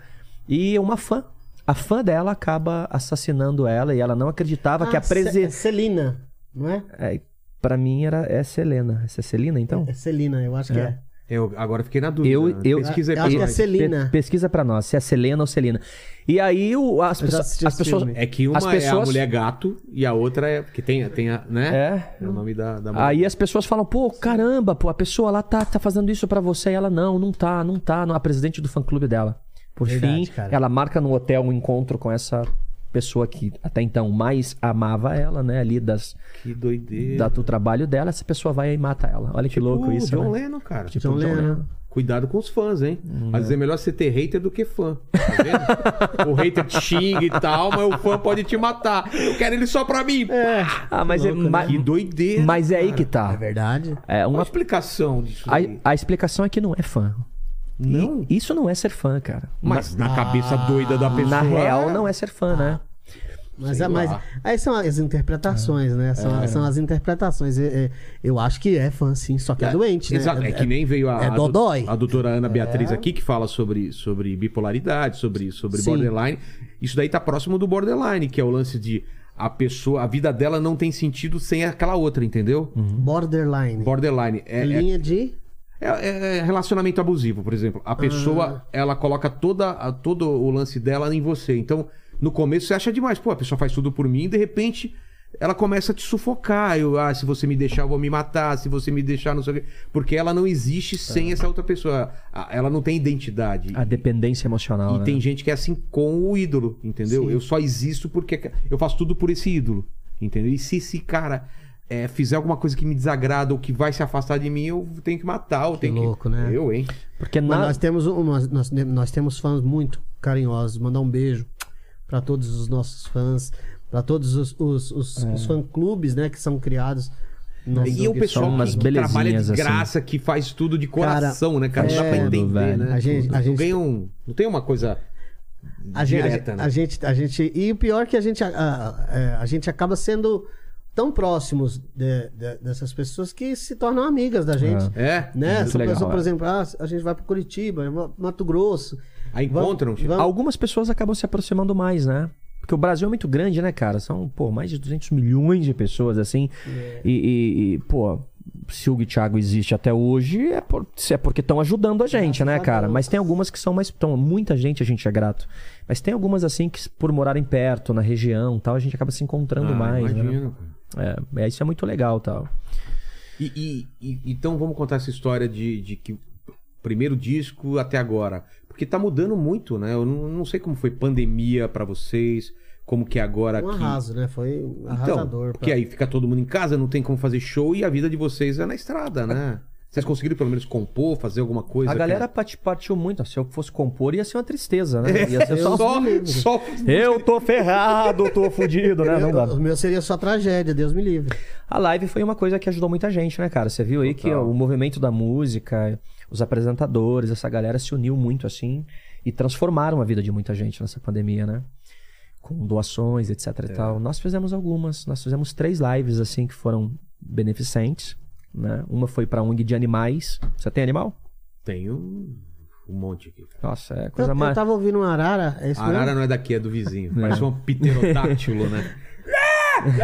[SPEAKER 3] E uma fã. A fã dela acaba assassinando ela e ela não acreditava que a
[SPEAKER 4] Ah, Ce- é
[SPEAKER 3] presença.
[SPEAKER 4] Celina, não é?
[SPEAKER 3] É, pra mim era essa Helena. Essa é Celina, então?
[SPEAKER 4] É Celina, eu acho que é.
[SPEAKER 1] Eu, agora fiquei na dúvida.
[SPEAKER 3] Eu-
[SPEAKER 1] né?
[SPEAKER 3] eu-
[SPEAKER 1] Pesquisa aí
[SPEAKER 4] eu
[SPEAKER 1] pra
[SPEAKER 4] acho que é
[SPEAKER 1] nós.
[SPEAKER 4] Celina. Celina.
[SPEAKER 3] Pe- pesquisa pra nós, se é Selena ou Celina. E aí o- as,
[SPEAKER 4] já
[SPEAKER 3] pesso-
[SPEAKER 4] assisti
[SPEAKER 3] as
[SPEAKER 4] esse
[SPEAKER 3] pessoas.
[SPEAKER 4] filme.
[SPEAKER 1] É que uma
[SPEAKER 3] As
[SPEAKER 1] é a
[SPEAKER 3] pessoas-
[SPEAKER 1] mulher gato e a outra é. Que tem, tem a. Né?
[SPEAKER 3] É,
[SPEAKER 1] É o nome da, da mulher.
[SPEAKER 3] Aí as pessoas falam, pô, caramba, pô, a pessoa lá tá, tá fazendo isso pra você. E ela, não, não tá, não tá. Não, a presidente do fã-clube dela. Por
[SPEAKER 4] Verdade,
[SPEAKER 3] fim,
[SPEAKER 4] cara.
[SPEAKER 3] ela marca no hotel um encontro com essa pessoa que até então mais amava ela, né? Ali das,
[SPEAKER 1] Que doideira.
[SPEAKER 3] da- do trabalho dela. Essa pessoa vai e mata ela. Olha que louco
[SPEAKER 1] Pô,
[SPEAKER 3] isso,
[SPEAKER 1] John
[SPEAKER 4] um
[SPEAKER 3] né?
[SPEAKER 1] Lennon, cara.
[SPEAKER 3] Tipo,
[SPEAKER 4] John Lennon.
[SPEAKER 1] Cuidado com os fãs, hein? Às vezes é melhor você ter hater do que fã. Tá vendo? o hater te xinga e tal, mas o fã pode te matar. Eu quero ele só pra mim.
[SPEAKER 3] Ah, mas, é, ma-
[SPEAKER 4] né?
[SPEAKER 1] Que doideira.
[SPEAKER 3] mas é aí que tá.
[SPEAKER 4] Verdade.
[SPEAKER 3] É
[SPEAKER 1] Uma
[SPEAKER 3] uma,
[SPEAKER 1] explicação disso.
[SPEAKER 3] a,
[SPEAKER 1] aí.
[SPEAKER 3] a explicação é que não é fã. E
[SPEAKER 1] Não?
[SPEAKER 3] isso não é ser fã, cara.
[SPEAKER 1] Mas na cabeça doida da pessoa.
[SPEAKER 3] Na real, não é ser fã, né?
[SPEAKER 4] Mas,
[SPEAKER 1] Sei
[SPEAKER 4] é- mas
[SPEAKER 1] lá. É.
[SPEAKER 4] aí são as interpretações, né? São, são as interpretações. É- é- eu acho que é fã, sim, só que é, doente, né?
[SPEAKER 1] Exato, é, que nem veio a,
[SPEAKER 4] é
[SPEAKER 1] a do-
[SPEAKER 4] dodói. É.
[SPEAKER 1] a doutora Ana Beatriz aqui que fala sobre, sobre bipolaridade, sobre, sobre
[SPEAKER 4] Sim.
[SPEAKER 1] borderline. Isso daí tá próximo do borderline, que é o lance de a pessoa, a vida dela
[SPEAKER 4] Uhum.
[SPEAKER 1] não tem sentido sem aquela outra, entendeu?
[SPEAKER 4] Borderline.
[SPEAKER 1] Borderline é, é-
[SPEAKER 4] Linha de.
[SPEAKER 1] é, É, é relacionamento abusivo, por exemplo. A pessoa, ela coloca toda, a- todo o lance dela em você. Então, no começo você acha demais. Pô, a pessoa faz tudo por mim e de repente ela começa a te sufocar. Eu, ah, se você me deixar, eu vou me matar. Se você me deixar, não sei o quê. Porque ela não existe sem essa outra pessoa. A- Ela não tem identidade.
[SPEAKER 3] A dependência emocional.
[SPEAKER 1] E
[SPEAKER 3] né?
[SPEAKER 1] tem gente que é assim com o ídolo, entendeu? Eu só existo porque eu faço tudo por esse ídolo, entendeu? E se esse cara é, fizer alguma coisa que me desagrada ou que vai se afastar de mim, eu tenho que matar, eu tenho
[SPEAKER 4] louco,
[SPEAKER 1] que...
[SPEAKER 4] né?
[SPEAKER 1] Eu, hein?
[SPEAKER 3] Porque
[SPEAKER 4] Mas
[SPEAKER 3] na...
[SPEAKER 4] nós temos uma, nós, nós temos fãs muito carinhosos. Mandar um beijo para todos os nossos fãs, para todos os, os, os,
[SPEAKER 1] É.
[SPEAKER 4] os fã-clubes, né, que são criados. no-
[SPEAKER 1] e o
[SPEAKER 4] no-
[SPEAKER 1] pessoal
[SPEAKER 3] são umas
[SPEAKER 1] que trabalha de
[SPEAKER 3] belezinhas, assim.
[SPEAKER 1] graça, que faz tudo de coração, né, cara? Não dá
[SPEAKER 4] é,
[SPEAKER 1] pra
[SPEAKER 4] tudo,
[SPEAKER 1] entender,
[SPEAKER 3] velho.
[SPEAKER 1] né?
[SPEAKER 4] A gente-
[SPEAKER 1] Tudo.
[SPEAKER 4] a
[SPEAKER 1] Não,
[SPEAKER 4] gente-
[SPEAKER 1] ganha um- não tem uma coisa
[SPEAKER 4] a gente,
[SPEAKER 1] direta,
[SPEAKER 4] a,
[SPEAKER 1] né?
[SPEAKER 4] a gente, a gente- e o pior é que a gente, a, a- é, a gente acaba sendo tão próximos de- de- dessas pessoas que se tornam amigas da gente.
[SPEAKER 1] É?
[SPEAKER 4] Né?
[SPEAKER 3] Muito
[SPEAKER 4] Essa
[SPEAKER 3] legal, é.
[SPEAKER 4] pessoa, por exemplo, ah, a gente vai para Curitiba, Mato Grosso.
[SPEAKER 1] Aí encontram... Ah,
[SPEAKER 4] Vamos- vamos-
[SPEAKER 3] Algumas pessoas acabam se aproximando mais, né? Porque o Brasil é muito grande, né, cara? São, pô, mais de 200 milhões de pessoas, assim. E, e- e, pô, se o Hugo e Thiago existe até hoje, é, por- se é porque estão ajudando a gente, né, cara? Mas tem algumas que são mais... Então, muita gente a gente é grato. Mas tem algumas, assim, que por morarem perto, na região e tal, a gente acaba se encontrando
[SPEAKER 1] Ah,
[SPEAKER 3] mais, né?
[SPEAKER 1] imagino, cara.
[SPEAKER 3] É, é, isso é muito legal tal.
[SPEAKER 1] E, e- e- então vamos contar essa história de, de que primeiro disco até agora, porque tá mudando muito, né? Eu não, não sei como foi pandemia pra vocês, como que é agora
[SPEAKER 4] Um
[SPEAKER 1] que-
[SPEAKER 4] arraso, né? Foi um arrasador.
[SPEAKER 1] então,
[SPEAKER 4] pra-
[SPEAKER 1] porque aí fica todo mundo em casa, não tem como fazer show e a vida de vocês é na estrada, né? Vocês conseguiram pelo menos compor, fazer alguma coisa?
[SPEAKER 3] A
[SPEAKER 1] que-
[SPEAKER 3] galera pat- partiu muito. Se eu fosse compor, ia ser uma tristeza, né? Ia ser
[SPEAKER 1] só,
[SPEAKER 3] só...
[SPEAKER 1] só,
[SPEAKER 3] Eu tô ferrado, tô fudido, né? Não dá.
[SPEAKER 4] Eu- O meu seria só tragédia, Deus me livre.
[SPEAKER 3] A live foi uma coisa que ajudou muita gente, né, cara? Você viu aí que ó, o movimento da música, os apresentadores, essa galera se uniu muito assim e transformaram a vida de muita gente nessa pandemia, né? Com doações, etc e tal. Nós fizemos algumas, nós fizemos três lives assim que foram beneficentes, né? Uma foi pra ONG de animais. Você tem animal?
[SPEAKER 1] tem um, um monte aqui. cara.
[SPEAKER 3] Nossa, é
[SPEAKER 4] Eu,
[SPEAKER 3] coisa
[SPEAKER 4] eu
[SPEAKER 3] mais.
[SPEAKER 4] tava ouvindo um arara, é isso
[SPEAKER 1] A arara não é daqui, é do vizinho. Parece um pterodátilo, né?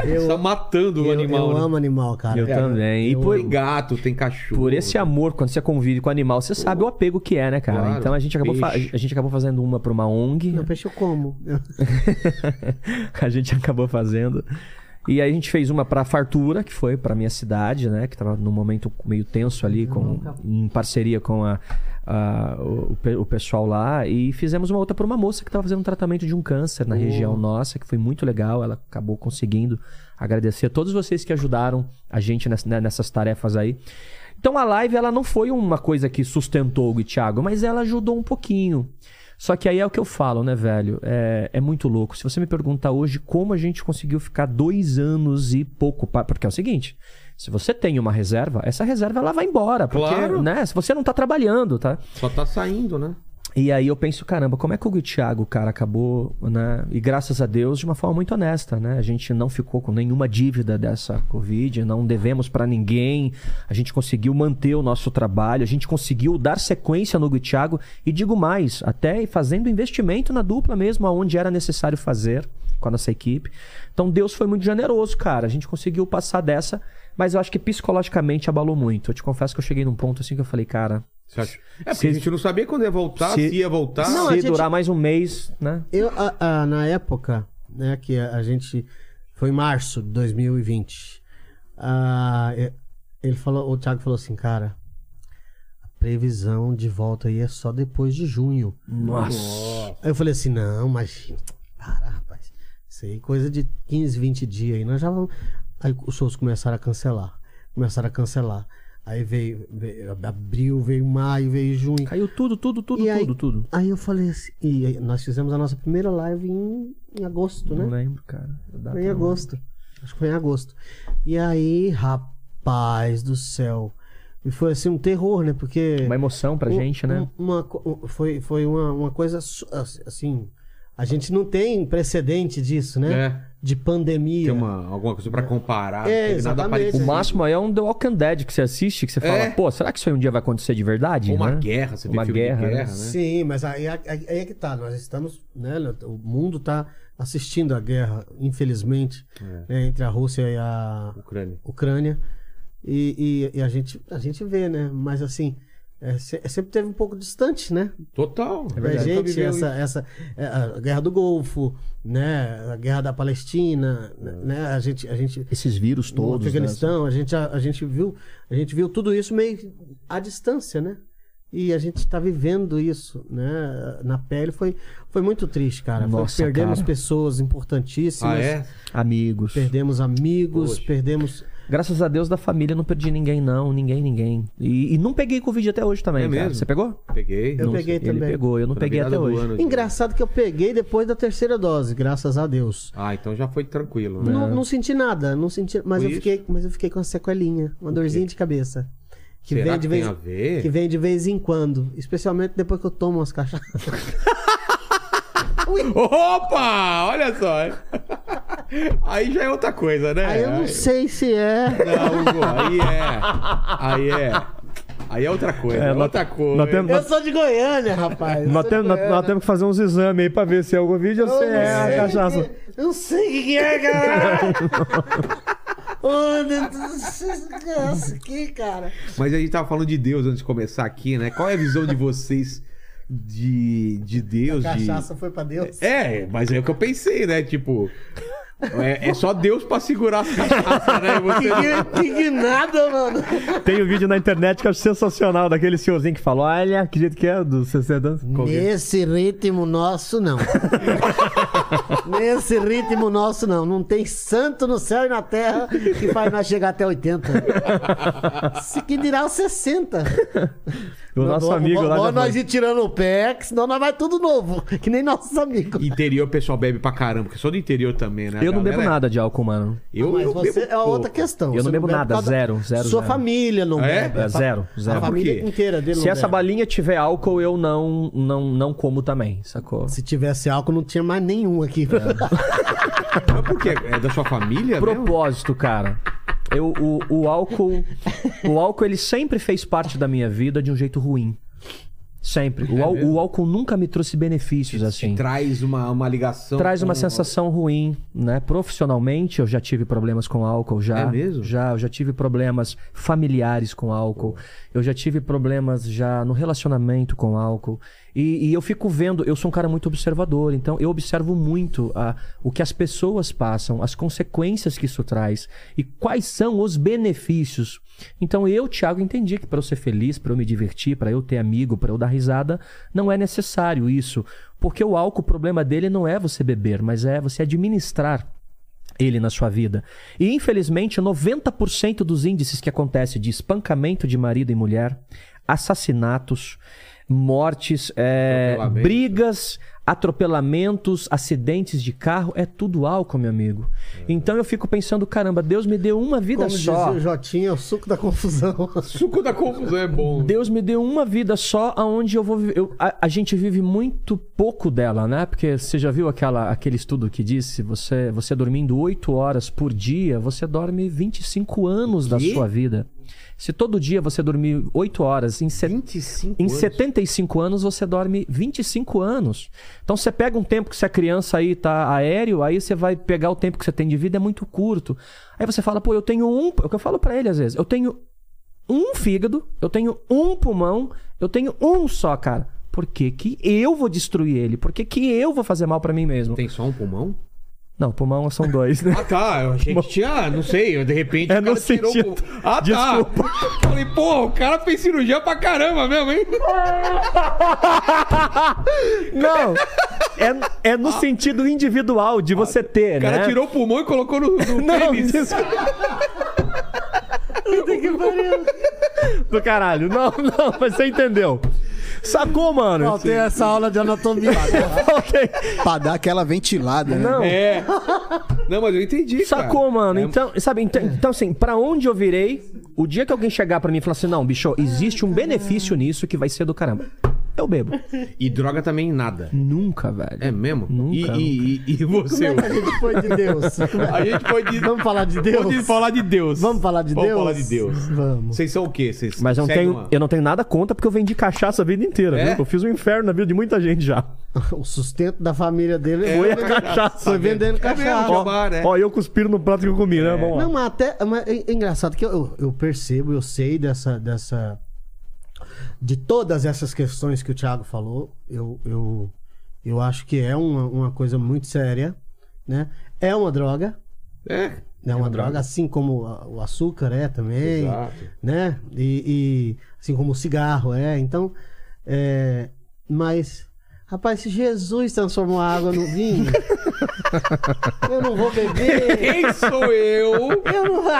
[SPEAKER 4] mesmo?
[SPEAKER 1] Tá matando o
[SPEAKER 4] eu,
[SPEAKER 1] animal.
[SPEAKER 4] eu
[SPEAKER 1] né?
[SPEAKER 4] amo animal, cara.
[SPEAKER 3] Eu também. E
[SPEAKER 4] Ah, é, eu
[SPEAKER 3] por,
[SPEAKER 1] Tem É, gato, tem cachorro.
[SPEAKER 3] Por esse amor, quando você convive com o animal, você sabe o apego que é, né, cara?
[SPEAKER 1] Claro,
[SPEAKER 3] então a gente, acabou fa-
[SPEAKER 1] peixe.
[SPEAKER 3] a gente acabou fazendo uma pra uma ONG.
[SPEAKER 4] Não, peixe eu como. Eu-
[SPEAKER 3] a gente acabou fazendo. E aí a gente fez uma pra Fartura, que foi pra minha cidade, né? Que tava num momento meio tenso ali, com, em parceria com a, a- o, o pe- o pessoal lá. E fizemos uma outra pra uma moça que tava fazendo um tratamento de um câncer na região nossa, que foi muito legal. Ela acabou conseguindo agradecer a todos vocês que ajudaram a gente ness- né, nessas tarefas aí. Então a live ela não foi uma coisa que sustentou o Thiago, mas ela ajudou um pouquinho. Só que aí é o que eu falo, né, velho? É, é muito louco. Se você me perguntar hoje como a gente conseguiu ficar dois anos e pouco. pa- Porque é o seguinte: se você tem uma reserva, essa reserva ela vai embora. Porque,
[SPEAKER 1] Claro.
[SPEAKER 3] né? Se você não tá trabalhando, tá?
[SPEAKER 1] Só tá saindo, né?
[SPEAKER 3] E aí eu penso, caramba, como é que o Thiago, cara, acabou, né? E graças a Deus, de uma forma muito honesta, né? A gente não ficou com nenhuma dívida dessa Covid, não devemos pra ninguém. A gente conseguiu manter o nosso trabalho, a gente conseguiu dar sequência no Hugo e Thiago e digo mais, até fazendo investimento na dupla mesmo, aonde era necessário fazer com a nossa equipe. Então Deus foi muito generoso, cara. A gente conseguiu passar dessa, mas eu acho que psicologicamente abalou muito. Eu te confesso que eu cheguei num ponto assim que eu falei, cara,
[SPEAKER 1] Você acha- É porque a gente não sabia quando ia voltar, se,
[SPEAKER 3] se-
[SPEAKER 1] ia voltar.
[SPEAKER 4] Tá. Não,
[SPEAKER 3] se
[SPEAKER 4] a gente-
[SPEAKER 3] durar mais um mês, né?
[SPEAKER 4] Eu, a- a- na época, né, que a, a gente. Foi em março de 2020. Ah, e- ele falou, o Thiago falou assim, cara. a Previsão de volta aí é só depois de junho.
[SPEAKER 3] Nossa.
[SPEAKER 4] Aí eu falei assim, não, mas. Para, rapaz. Isso aí, é coisa de 15, 20 dias aí. Nós já vamos. Aí os shows começaram a cancelar. Começaram a cancelar. Aí veio, veio abril, veio maio, veio junho.
[SPEAKER 3] Caiu tudo, tudo, tudo,
[SPEAKER 4] E aí-
[SPEAKER 3] tudo, tudo.
[SPEAKER 4] Aí eu falei assim. E aí nós fizemos a nossa primeira live em, em agosto, né?
[SPEAKER 3] Não lembro, cara. Eu dava
[SPEAKER 4] Foi em
[SPEAKER 3] pra-
[SPEAKER 4] agosto. Acho que foi em agosto. E aí, rapaz do céu. E foi assim um terror, né? Porque.
[SPEAKER 3] Uma emoção pra
[SPEAKER 4] um-
[SPEAKER 3] gente, né?
[SPEAKER 4] um- Uma, co- um- foi foi uma, uma coisa su- assim. A gente não tem precedente disso, né?
[SPEAKER 1] É,
[SPEAKER 4] De
[SPEAKER 1] tem
[SPEAKER 4] pandemia.
[SPEAKER 1] uma, alguma coisa pra comparar. não
[SPEAKER 4] É,
[SPEAKER 1] teve nada
[SPEAKER 4] exatamente.
[SPEAKER 3] O
[SPEAKER 1] parecido.
[SPEAKER 3] máximo aí é um The Walking Dead que você assiste, que você fala,
[SPEAKER 1] É.
[SPEAKER 3] pô, será que isso aí um dia vai acontecer de verdade?
[SPEAKER 1] Ou uma
[SPEAKER 3] né?
[SPEAKER 1] guerra, você
[SPEAKER 3] Uma
[SPEAKER 1] vê filme
[SPEAKER 3] guerra,
[SPEAKER 1] de
[SPEAKER 3] né?
[SPEAKER 1] guerra, né?
[SPEAKER 4] Sim, mas aí, aí- aí é que tá. Nós estamos. Né, o mundo tá assistindo a guerra, infelizmente,
[SPEAKER 3] É.
[SPEAKER 4] né, entre a Rússia e a
[SPEAKER 1] Ucrânia.
[SPEAKER 4] Ucrânia. E, e- e a, gente, a gente vê, né? Mas assim, é, se- sempre teve um pouco distante, né?
[SPEAKER 1] Total.
[SPEAKER 6] É
[SPEAKER 4] da
[SPEAKER 6] verdade.
[SPEAKER 4] gente, essa, essa é, a guerra do Golfo, né? A guerra da Palestina, né? A gente, a gente
[SPEAKER 3] Esses vírus
[SPEAKER 4] no
[SPEAKER 3] todos. né?
[SPEAKER 4] Afeganistão, a gente, a, a gente viu, a gente viu tudo isso meio que à distância, né? E a gente está vivendo isso, né? Na pele foi, foi muito triste, cara. Foi-
[SPEAKER 3] Nossa,
[SPEAKER 4] perdemos
[SPEAKER 3] cara.
[SPEAKER 4] pessoas importantíssimas,
[SPEAKER 1] Ah, é?
[SPEAKER 3] Amigos.
[SPEAKER 4] perdemos amigos, perdemos
[SPEAKER 3] Graças a Deus da família não perdi ninguém, não. Ninguém, ninguém. E, e não peguei Covid até hoje também.
[SPEAKER 1] É
[SPEAKER 3] cara.
[SPEAKER 1] mesmo?
[SPEAKER 3] Você pegou?
[SPEAKER 1] Peguei.
[SPEAKER 4] Eu
[SPEAKER 3] Não,
[SPEAKER 4] peguei
[SPEAKER 3] ele
[SPEAKER 4] também.
[SPEAKER 3] pegou, eu não
[SPEAKER 1] Foi na
[SPEAKER 3] peguei
[SPEAKER 1] virada
[SPEAKER 3] até
[SPEAKER 1] do
[SPEAKER 3] hoje.
[SPEAKER 1] ano, gente.
[SPEAKER 4] Engraçado que eu peguei depois da terceira dose, graças a Deus.
[SPEAKER 1] Ah, então já foi tranquilo, né?
[SPEAKER 4] Não, não senti nada, não senti, mas
[SPEAKER 1] Foi
[SPEAKER 4] eu fiquei, mas eu fiquei com uma sequelinha, uma dorzinha de cabeça. Que
[SPEAKER 1] Será
[SPEAKER 4] vem
[SPEAKER 1] que
[SPEAKER 4] de vez
[SPEAKER 1] tem a ver?
[SPEAKER 4] que vem de vez em quando, especialmente depois que eu tomo umas cachaças.
[SPEAKER 1] Opa! Olha só. Aí já é outra coisa, né?
[SPEAKER 4] Aí eu não sei se é.
[SPEAKER 1] Não, Hugo, aí é. Aí é. Aí é outra coisa. É,
[SPEAKER 6] nós-
[SPEAKER 1] outra coisa.
[SPEAKER 6] nós temos-
[SPEAKER 4] Eu sou de Goiânia, rapaz. Eu
[SPEAKER 6] Nós
[SPEAKER 4] sou
[SPEAKER 6] temos,
[SPEAKER 4] de
[SPEAKER 6] nós-
[SPEAKER 4] Goiânia.
[SPEAKER 6] nós temos que fazer uns exames aí pra ver se é o Covid ou se
[SPEAKER 4] Eu não
[SPEAKER 6] é
[SPEAKER 4] sei
[SPEAKER 6] a
[SPEAKER 4] o
[SPEAKER 6] cachaça.
[SPEAKER 4] que- Eu não sei o que que é, cara. Ô, Deus do céu, isso aqui, cara.
[SPEAKER 1] Mas a gente tava falando de Deus antes de começar aqui, né? Qual é a visão de vocês de, de Deus? de-
[SPEAKER 4] Cachaça foi pra Deus.
[SPEAKER 1] É, mas é o que eu pensei, né? Tipo. É, é só Deus pra segurar as cachaças, né? Você...
[SPEAKER 4] Que- que- que nada, mano.
[SPEAKER 6] Tem um vídeo na internet que eu acho sensacional, daquele senhorzinho que falou: Olha, que jeito que é, dos 60 anos.
[SPEAKER 4] Nesse ritmo nosso, não. Nesse ritmo nosso, não. Não tem santo no céu e na terra que faz nós chegar até 80. Se que dirá os 60.
[SPEAKER 6] O nosso
[SPEAKER 4] Bom,
[SPEAKER 6] amigo
[SPEAKER 4] bom,
[SPEAKER 6] lá.
[SPEAKER 4] bom
[SPEAKER 6] já
[SPEAKER 4] nós
[SPEAKER 6] foi.
[SPEAKER 4] ir tirando o pé, que senão nós vai tudo novo. Que nem nossos amigos.
[SPEAKER 1] Interior, o pessoal bebe pra caramba, porque eu sou do interior também, né?
[SPEAKER 3] Eu não
[SPEAKER 1] galera?
[SPEAKER 3] bebo nada de álcool, mano.
[SPEAKER 1] Eu,
[SPEAKER 4] Mas
[SPEAKER 1] eu
[SPEAKER 4] você
[SPEAKER 1] bebo
[SPEAKER 4] é
[SPEAKER 1] pouco.
[SPEAKER 4] outra questão.
[SPEAKER 3] Eu não
[SPEAKER 4] Você
[SPEAKER 3] bebo
[SPEAKER 4] bebe
[SPEAKER 3] nada,
[SPEAKER 4] por causa da-
[SPEAKER 3] zero, zero,
[SPEAKER 4] Sua
[SPEAKER 3] zero.
[SPEAKER 4] família não
[SPEAKER 1] É?
[SPEAKER 4] bebe.
[SPEAKER 3] É,
[SPEAKER 4] A fa-
[SPEAKER 3] zero, zero.
[SPEAKER 4] A
[SPEAKER 3] Por
[SPEAKER 4] família
[SPEAKER 1] quê?
[SPEAKER 4] inteira dele
[SPEAKER 3] Se
[SPEAKER 4] não
[SPEAKER 3] essa
[SPEAKER 4] bebe.
[SPEAKER 3] balinha tiver álcool, eu não, não, não como também, sacou?
[SPEAKER 4] Se tivesse álcool, não tinha mais nenhum aqui.
[SPEAKER 3] É.
[SPEAKER 1] Mas por quê? É da sua família? mesmo?
[SPEAKER 3] Propósito, cara. Eu, o, o álcool. O álcool, ele sempre fez parte da minha vida de um jeito ruim. Sempre. O,
[SPEAKER 1] É
[SPEAKER 3] ál-
[SPEAKER 1] mesmo?
[SPEAKER 3] o álcool nunca me trouxe benefícios assim.
[SPEAKER 1] Traz uma, uma
[SPEAKER 6] um
[SPEAKER 1] ligação.
[SPEAKER 3] Traz uma
[SPEAKER 1] com-
[SPEAKER 3] sensação ruim, né? Profissionalmente, eu já tive problemas com álcool, já.
[SPEAKER 1] É mesmo?
[SPEAKER 3] Já, eu já tive problemas familiares com álcool. Eu já tive problemas já no relacionamento com álcool. E, e eu fico vendo, eu sou um cara muito observador, então eu observo muito a, o que as pessoas passam, as consequências que isso traz e quais são os benefícios. Então eu, Thiago, entendi que para eu ser feliz, para eu me divertir, para eu ter amigo, para eu dar risada, não é necessário isso. Porque o álcool, o problema dele não é você beber, mas é você administrar ele na sua vida. E infelizmente, 90% dos índices que acontece de espancamento de marido e mulher, assassinatos, mortes, é,
[SPEAKER 1] Atropelamentos.
[SPEAKER 3] brigas, atropelamentos, acidentes de carro, é tudo álcool, meu amigo. Então eu fico pensando, caramba, Deus me deu uma vida
[SPEAKER 4] Como
[SPEAKER 3] só.
[SPEAKER 4] dizia o Jotinha, é o suco da confusão.
[SPEAKER 1] Suco da confusão é bom.
[SPEAKER 3] Deus me deu uma vida só aonde eu vou viver. eu- a, a gente vive muito pouco dela, né? Porque você já viu aquela, aquele estudo que disse você você dormindo 8 horas por dia, você dorme 25 anos da sua vida. Se todo dia você dormir 8 horas em set...
[SPEAKER 1] 25
[SPEAKER 3] Em
[SPEAKER 1] anos.
[SPEAKER 3] 75 anos você dorme 25 anos. Então você pega um tempo que você é criança aí, tá aéreo, aí você vai pegar o tempo que você tem de vida, é muito curto. Aí você fala, pô, eu tenho um. É o que eu falo pra ele às vezes, eu tenho um fígado, eu tenho um pulmão, eu tenho um só, cara. Por que, que eu vou destruir ele? Por que, que eu vou fazer mal pra mim mesmo?
[SPEAKER 1] Tem só um pulmão?
[SPEAKER 3] Não, pulmão são dois, né?
[SPEAKER 1] Ah tá, eu achei que tinha, não sei, eu, de repente
[SPEAKER 6] É
[SPEAKER 1] o cara
[SPEAKER 6] no
[SPEAKER 1] tirou
[SPEAKER 6] sentido-
[SPEAKER 1] o pul- Ah tá, falei, pô, o cara fez cirurgia pra caramba mesmo, hein?
[SPEAKER 6] Não! É, é no sentido individual de você ter,
[SPEAKER 1] Ah. O cara
[SPEAKER 6] né?
[SPEAKER 1] tirou o pulmão e colocou no, no
[SPEAKER 6] Não,
[SPEAKER 1] pênis.
[SPEAKER 3] é
[SPEAKER 6] isso- Do caralho. Não, não, mas você entendeu. Sacou, mano?
[SPEAKER 4] Faltei essa aula de anatomia.
[SPEAKER 6] Faltei.
[SPEAKER 2] Pra dar aquela ventilada, né?
[SPEAKER 6] Não.
[SPEAKER 1] É. Não, mas eu entendi, cara.
[SPEAKER 3] Sacou, mano?
[SPEAKER 1] É,
[SPEAKER 3] Então, sabe, então, então assim, pra onde eu virei, o dia que alguém chegar pra mim e falar assim, não, bicho, existe um benefício nisso que vai ser do caramba. Eu bebo.
[SPEAKER 1] E droga também nada.
[SPEAKER 3] Nunca, velho.
[SPEAKER 1] É mesmo? e,
[SPEAKER 3] Nunca,
[SPEAKER 1] e, e, e você?
[SPEAKER 4] Como é que a gente foi de Deus?
[SPEAKER 1] A gente pode,
[SPEAKER 4] Vamos falar de Deus?
[SPEAKER 1] pode falar de Deus.
[SPEAKER 4] Vamos falar de Deus?
[SPEAKER 1] Vamos falar de Deus.
[SPEAKER 4] Vamos.
[SPEAKER 1] Vocês são o quê? Vocês
[SPEAKER 3] Mas eu não,
[SPEAKER 1] seguem
[SPEAKER 3] tenho,
[SPEAKER 1] uma-
[SPEAKER 3] eu não tenho nada contra porque eu vendi cachaça a vida inteira,
[SPEAKER 1] É? Tá
[SPEAKER 3] viu? Eu fiz um inferno na vida de muita gente já.
[SPEAKER 4] O sustento da família dele
[SPEAKER 3] Foi
[SPEAKER 4] foi,
[SPEAKER 3] a cachaça.
[SPEAKER 4] É. foi vendendo
[SPEAKER 1] É mesmo,
[SPEAKER 4] cachaça.
[SPEAKER 1] Jabá, né?
[SPEAKER 6] Ó, eu cuspiro no prato que eu comi, né? Vamos lá.
[SPEAKER 4] Não, mas até. mas é é engraçado que eu, eu percebo, eu sei dessa. dessa de todas essas questões que o Thiago falou, eu, eu, eu acho que é uma, uma coisa muito séria, né? É uma droga,
[SPEAKER 1] É.
[SPEAKER 4] né? uma, droga, assim como a- o açúcar é também,
[SPEAKER 1] Exato.
[SPEAKER 4] né? E, e assim como o cigarro é. Então, é, mas rapaz, se Jesus transformou a água no vinho, eu não vou beber.
[SPEAKER 1] Quem sou eu?
[SPEAKER 4] Eu não vou.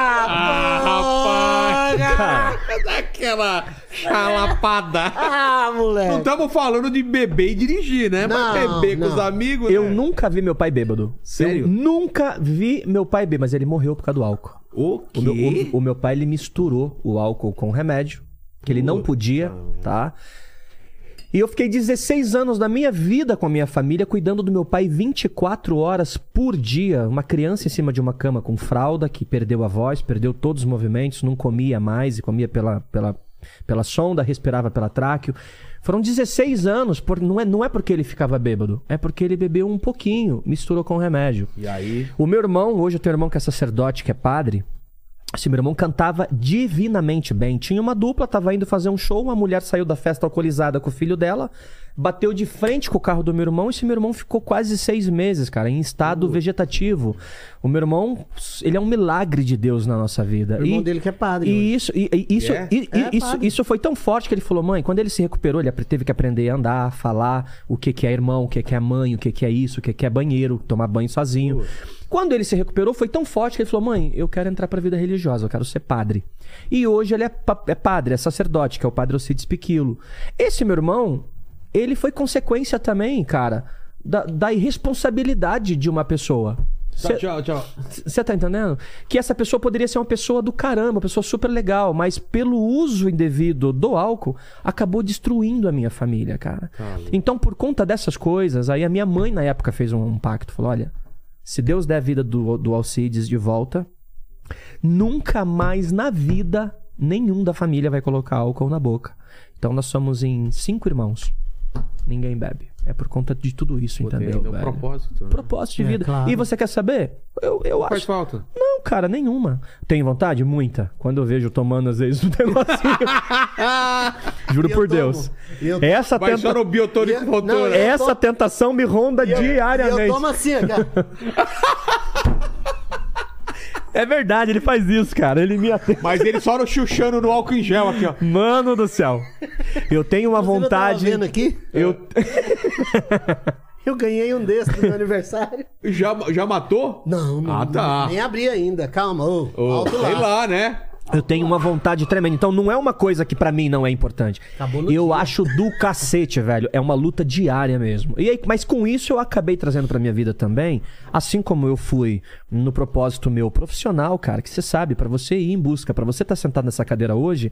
[SPEAKER 1] Ah, rapaz! Daquela chalapada.
[SPEAKER 4] Ah, moleque.
[SPEAKER 1] Não estamos falando de beber e dirigir, né? Mas
[SPEAKER 4] Não,
[SPEAKER 1] beber com
[SPEAKER 4] não.
[SPEAKER 1] os amigos.
[SPEAKER 3] Eu
[SPEAKER 1] né?
[SPEAKER 3] nunca vi meu pai bêbado.
[SPEAKER 1] Sério?
[SPEAKER 3] Eu nunca vi meu pai bêbado, mas ele morreu por causa do álcool.
[SPEAKER 1] O
[SPEAKER 3] O meu, o- o meu pai ele misturou o álcool com remédio, que ele não podia, tá? E eu fiquei 16 anos da minha vida com a minha família, cuidando do meu pai 24 horas por dia. Uma criança em cima de uma cama com fralda, que perdeu a voz, perdeu todos os movimentos, não comia mais e comia pela, pela, pela sonda, respirava pela tráqueo. Foram 16 anos, por, não, é, não é porque ele ficava bêbado, é porque ele bebeu um pouquinho, misturou com remédio.
[SPEAKER 1] E aí?
[SPEAKER 3] O meu irmão, hoje eu tenho um irmão que é sacerdote, que é padre. Esse meu irmão cantava divinamente bem. Tinha uma dupla, tava indo fazer um show, uma mulher saiu da festa alcoolizada com o filho dela, bateu de frente com o carro do meu irmão, e esse meu irmão ficou quase seis meses, cara, em estado
[SPEAKER 4] Uh.
[SPEAKER 3] vegetativo. O meu irmão, ele é um milagre de Deus na nossa vida.
[SPEAKER 4] O irmão
[SPEAKER 3] E-
[SPEAKER 4] dele que é padre. hoje.
[SPEAKER 3] e isso, e, e isso,
[SPEAKER 1] É?
[SPEAKER 3] e- e
[SPEAKER 4] É,
[SPEAKER 3] isso,
[SPEAKER 4] padre.
[SPEAKER 3] isso foi tão forte que ele falou, mãe, quando ele se recuperou, ele apre- teve que aprender a andar, falar o que, que é irmão, o que, que é mãe, o que, que é isso, o que, que é banheiro, tomar banho sozinho. Quando ele se recuperou, foi tão forte que ele falou, mãe, eu quero entrar pra vida religiosa, eu quero ser padre. E hoje ele é, pa- é padre, é sacerdote, que é o padre Alcides Piquilo. Esse meu irmão, ele foi consequência também, cara, da, da irresponsabilidade de uma pessoa.
[SPEAKER 1] Tá,
[SPEAKER 3] Cê-
[SPEAKER 1] Tchau, tchau.
[SPEAKER 3] você tá entendendo? Que essa pessoa poderia ser uma pessoa do caramba, uma pessoa super legal, mas pelo uso indevido do álcool, acabou destruindo a minha família, cara. Então, por conta dessas coisas, aí a minha mãe na época fez um, um pacto, falou: olha, se Deus der a vida do, do Alcides de volta, nunca mais na vida nenhum da família vai colocar álcool na boca. Então nós somos em cinco irmãos. Ninguém bebe. É por conta de tudo isso, entendeu?
[SPEAKER 1] Entendeu?
[SPEAKER 3] velho?
[SPEAKER 1] propósito. né?
[SPEAKER 3] propósito de
[SPEAKER 4] É,
[SPEAKER 3] vida.
[SPEAKER 4] claro.
[SPEAKER 3] E você quer saber? Eu, eu
[SPEAKER 1] Faz
[SPEAKER 3] acho.
[SPEAKER 1] falta.
[SPEAKER 3] Não, cara, nenhuma. Tem vontade? Muita. Quando eu vejo tomando, às vezes, um negocinho. Juro
[SPEAKER 4] Eu
[SPEAKER 3] por
[SPEAKER 4] tomo.
[SPEAKER 3] Deus.
[SPEAKER 4] Eu-
[SPEAKER 3] Essa,
[SPEAKER 1] Vai
[SPEAKER 3] tenta-
[SPEAKER 1] só no biotônico né?
[SPEAKER 4] Não,
[SPEAKER 1] motor.
[SPEAKER 4] é-
[SPEAKER 3] Essa tentação me ronda diariamente.
[SPEAKER 4] E eu tomo assim, ó, cara.
[SPEAKER 3] É verdade, ele faz isso, cara. Ele me atende.
[SPEAKER 1] Mas ele só no chuchando no álcool em gel aqui, ó.
[SPEAKER 3] Mano do céu. Eu tenho uma
[SPEAKER 4] Inclusive, eu tava
[SPEAKER 3] vontade.
[SPEAKER 4] vendo aqui,
[SPEAKER 3] Eu...
[SPEAKER 4] eu ganhei um desse no meu aniversário.
[SPEAKER 1] Já, já matou?
[SPEAKER 4] Não, não.
[SPEAKER 1] Ah, tá.
[SPEAKER 4] Nem abri ainda. Calma, ô.
[SPEAKER 1] Ô,
[SPEAKER 4] alto
[SPEAKER 1] sei
[SPEAKER 4] lá.
[SPEAKER 1] lá, né?
[SPEAKER 3] Eu tenho uma vontade tremenda. Então não é uma coisa que pra mim não é importante.
[SPEAKER 4] Acabou no
[SPEAKER 3] Eu acho do cacete, velho. É uma luta diária mesmo. E aí, mas com isso eu acabei trazendo pra minha vida também, assim como eu fui no propósito meu profissional, cara, que você sabe, pra você ir em busca, pra você estar sentado nessa cadeira hoje,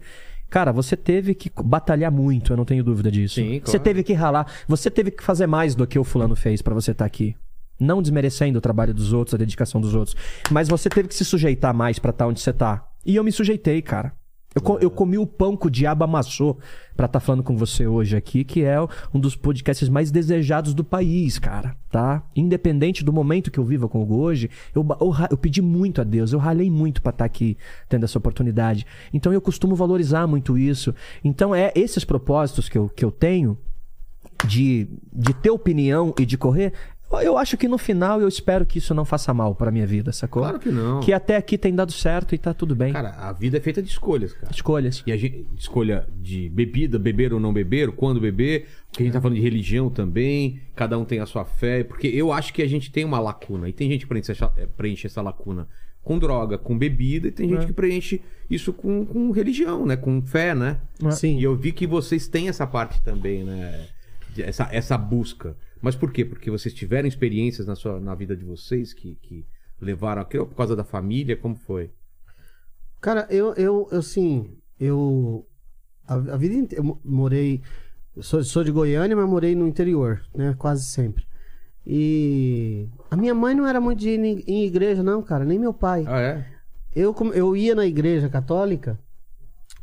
[SPEAKER 3] cara, você teve que batalhar muito, eu não tenho dúvida disso.
[SPEAKER 1] Sim, claro.
[SPEAKER 3] Você teve que ralar, você teve que fazer mais do que o fulano fez pra você estar aqui. Não desmerecendo o trabalho dos outros, a dedicação dos outros. Mas você teve que se sujeitar mais pra estar onde você tá. E eu me sujeitei, cara. Eu, co- eu comi o pão que o diabo amassou pra estar falando com você hoje aqui, que é um dos podcasts mais desejados do país, cara, tá? Independente do momento que eu viva com o hoje, eu, ba- eu, ra- eu pedi muito a Deus, eu ralei muito pra estar aqui tendo essa oportunidade. Então eu costumo valorizar muito isso. Então é esses propósitos que eu, que eu tenho, de, de ter opinião e de correr, eu- eu acho que no final eu espero que isso não faça mal pra minha vida, sacou?
[SPEAKER 1] Claro que não.
[SPEAKER 3] Que até aqui tem dado certo e tá tudo bem.
[SPEAKER 1] Cara, a vida é feita de escolhas, cara.
[SPEAKER 3] Escolhas.
[SPEAKER 1] E a gente, escolha de bebida, beber ou não beber, quando beber, porque a gente tá falando de religião também, cada um tem a sua fé, porque eu acho que a gente tem uma lacuna, e tem gente que preenche essa, eh, preenche essa lacuna com droga, com bebida, e tem gente que preenche isso com, com religião, né? Com fé, né?
[SPEAKER 4] Sim.
[SPEAKER 1] E eu vi que vocês têm essa parte também, né? De- Essa, essa busca. Mas por quê? Porque vocês tiveram experiências na, sua, na vida de vocês que, que levaram aquilo por causa da família, como foi?
[SPEAKER 4] Cara, eu, eu, eu assim, eu. A, a vida inteira. Eu mo- morei. Eu sou, sou de Goiânia, mas morei no interior, né? Quase sempre. E. A minha mãe não era muito de ir em em igreja, não, cara, nem meu pai.
[SPEAKER 1] Ah, é?
[SPEAKER 4] Eu, com- eu ia na igreja católica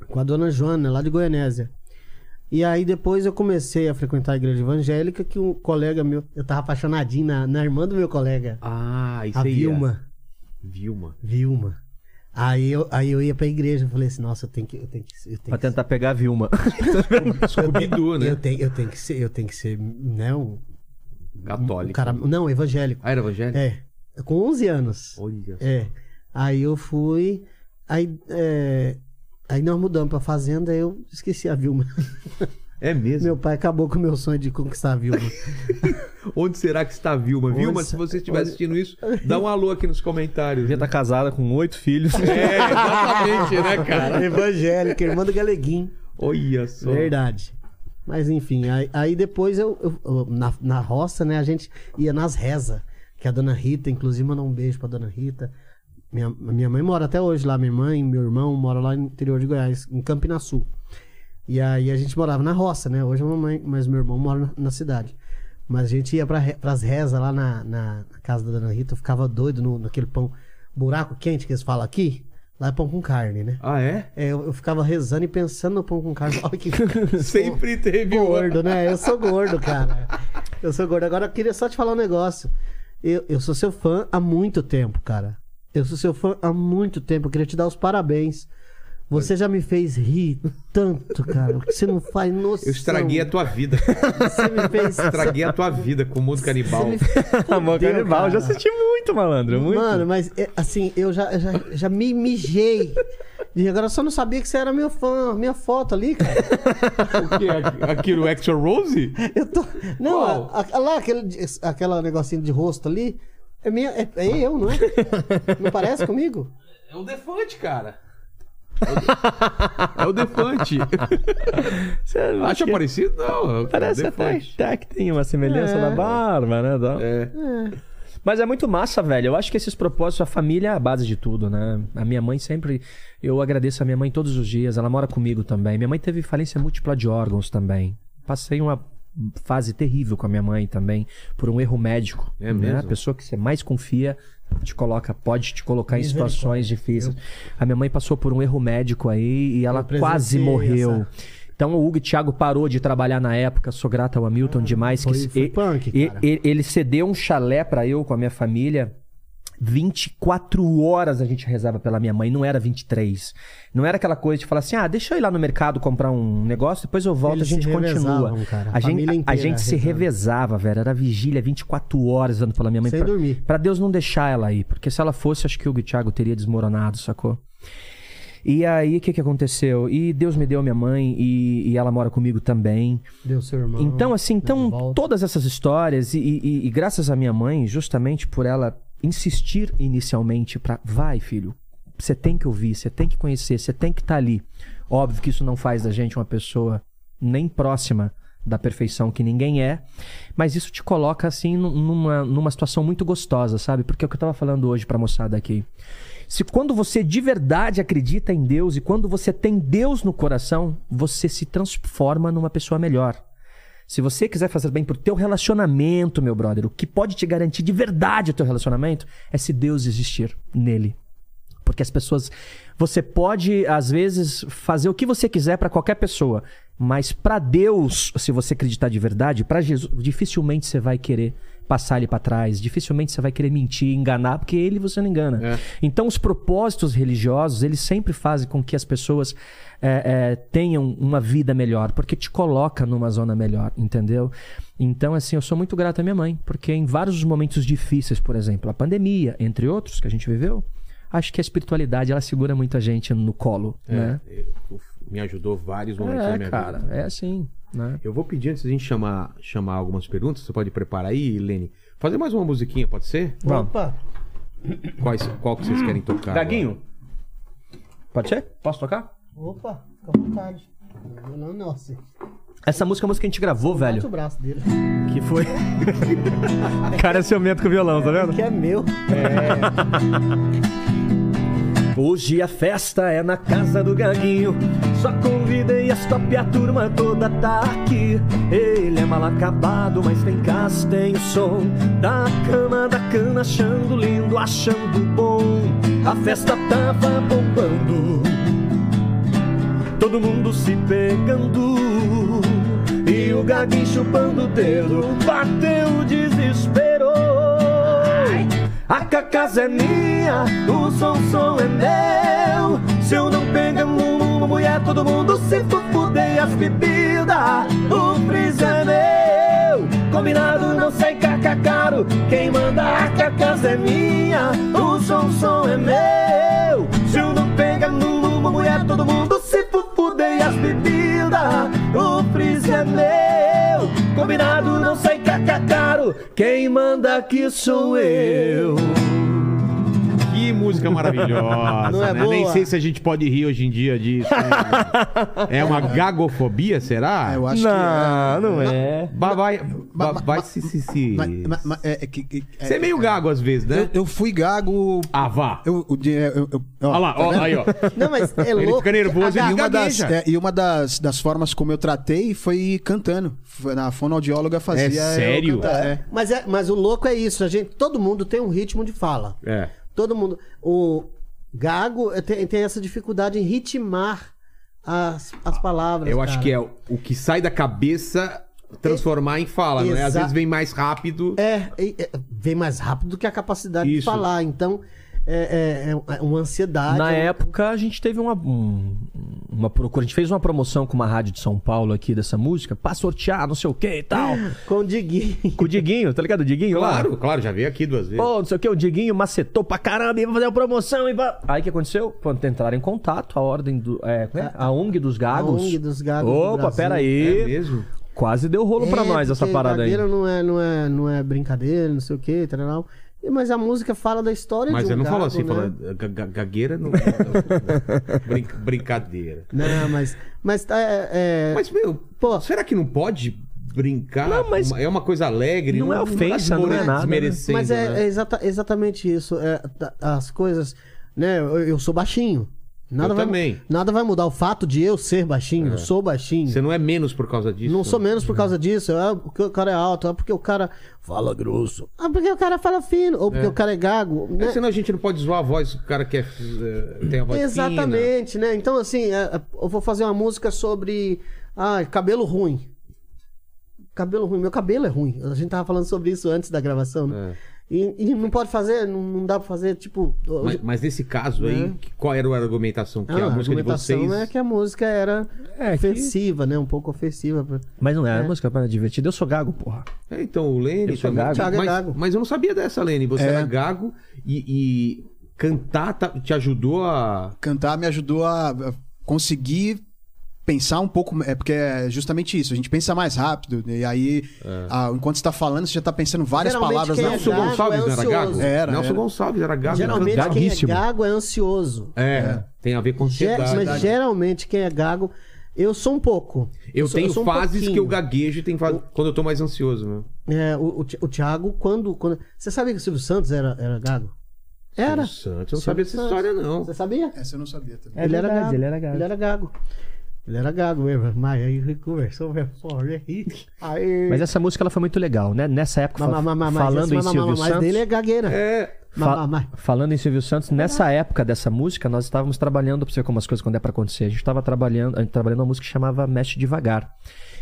[SPEAKER 4] com a dona Joana, lá de Goianésia. E aí depois eu comecei a frequentar a igreja evangélica, que um colega meu, eu tava apaixonadinho na, na irmã do meu colega,
[SPEAKER 1] Ah, isso
[SPEAKER 4] a
[SPEAKER 1] aí. é.
[SPEAKER 4] Vilma.
[SPEAKER 1] Vilma.
[SPEAKER 4] Vilma. Aí eu, aí eu ia pra igreja e falei assim, nossa, eu tenho que. Eu tenho que, eu tenho
[SPEAKER 3] Pra
[SPEAKER 4] que
[SPEAKER 3] tentar pegar a Vilma.
[SPEAKER 1] Scooby-Doo, né?
[SPEAKER 4] Eu tenho, eu tenho que ser, eu tenho que ser, né, um
[SPEAKER 1] É.
[SPEAKER 4] um
[SPEAKER 1] Católico.
[SPEAKER 4] cara, não, evangélico.
[SPEAKER 1] Ah, era evangélico?
[SPEAKER 4] É, com 11 anos.
[SPEAKER 1] Olha.
[SPEAKER 4] É. Aí eu fui, aí é, aí nós mudamos pra fazenda, aí eu esqueci a Vilma.
[SPEAKER 1] É mesmo.
[SPEAKER 4] Meu pai acabou com o meu sonho de conquistar a Vilma.
[SPEAKER 1] Onde será que está a Vilma? Vilma,
[SPEAKER 4] Onde-
[SPEAKER 1] se você estiver assistindo isso, dá um alô aqui nos comentários.
[SPEAKER 3] Devia estar tá casada com oito filhos.
[SPEAKER 1] É, exatamente, né, cara?
[SPEAKER 4] evangélica, irmã do Galeguinho.
[SPEAKER 1] Olha só.
[SPEAKER 4] Verdade. Mas enfim, aí, aí depois eu, eu- eu- na, na roça, né, a gente ia nas rezas. Que a dona Rita, inclusive, mandou um beijo pra dona Rita. Minha, minha mãe mora até hoje lá, minha mãe, meu irmão mora lá no interior de Goiás, em Campina Sul. E aí a gente morava na roça, né? Hoje a mamãe, mas meu irmão mora na, na cidade. Mas a gente ia pra, re- pras rezas lá na, na casa da dona Rita, eu ficava doido no, naquele pão buraco quente que eles falam aqui. Lá é pão com carne, né?
[SPEAKER 1] Ah, é?
[SPEAKER 4] É, eu, eu ficava rezando e pensando no pão com carne. Olha que
[SPEAKER 1] Sempre teve
[SPEAKER 4] sou
[SPEAKER 1] um.
[SPEAKER 4] gordo, né? Eu sou gordo, cara. Eu sou gordo. Agora eu queria só te falar um negócio. Eu, eu sou seu fã há muito tempo, cara. Eu sou seu fã há muito tempo. Eu queria te dar os parabéns. Você já me fez rir tanto, cara. que Você não faz noção.
[SPEAKER 1] Eu estraguei a tua vida. cara.
[SPEAKER 4] Você me fez.
[SPEAKER 1] Estraguei a tua vida com o mundo canibal.
[SPEAKER 3] Amor
[SPEAKER 4] Fudeu,
[SPEAKER 3] tá Canibal.
[SPEAKER 4] cara.
[SPEAKER 3] Já assisti muito, malandro. Muito.
[SPEAKER 4] Mano, mas é, assim, eu já, já, já me mijei. E agora eu só não sabia que você era meu fã, minha foto ali, cara.
[SPEAKER 1] O quê? Aqui no Extra Rose?
[SPEAKER 4] Eu tô. Não,
[SPEAKER 1] Qual?
[SPEAKER 4] a- a- lá aquele, de- aquela negocinho de rosto ali. É, minha, é, é eu, não é? Não parece comigo?
[SPEAKER 1] É o Defante, cara. É o Defante.
[SPEAKER 3] Você
[SPEAKER 1] Acha
[SPEAKER 3] que-
[SPEAKER 1] parecido? Não, é o
[SPEAKER 3] Parece até,
[SPEAKER 1] Defante.
[SPEAKER 3] até que tem uma semelhança da barba, né? tal.
[SPEAKER 1] É.
[SPEAKER 3] Mas é muito massa, velho. Eu acho que esses propósitos, a família é a base de tudo, né? A minha mãe sempre. Eu agradeço a minha mãe todos os dias. Ela mora comigo também. Minha mãe teve falência múltipla de órgãos também. Passei uma fase terrível com a minha mãe também, por um erro médico.
[SPEAKER 1] É
[SPEAKER 3] né?
[SPEAKER 1] mesmo?
[SPEAKER 3] A pessoa que você mais confia te coloca, pode te colocar em situações difíceis. A minha mãe passou por um erro médico aí e ela
[SPEAKER 4] presenciei
[SPEAKER 3] quase morreu.
[SPEAKER 4] essa.
[SPEAKER 3] Então o Hugo e Thiago parou de trabalhar na época, sou grato ao Hamilton demais.
[SPEAKER 4] Ah, foi-
[SPEAKER 3] que
[SPEAKER 4] foi
[SPEAKER 3] e-
[SPEAKER 4] punk,
[SPEAKER 3] e-
[SPEAKER 4] cara.
[SPEAKER 3] e- ele cedeu um chalé pra eu com a minha família. 24 horas a gente rezava pela minha mãe, não era 23. Não era aquela coisa de falar assim: ah, deixa eu ir lá no mercado comprar um negócio, depois eu volto,
[SPEAKER 4] Eles
[SPEAKER 3] a gente
[SPEAKER 4] se
[SPEAKER 3] continua.
[SPEAKER 4] revezavam, cara.
[SPEAKER 3] A,
[SPEAKER 4] A
[SPEAKER 3] gente,
[SPEAKER 4] família
[SPEAKER 3] a- a
[SPEAKER 4] inteira
[SPEAKER 3] gente se
[SPEAKER 4] rezando.
[SPEAKER 3] revezava, velho. Era vigília 24 horas andando pela minha mãe.
[SPEAKER 4] Sem
[SPEAKER 3] pra,
[SPEAKER 4] dormir.
[SPEAKER 3] pra Deus não deixar ela aí, porque se ela fosse, acho que o Hugo e Thiago teria desmoronado, sacou? E aí, o que, que aconteceu? E Deus me deu minha mãe e- e ela mora comigo também.
[SPEAKER 4] Deu seu irmão.
[SPEAKER 3] Então, assim,
[SPEAKER 4] Deu
[SPEAKER 3] então
[SPEAKER 4] volta.
[SPEAKER 3] todas essas histórias, e, e- e graças à minha mãe, justamente por ela insistir inicialmente pra vai, filho, você tem que ouvir, você tem que conhecer, você tem que estar ali. Óbvio que isso não faz da gente uma pessoa nem próxima da perfeição que ninguém é, mas isso te coloca, assim, num- numa, numa situação muito gostosa, sabe? Porque é o que eu tava falando hoje pra moçada aqui. Se quando você de verdade acredita em Deus e quando você tem Deus no coração, você se transforma numa pessoa melhor. Se você quiser fazer bem pro teu relacionamento, meu brother, o que pode te garantir de verdade o teu relacionamento é se Deus existir nele. Porque as pessoas. Você pode, às vezes, fazer o que você quiser pra qualquer pessoa. Mas pra Deus, se você acreditar de verdade, pra Jesus, dificilmente você vai querer passar ele pra trás. Dificilmente você vai querer mentir, enganar, porque ele você não engana. Então, os propósitos religiosos, eles sempre fazem com que as pessoas é, é, tenham uma vida melhor, porque te coloca numa zona melhor, entendeu? Então, assim, eu sou muito grato à minha mãe, porque em vários momentos difíceis, por exemplo, a pandemia, entre outros, que a gente viveu, acho que a espiritualidade ela segura muito a gente no colo, né?
[SPEAKER 1] Eu- Me ajudou vários momentos da
[SPEAKER 3] É,
[SPEAKER 1] minha
[SPEAKER 3] cara,
[SPEAKER 1] vida.
[SPEAKER 3] é assim, né?
[SPEAKER 1] Eu vou pedir antes de a gente chamar, chamar algumas perguntas. Você pode preparar aí, Lene? Fazer mais uma musiquinha, pode ser?
[SPEAKER 3] Vamos.
[SPEAKER 4] Opa,
[SPEAKER 1] Quais, qual que vocês querem tocar? agora?
[SPEAKER 3] pode ser? Posso tocar?
[SPEAKER 4] opa, fica à vontade. Não, não, não, assim.
[SPEAKER 3] Essa música é a música que a gente gravou,
[SPEAKER 4] Bate o
[SPEAKER 3] velho.
[SPEAKER 4] braço dele.
[SPEAKER 3] Que foi. cara é ciumento com o violão, tá vendo?
[SPEAKER 4] Que é meu.
[SPEAKER 3] Hoje a festa é na casa do Gaguinho. Só convidei as top e a turma toda tá aqui. Ele é mal acabado, mas tem casa, tem o som. Da cama, da cana, achando lindo, achando bom. A festa tava bombando todo mundo se pegando. E o gaguinho chupando o dedo, bateu o desespero. A cacazeninha, o som, som é meu. Se eu não pegar mu- uma mulher, todo mundo se fudei as bebidas. O freezer é meu. Combinado não sai caca caro. Quem manda a cacas é minha. O som, som é meu. Se eu não pegar mu- uma mulher, todo mundo se fudei as bebidas. O freezer é meu. Combinado não sai caca caro. Quem manda aqui sou eu.
[SPEAKER 1] Que música maravilhosa.
[SPEAKER 4] Não é
[SPEAKER 1] né?
[SPEAKER 4] boa?
[SPEAKER 1] Nem sei se a gente pode rir hoje em dia disso. né? é uma gagofobia, será?
[SPEAKER 2] É, eu acho
[SPEAKER 3] não, não é.
[SPEAKER 1] Ba- vai ba-
[SPEAKER 2] ma-
[SPEAKER 1] vai
[SPEAKER 2] ma-
[SPEAKER 1] se. se, se-
[SPEAKER 2] que. Mas- mas- mas- é- é que- que- é-
[SPEAKER 1] Você é meio gago às vezes, né?
[SPEAKER 2] eu, eu fui gago.
[SPEAKER 1] Ah, vá.
[SPEAKER 2] Eu, o de- eu, eu- ó,
[SPEAKER 1] Olha lá,
[SPEAKER 2] tá
[SPEAKER 1] ó,
[SPEAKER 2] vendo?
[SPEAKER 1] aí, ó.
[SPEAKER 4] Não, mas é
[SPEAKER 1] Ele
[SPEAKER 4] louco.
[SPEAKER 1] fica nervoso
[SPEAKER 2] E
[SPEAKER 1] e
[SPEAKER 2] uma, das,
[SPEAKER 1] gagueja.
[SPEAKER 2] é, e uma das, das formas como eu tratei foi cantando. Foi Na fonoaudióloga fazia. eu
[SPEAKER 1] sério?
[SPEAKER 2] cantar, é.
[SPEAKER 4] Mas, é, mas o louco é isso, a gente, todo mundo tem um ritmo de fala.
[SPEAKER 1] É.
[SPEAKER 4] Todo mundo. O gago eh, tem, tem essa dificuldade em ritmar as, as palavras.
[SPEAKER 1] Eu acho
[SPEAKER 4] cara.
[SPEAKER 1] que é o o que sai da cabeça transformar em fala, né? Às
[SPEAKER 4] Exa-
[SPEAKER 1] vezes vem mais rápido.
[SPEAKER 4] É, e- é, vem mais rápido do que a capacidade de
[SPEAKER 1] Isso.
[SPEAKER 4] falar. Então, é, é- é uma ansiedade.
[SPEAKER 3] Na
[SPEAKER 4] é um-
[SPEAKER 3] época, a gente teve uma, um- uma procura. A gente fez uma promoção com uma rádio de São Paulo aqui dessa música, pra sortear, não sei o que e tal.
[SPEAKER 4] Com o Diguinho.
[SPEAKER 3] com o Diguinho, tá ligado? O Diguinho lá.
[SPEAKER 1] Claro, claro, já veio aqui duas vezes.
[SPEAKER 3] Pô, não sei o que, o Diguinho macetou pra caramba, ia fazer uma promoção e... pá. Aí o que aconteceu? Pô, entraram em contato, a ordem do... É, como é? A ONG dos Gagos.
[SPEAKER 4] A ONG dos Gagos do
[SPEAKER 3] Opa,
[SPEAKER 4] Brasil.
[SPEAKER 3] peraí.
[SPEAKER 1] É mesmo?
[SPEAKER 3] Quase deu rolo pra
[SPEAKER 4] É,
[SPEAKER 3] nós essa
[SPEAKER 4] porque
[SPEAKER 3] parada aí.
[SPEAKER 4] gagueira Não é, não, é, não é brincadeira, não sei o quê, tal. E- Mas a música fala da história de
[SPEAKER 1] Mas
[SPEAKER 4] um
[SPEAKER 1] eu não falo
[SPEAKER 4] gago,
[SPEAKER 1] assim,
[SPEAKER 4] né?
[SPEAKER 1] falo ga- ga- gagueira não. Brinca- brincadeira.
[SPEAKER 4] Não, mas. Mas tá, é, é,
[SPEAKER 1] Mas, meu,
[SPEAKER 4] Pô.
[SPEAKER 1] será que não pode brincar?
[SPEAKER 3] Não, mas-
[SPEAKER 1] Uma- é uma coisa alegre.
[SPEAKER 3] Não é
[SPEAKER 1] tá
[SPEAKER 3] ofensa, não é
[SPEAKER 1] desmore-
[SPEAKER 3] nada, né?
[SPEAKER 1] Desmerecendo,
[SPEAKER 4] Mas é,
[SPEAKER 1] né?
[SPEAKER 4] é exata- exatamente isso. é, tá- as coisas. Né, eu, eu sou baixinho. Nada
[SPEAKER 1] Eu
[SPEAKER 4] vai,
[SPEAKER 1] também.
[SPEAKER 4] Nada vai mudar o fato de eu ser baixinho. Eu sou baixinho.
[SPEAKER 1] Você não é menos por causa disso?
[SPEAKER 4] Não sou menos por causa disso. É porque o cara é alto. É porque o cara fala grosso. É porque o cara fala fino. Ou porque o cara é gago.
[SPEAKER 1] É,
[SPEAKER 4] né?
[SPEAKER 1] senão a gente não pode zoar a voz do cara que é, eh, tem a voz fina.
[SPEAKER 4] Exatamente, né? Então, assim, é, é, eu vou fazer uma música sobre ah, cabelo ruim. Cabelo ruim. Meu cabelo é ruim. A gente tava falando sobre isso antes da gravação,
[SPEAKER 1] É.
[SPEAKER 4] né? E, e não pode fazer, não, não dá pra fazer, tipo.
[SPEAKER 1] Mas, mas nesse caso aí, que- qual era a argumentação? Que
[SPEAKER 4] É. Ah,
[SPEAKER 1] a música de
[SPEAKER 4] argumentação
[SPEAKER 1] vocês...
[SPEAKER 4] é que a música era
[SPEAKER 3] É, que-
[SPEAKER 4] ofensiva, né? Um pouco ofensiva. pra-
[SPEAKER 3] Mas não é, a música é divertida. Eu sou gago, porra.
[SPEAKER 1] É, então, o Lene
[SPEAKER 3] Eu sou
[SPEAKER 1] também-
[SPEAKER 3] gago.
[SPEAKER 4] Thiago é
[SPEAKER 1] Mas,
[SPEAKER 4] gago.
[SPEAKER 1] mas eu não sabia dessa, Lene. Você
[SPEAKER 2] É.
[SPEAKER 1] era gago e, e cantar ta- te ajudou a...
[SPEAKER 2] Cantar me ajudou a a conseguir pensar um pouco. É porque é justamente isso. A gente pensa mais rápido. E aí,
[SPEAKER 1] É.
[SPEAKER 2] ah, enquanto você tá falando, você já tá pensando várias
[SPEAKER 4] Geralmente
[SPEAKER 2] palavras
[SPEAKER 4] quem
[SPEAKER 2] na
[SPEAKER 4] é
[SPEAKER 1] Nelson
[SPEAKER 4] gago
[SPEAKER 1] Gonçalves não era
[SPEAKER 4] ansioso.
[SPEAKER 1] gago?
[SPEAKER 2] Era,
[SPEAKER 1] Nelson
[SPEAKER 2] era.
[SPEAKER 1] Gonçalves era gago.
[SPEAKER 4] Geralmente
[SPEAKER 3] gaguíssimo.
[SPEAKER 4] quem é gago é ansioso.
[SPEAKER 1] É, tem a ver com
[SPEAKER 4] Ge-
[SPEAKER 1] ansiedade.
[SPEAKER 4] mas geralmente quem é gago. Eu sou um pouco.
[SPEAKER 1] Eu
[SPEAKER 4] sou-
[SPEAKER 1] tenho
[SPEAKER 4] sou um
[SPEAKER 1] fases que eu
[SPEAKER 4] pouquinho.
[SPEAKER 1] gaguejo e tem fase quando eu tô mais ansioso, meu.
[SPEAKER 4] É, o, o Ti- o Thiago, quando, quando. Você sabia que o Silvio Santos era, era gago? Era.
[SPEAKER 1] Silvio Santos, eu não
[SPEAKER 4] Silvio
[SPEAKER 1] sabia essa
[SPEAKER 4] Santos.
[SPEAKER 1] história, não.
[SPEAKER 4] Você sabia?
[SPEAKER 2] Essa eu não sabia também.
[SPEAKER 3] É verdade, ele era gago.
[SPEAKER 4] Ele era gago. Ele era gago mesmo. Mas aí ele conversou, meu porra, aí. aí-
[SPEAKER 3] Mas essa música ela foi muito legal, né? Nessa época,
[SPEAKER 4] Mas-
[SPEAKER 3] fa-
[SPEAKER 4] mas- mas- mas
[SPEAKER 3] falando
[SPEAKER 4] esse
[SPEAKER 3] em
[SPEAKER 4] mas- mas-
[SPEAKER 3] Silvio
[SPEAKER 4] mas
[SPEAKER 3] Santos...
[SPEAKER 4] dele é gagueira.
[SPEAKER 1] É,
[SPEAKER 4] Mas-
[SPEAKER 3] Fa-
[SPEAKER 4] mas-
[SPEAKER 3] Falando em Silvio Santos, nessa época dessa música, nós estávamos trabalhando, pra você ver como as coisas quando é pra acontecer, a gente estava trabalhando, a gente trabalhando uma música que chamava Mexe Devagar.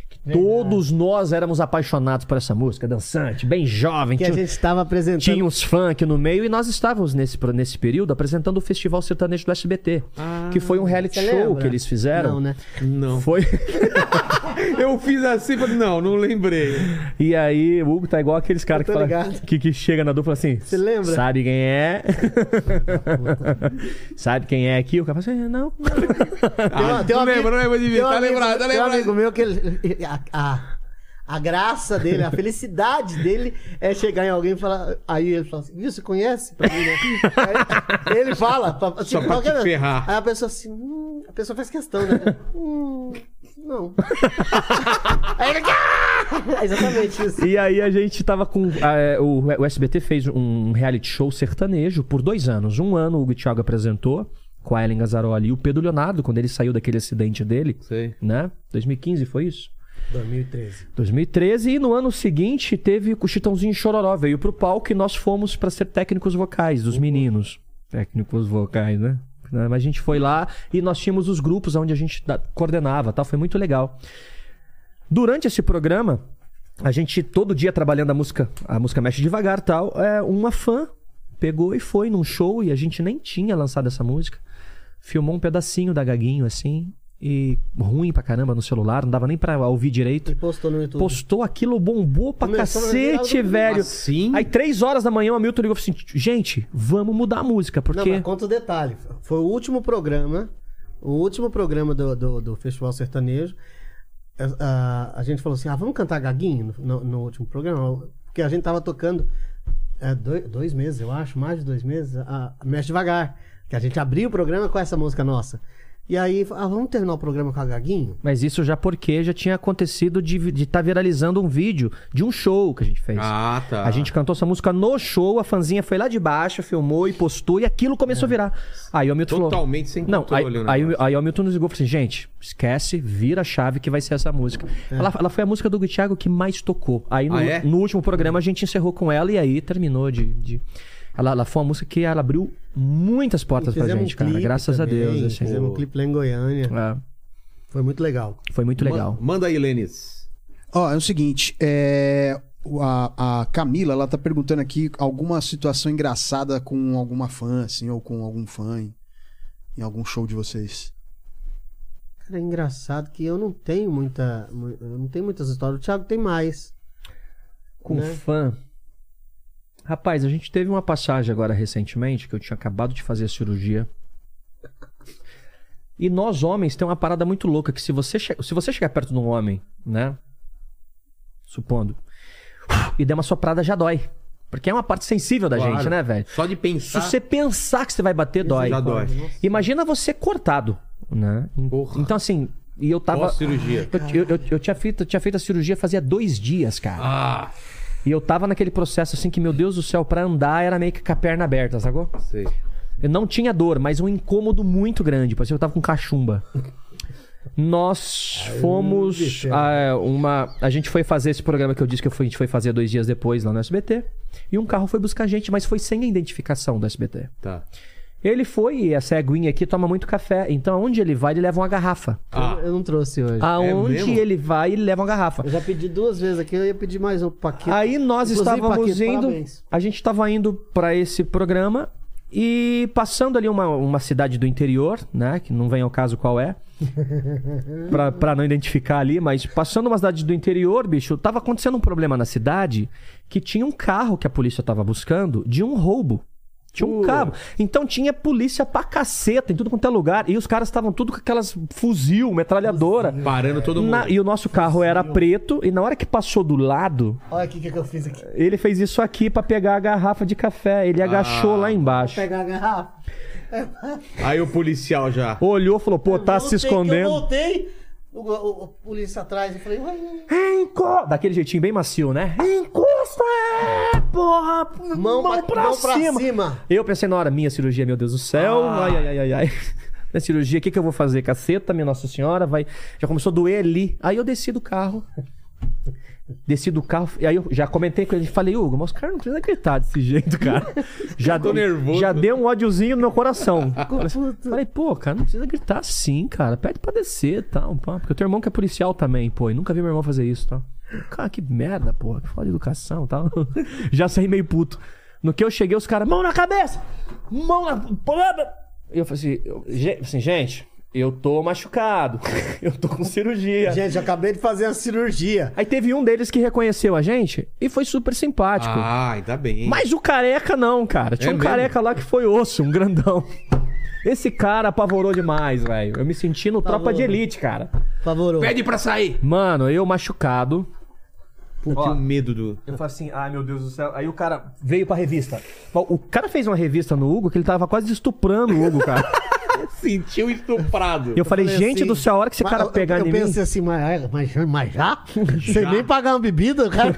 [SPEAKER 3] Que todos nós éramos apaixonados por essa música, dançante, bem jovem,
[SPEAKER 4] que a
[SPEAKER 3] tinha, um
[SPEAKER 4] gente estava apresentando.
[SPEAKER 3] tinha uns funk no meio, e nós estávamos nesse, pro- nesse período apresentando o Festival Sertanejo do SBT, que foi um reality
[SPEAKER 4] Ah, Você
[SPEAKER 3] show
[SPEAKER 4] lembra?
[SPEAKER 3] que eles fizeram.
[SPEAKER 4] Não, né?
[SPEAKER 1] não.
[SPEAKER 3] Foi.
[SPEAKER 1] Eu fiz assim, falei, não, não lembrei.
[SPEAKER 3] E aí, o Hugo tá igual aqueles caras que,
[SPEAKER 4] Eu tô
[SPEAKER 3] fala-
[SPEAKER 4] ligado.
[SPEAKER 3] que, que chega na dupla assim.
[SPEAKER 4] Você lembra?
[SPEAKER 3] Sabe quem é? Sabe quem é aqui? O cara fala assim, não.
[SPEAKER 4] Tem uma-
[SPEAKER 1] Ah,
[SPEAKER 4] tem um
[SPEAKER 1] não
[SPEAKER 4] amigo-
[SPEAKER 1] lembra, não lembra de mim.
[SPEAKER 4] tem um
[SPEAKER 1] Tá
[SPEAKER 4] amigo-
[SPEAKER 1] lembrado, tá
[SPEAKER 4] tem um
[SPEAKER 1] lembrado.
[SPEAKER 4] amigo meu que ele. ele- A, a, a graça dele, a felicidade dele é chegar em alguém e falar. Aí ele fala assim: Viu, você conhece? Pra mim, né? Aí ele fala. pra- assim,
[SPEAKER 1] Só pra
[SPEAKER 4] qualquer-
[SPEAKER 1] te ferrar.
[SPEAKER 4] Aí a pessoa assim. "Hum", a pessoa faz questão, né? Hum, não. aí ele. "Ah!" É Exatamente isso.
[SPEAKER 3] E aí a gente tava com. é, o, o SBT fez um reality show sertanejo por dois anos. Um ano o Hugo Thiago apresentou com a Ellen Gazzaroli e o Pedro Leonardo, quando ele saiu daquele acidente dele,
[SPEAKER 1] Sei.
[SPEAKER 3] né? 2015 foi isso?
[SPEAKER 4] 2013.
[SPEAKER 3] 2013 e no ano seguinte teve o Chitãozinho Chororó veio pro palco e nós fomos pra ser técnicos vocais dos meninos. Técnicos vocais, né? Né, Mas a gente foi lá e nós tínhamos os grupos onde a gente da- coordenava, tal, foi muito legal. Durante esse programa, a gente todo dia trabalhando a música, a música mexe devagar, tal, é uma fã pegou e foi num show e a gente nem tinha lançado essa música. Filmou um pedacinho da Gaguinho, assim, e ruim pra caramba no celular, não dava nem pra ouvir direito.
[SPEAKER 4] E postou no YouTube.
[SPEAKER 3] Postou aquilo, bombou pra
[SPEAKER 4] Começou a virar
[SPEAKER 3] cacete,
[SPEAKER 4] do-
[SPEAKER 3] velho.
[SPEAKER 1] Assim?
[SPEAKER 3] Aí, três horas da manhã, o Hamilton ligou e falou assim: gente, vamos mudar a música,
[SPEAKER 4] Não,
[SPEAKER 3] porque.
[SPEAKER 4] mas conta o detalhe. Foi o último programa, o último programa do, do, do Festival Sertanejo. É, A, a- a gente falou assim, ah, vamos cantar Gaguinho no, no- no último programa? Porque a gente tava tocando é, dois, dois meses, eu acho, mais de dois meses, a, a Mexe Devagar. Que a gente abriu o programa com essa música nossa. E aí, ah, vamos terminar o programa com a Gaguinho?
[SPEAKER 3] Mas isso já porque já tinha acontecido de estar viralizando um vídeo de um show que a gente fez.
[SPEAKER 1] Ah, tá.
[SPEAKER 3] A gente cantou essa música no show, a fanzinha foi lá de baixo, filmou e postou, e aquilo começou a virar. Aí o Hamilton falou...
[SPEAKER 1] Totalmente sem
[SPEAKER 3] Não, aí,
[SPEAKER 1] controle né, o
[SPEAKER 3] aí,
[SPEAKER 1] negócio.
[SPEAKER 3] aí o Hamilton nos ligou e falou assim, gente, esquece, vira a chave que vai ser essa música. Ela, ela foi a música do Hugo Thiago que mais tocou. Aí no,
[SPEAKER 1] É. Ah, é?
[SPEAKER 3] no último programa a gente encerrou com ela e aí terminou de... de- Ela, ela foi uma música que ela abriu muitas portas pra gente, cara.
[SPEAKER 4] um clipe
[SPEAKER 3] Graças
[SPEAKER 4] também,
[SPEAKER 3] a Deus, assim.
[SPEAKER 4] Fizemos um clipe lá em Goiânia.
[SPEAKER 3] É,
[SPEAKER 4] Foi muito legal.
[SPEAKER 3] foi muito legal.
[SPEAKER 1] Ma- Manda aí, Lênis.
[SPEAKER 2] Ó, é o seguinte, é, o- a, a Camila, ela tá perguntando aqui alguma situação engraçada com alguma fã, assim, ou com algum fã em, em algum show de vocês.
[SPEAKER 4] Cara, é engraçado que eu não tenho muita. mu- Eu não tenho muitas histórias. O Thiago tem mais.
[SPEAKER 3] com
[SPEAKER 4] né?
[SPEAKER 3] fã. Rapaz, a gente teve uma passagem agora recentemente que eu tinha acabado de fazer a cirurgia. E nós homens tem uma parada muito louca que se você che- se você chegar perto de um homem, né? Supondo e der uma soprada já dói, porque é uma parte sensível da
[SPEAKER 1] Claro.
[SPEAKER 3] gente, né, velho?
[SPEAKER 1] Só de
[SPEAKER 3] Se
[SPEAKER 1] pensar.
[SPEAKER 3] você pensar que você vai bater, dói.
[SPEAKER 1] já dói.
[SPEAKER 3] Imagina você cortado, né?
[SPEAKER 1] Porra.
[SPEAKER 3] Então assim, e eu tava
[SPEAKER 1] Pós-cirurgia.
[SPEAKER 3] eu, eu- eu- eu tinha feito, eu tinha feito a cirurgia fazia dois dias, cara.
[SPEAKER 1] Ah,
[SPEAKER 3] E eu tava naquele processo assim que, meu Deus do céu, pra andar era meio que com a perna aberta, sacou?
[SPEAKER 1] sei.
[SPEAKER 3] Eu não tinha dor, mas um incômodo muito grande. Parecia que eu tava com cachumba. Nós fomos. ah, uma, a gente foi fazer esse programa que eu disse que eu fui- a gente foi fazer dois dias depois lá no SBT. E um carro foi buscar a gente, mas foi sem a identificação do SBT.
[SPEAKER 1] Tá.
[SPEAKER 3] Ele foi, e essa eguinha aqui toma muito café. Então, onde ele vai, ele leva uma garrafa.
[SPEAKER 1] Ah.
[SPEAKER 4] Eu, eu não trouxe hoje.
[SPEAKER 3] Aonde
[SPEAKER 1] mesmo?
[SPEAKER 3] ele vai, ele leva uma garrafa.
[SPEAKER 4] Eu já pedi duas vezes aqui, eu ia pedir mais um paquete.
[SPEAKER 3] Aí nós
[SPEAKER 4] Inclusive,
[SPEAKER 3] estávamos
[SPEAKER 4] Paquito,
[SPEAKER 3] indo.
[SPEAKER 4] parabéns.
[SPEAKER 3] A gente estava indo para esse programa e passando ali uma, uma cidade do interior, né? Que não vem ao caso qual é. pra, pra não identificar ali, mas passando uma cidade do interior, bicho, tava acontecendo um problema na cidade que tinha um carro que a polícia tava buscando de um roubo. Tinha
[SPEAKER 4] Uh.
[SPEAKER 3] um carro. Então tinha polícia pra caceta em tudo quanto é lugar. E os caras estavam tudo com aquelas fuzil, metralhadora.
[SPEAKER 1] Parando todo mundo.
[SPEAKER 3] Na- e o nosso carro era preto, e na hora que passou do lado,
[SPEAKER 4] Olha aqui o que, que eu fiz aqui.
[SPEAKER 3] ele fez isso aqui pra pegar a garrafa de café. Ele agachou
[SPEAKER 4] Ah.
[SPEAKER 3] lá embaixo.
[SPEAKER 4] Pegar a garrafa.
[SPEAKER 1] Aí o policial já.
[SPEAKER 3] Olhou e falou, pô, tá
[SPEAKER 4] Eu
[SPEAKER 3] se
[SPEAKER 4] voltei, que Eu
[SPEAKER 3] escondendo.
[SPEAKER 4] voltei, o, o- o polícia atrás, eu falei, ué,
[SPEAKER 3] Enco... Daquele jeitinho bem macio, né? Encosta! é, Porra! Mão,
[SPEAKER 4] mão, pra,
[SPEAKER 3] pra,
[SPEAKER 4] mão pra
[SPEAKER 3] cima. Ah.
[SPEAKER 4] cima.
[SPEAKER 3] Eu pensei na hora, minha cirurgia, meu Deus do céu. Ai, ai, ai, ai, ai. Minha cirurgia, o que, que eu vou fazer? Caceta, minha Nossa Senhora, vai. Já começou a doer ali. Aí eu desci do carro. Desci do carro, e aí eu já comentei com ele, falei, Hugo, mas o cara não precisa acreditar desse jeito, cara. Já,
[SPEAKER 1] tô nervoso.
[SPEAKER 3] já deu um ódiozinho no meu coração. falei, pô, cara, não precisa gritar assim, cara. Pede pra descer e tal, pá. Porque o teu irmão que é policial também, pô, e nunca vi meu irmão fazer isso, tal. Cara, que merda, pô, que foda de educação e tal. já saí meio puto. No que eu cheguei, os caras, mão na cabeça! Mão na. E eu falei assim, eu- "Gen- assim, gente, eu tô machucado. eu tô com cirurgia.
[SPEAKER 4] Gente, eu acabei de fazer a cirurgia.
[SPEAKER 3] Aí teve um deles que reconheceu a gente e foi super simpático.
[SPEAKER 1] Ah, ainda bem.
[SPEAKER 3] Mas o careca não, cara. Tinha
[SPEAKER 1] É
[SPEAKER 3] um
[SPEAKER 1] mesmo?
[SPEAKER 3] careca lá que foi osso, um grandão. Esse cara apavorou demais, velho. Eu me senti no tropa de elite, cara.
[SPEAKER 4] Favorou.
[SPEAKER 1] Pede pra sair.
[SPEAKER 3] Mano, eu machucado.
[SPEAKER 1] Puta,
[SPEAKER 3] Ó.
[SPEAKER 1] o medo do.
[SPEAKER 3] Eu falei assim, ai meu Deus do céu. Aí o cara veio pra revista. Bom, O cara fez uma revista no Hugo que ele tava quase estuprando o Hugo, cara.
[SPEAKER 1] Sentiu estuprado.
[SPEAKER 3] Eu, falei, gente
[SPEAKER 4] assim,
[SPEAKER 3] do céu, a hora que esse
[SPEAKER 4] Mas
[SPEAKER 3] cara
[SPEAKER 4] eu-
[SPEAKER 3] pegar
[SPEAKER 4] eu,
[SPEAKER 3] em mim,
[SPEAKER 4] pensei assim, mas, mas, mas já? Sem nem pagar uma bebida, cara.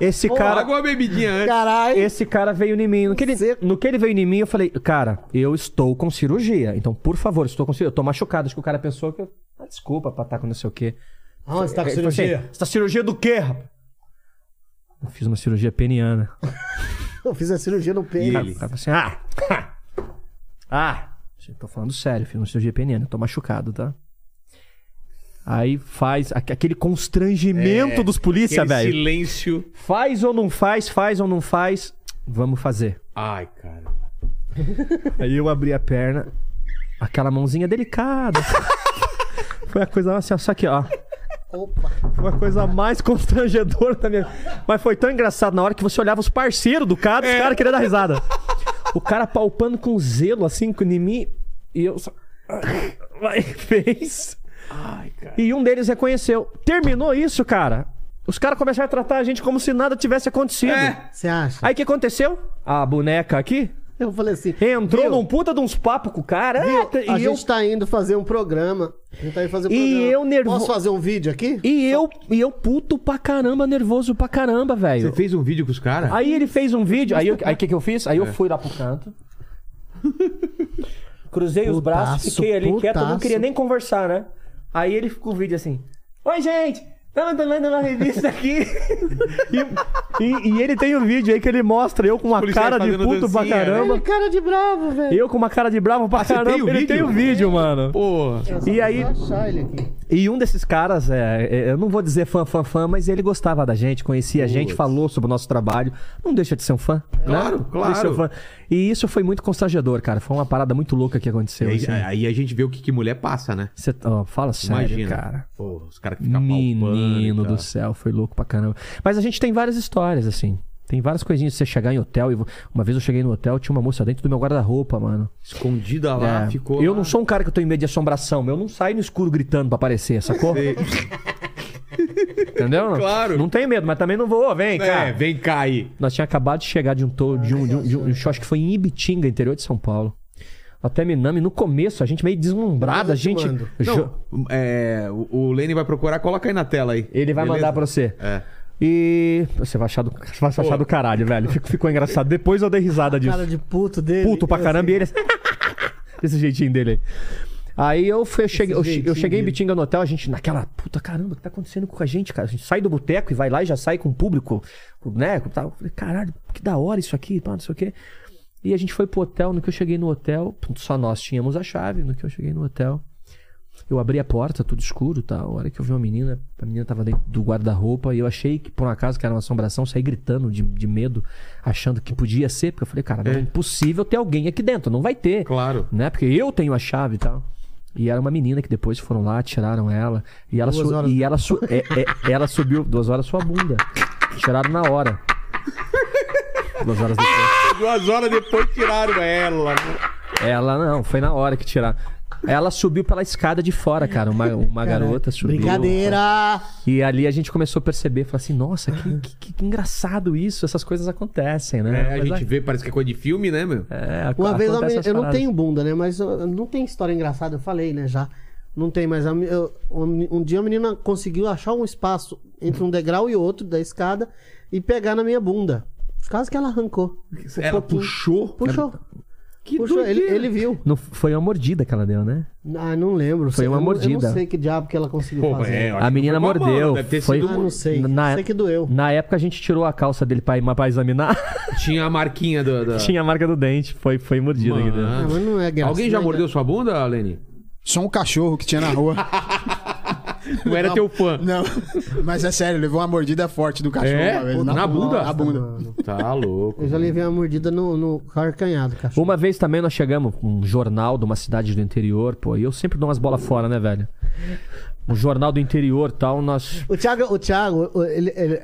[SPEAKER 3] esse
[SPEAKER 1] Cara...
[SPEAKER 3] cara.
[SPEAKER 1] Água uma bebidinha antes.
[SPEAKER 4] Caralho.
[SPEAKER 3] Esse cara veio em mim. No que, ele,
[SPEAKER 4] Seco.
[SPEAKER 3] no que ele veio em mim, eu falei, cara, eu estou com cirurgia. Então, por favor, estou com cirurgia. Eu tô machucado. Acho que o cara pensou que eu. Ah, desculpa, pataco, não sei o quê.
[SPEAKER 4] Ah, você tá com
[SPEAKER 3] Ele falou assim,
[SPEAKER 4] cirurgia?
[SPEAKER 3] você tá cirurgia do quê, rapaz? Eu fiz uma cirurgia peniana.
[SPEAKER 4] Eu fiz a cirurgia no
[SPEAKER 3] O
[SPEAKER 4] peito.
[SPEAKER 3] cara, o cara falou assim, ah! ah! Eu tô falando sério, fiz uma cirurgia peniana, eu tô machucado, tá? Aí faz aque- aquele
[SPEAKER 4] É,
[SPEAKER 3] constrangimento dos polícia,
[SPEAKER 1] Aquele
[SPEAKER 3] velho.
[SPEAKER 1] silêncio.
[SPEAKER 3] Faz ou não faz, faz ou não faz. Vamos fazer.
[SPEAKER 1] Ai, cara.
[SPEAKER 3] Aí eu abri a perna, aquela mãozinha delicada. Foi a coisa assim, ó, só aqui, ó.
[SPEAKER 4] Opa.
[SPEAKER 3] Foi a coisa mais constrangedora da minha Mas foi tão engraçado na hora que você olhava os parceiros do cara, os caras queriam dar risada. O cara palpando com zelo, assim, com em mim, e eu só. Vai, fez. E um deles reconheceu. Terminou isso, cara. Os caras começaram a tratar a gente como se nada tivesse acontecido.
[SPEAKER 4] Você acha?
[SPEAKER 3] Aí o que aconteceu? A boneca aqui
[SPEAKER 4] Eu falei assim.
[SPEAKER 3] entrou
[SPEAKER 4] viu?
[SPEAKER 3] num puta de uns papos com o cara.
[SPEAKER 4] Viu?
[SPEAKER 3] É,
[SPEAKER 4] a
[SPEAKER 3] e eu
[SPEAKER 4] gente tá indo fazer um programa. A gente tá indo fazer um
[SPEAKER 3] E
[SPEAKER 4] programa.
[SPEAKER 3] eu nervo-
[SPEAKER 4] Posso fazer um vídeo aqui?
[SPEAKER 3] E eu, e eu puto pra caramba, nervoso pra caramba,
[SPEAKER 1] Você
[SPEAKER 3] velho.
[SPEAKER 1] fez um vídeo com os caras?
[SPEAKER 3] Aí ele fez um vídeo, aí o aí, o que, que eu fiz? Aí eu fui lá pro canto. Cruzei os
[SPEAKER 4] Putaço,
[SPEAKER 3] braços, fiquei ali quieto, eu não
[SPEAKER 4] putaço.
[SPEAKER 3] queria nem conversar, né? Aí ele ficou o vídeo assim: Oi, gente! Tava tomando uma revista aqui. e, e- e ele tem um vídeo aí que ele mostra eu com uma
[SPEAKER 1] policiais
[SPEAKER 3] cara de
[SPEAKER 1] fazendo
[SPEAKER 3] puto pra
[SPEAKER 1] dancinha, né? Ah,
[SPEAKER 3] caramba.
[SPEAKER 4] é Cara de bravo, velho.
[SPEAKER 3] Eu com uma cara de bravo pra
[SPEAKER 1] tem
[SPEAKER 3] caramba.
[SPEAKER 1] o
[SPEAKER 3] ele
[SPEAKER 1] vídeo?
[SPEAKER 3] tem o vídeo, mano.
[SPEAKER 1] Pô.
[SPEAKER 3] E aí,
[SPEAKER 4] Vou achar ele aqui.
[SPEAKER 3] e um desses caras, é, é, eu não vou dizer fã, fã, fã, mas ele gostava da gente, conhecia a gente, falou sobre o nosso trabalho. Não deixa de ser um fã.
[SPEAKER 1] Claro,
[SPEAKER 3] né?
[SPEAKER 1] claro.
[SPEAKER 3] Deixa de ser um fã. E isso foi muito constrangedor, cara. Foi uma parada muito louca que aconteceu.
[SPEAKER 1] Aí, é.
[SPEAKER 3] assim.
[SPEAKER 1] aí a gente vê o que, que mulher passa, né?
[SPEAKER 3] Você- ó, fala sério,
[SPEAKER 1] Imagina.
[SPEAKER 3] cara.
[SPEAKER 1] Pô, os caras que ficam
[SPEAKER 3] Menino do céu, foi louco pra caramba. Mas a gente tem várias histórias, assim. Tem várias coisinhas. Você chegar em hotel e. vo- Uma vez eu cheguei no hotel, tinha uma moça dentro do meu guarda-roupa, mano.
[SPEAKER 1] Escondida lá,
[SPEAKER 3] É.
[SPEAKER 1] ficou.
[SPEAKER 3] Eu
[SPEAKER 1] lá.
[SPEAKER 3] não sou um cara que eu tenho medo de assombração. Eu não saio no escuro gritando pra aparecer, sacou? Entendeu? não?
[SPEAKER 1] Claro.
[SPEAKER 3] Não tenho medo, mas também não vou. Ô, Vem,
[SPEAKER 1] É,
[SPEAKER 3] cara.
[SPEAKER 1] vem cá aí.
[SPEAKER 3] Nós tínhamos acabado de chegar de um tour, de um, de um, de um- eu acho que foi em Ibitinga, interior de São Paulo. Até Minami, no começo, a gente meio deslumbrada, a
[SPEAKER 4] Eu te
[SPEAKER 3] gente.
[SPEAKER 4] mando.
[SPEAKER 3] Jo-
[SPEAKER 1] Não, é, o o Lene vai procurar, coloca aí na tela aí.
[SPEAKER 3] Ele vai mandar pra você.
[SPEAKER 1] É.
[SPEAKER 3] E. Você vai achar do, vai achar do caralho, velho. Fico- Ficou engraçado. Depois eu dei risada disso.
[SPEAKER 4] Cara de puto dele. então, assim.
[SPEAKER 3] puto pra
[SPEAKER 4] Eu
[SPEAKER 3] caramba e ele. Desse jeitinho dele aí. Aí eu, fui, eu cheguei, eu, che- eu
[SPEAKER 4] jeitinho
[SPEAKER 3] cheguei em
[SPEAKER 4] dele.
[SPEAKER 3] Bitinga no hotel, a gente naquela puta caramba, o que tá acontecendo com a gente, cara? A gente sai do boteco e vai lá e já sai com o público, com- né? com tal. Eu Falei, caralho, que da hora isso aqui, pá, não sei o quê. E a gente foi pro hotel, no que eu cheguei no hotel, só nós tínhamos a chave, no que eu cheguei no hotel. Eu abri a porta, tudo escuro, tá? A hora que eu vi uma menina, a menina tava dentro do guarda-roupa e eu achei que por um acaso que era uma assombração, saí gritando de, de medo, achando que podia ser, porque eu falei, cara, não é impossível ter alguém aqui dentro, não vai ter.
[SPEAKER 1] Claro.
[SPEAKER 3] Né? Porque eu tenho a chave e tal. E era uma menina que depois foram lá, tiraram ela. E ela,
[SPEAKER 4] Duas
[SPEAKER 3] su-
[SPEAKER 4] horas.
[SPEAKER 3] e ela, su- é- é- ela subiu duas horas sua bunda. Tiraram na hora. Duas horas depois.
[SPEAKER 1] Duas horas depois tiraram ela. né?
[SPEAKER 3] Ela não, foi na hora que tiraram. Ela subiu pela escada de fora, cara. Uma, uma garota subiu.
[SPEAKER 4] Brincadeira.
[SPEAKER 3] E ali a gente começou a perceber, falar assim, nossa, que, que- que engraçado isso, essas coisas acontecem, né?
[SPEAKER 1] É, a
[SPEAKER 3] Mas
[SPEAKER 1] gente vê, parece que é coisa de filme, né, meu?
[SPEAKER 3] é, ac-
[SPEAKER 4] Uma vez uma
[SPEAKER 3] acontece
[SPEAKER 4] menina-
[SPEAKER 3] essas
[SPEAKER 4] eu não
[SPEAKER 3] paradas.
[SPEAKER 4] tenho bunda, né? Mas eu- não tem história engraçada, eu falei, né? Já. Não tem, mas a me- eu- um, um dia a menina conseguiu achar um espaço entre um degrau e outro da escada e pegar na minha bunda. Quase que ela arrancou. Um
[SPEAKER 1] ela
[SPEAKER 4] pouquinho.
[SPEAKER 1] puxou.
[SPEAKER 4] Puxou.
[SPEAKER 1] Que
[SPEAKER 4] puxou. Ele,
[SPEAKER 1] doideira.
[SPEAKER 4] ele viu.
[SPEAKER 3] Não, foi uma mordida que ela deu, né?
[SPEAKER 4] Ah, não lembro.
[SPEAKER 3] Foi
[SPEAKER 4] Eu
[SPEAKER 3] uma
[SPEAKER 4] não- Eu
[SPEAKER 3] mordida.
[SPEAKER 4] não sei que diabo que ela conseguiu
[SPEAKER 1] Pô,
[SPEAKER 4] fazer.
[SPEAKER 1] é, eu acho
[SPEAKER 3] a
[SPEAKER 1] que
[SPEAKER 3] menina
[SPEAKER 1] foi com mão,
[SPEAKER 3] mordeu.
[SPEAKER 1] deve ter
[SPEAKER 3] foi...
[SPEAKER 1] sido-
[SPEAKER 4] Ah, não sei.
[SPEAKER 3] Na, é
[SPEAKER 4] Sei que doeu.
[SPEAKER 3] na época a gente tirou a calça dele pra, pra examinar.
[SPEAKER 1] Tinha a marquinha do. da-
[SPEAKER 3] Tinha a marca do dente. Foi, foi mordida aqui dentro.
[SPEAKER 4] Ah,
[SPEAKER 1] Tá. Mano.
[SPEAKER 4] mas não é graça.
[SPEAKER 1] Alguém já
[SPEAKER 4] não é
[SPEAKER 3] né?
[SPEAKER 1] mordeu sua bunda, Lene?
[SPEAKER 2] Só um cachorro que tinha na rua.
[SPEAKER 1] Não era
[SPEAKER 2] Não.
[SPEAKER 1] teu fã.
[SPEAKER 2] Não, mas é sério, levou uma mordida forte do cachorro
[SPEAKER 1] É?
[SPEAKER 2] uma vez.
[SPEAKER 1] Na bunda?
[SPEAKER 2] Na bunda.
[SPEAKER 1] Tá louco.
[SPEAKER 4] Eu já levei uma mordida no, no carcanhado, cachorro.
[SPEAKER 3] Uma vez também nós chegamos com um jornal de uma cidade do interior, pô. E eu sempre dou umas bolas fora, né, velho? Um jornal do interior tal, nós.
[SPEAKER 4] O Thiago, o Thiago, o- ele. ele-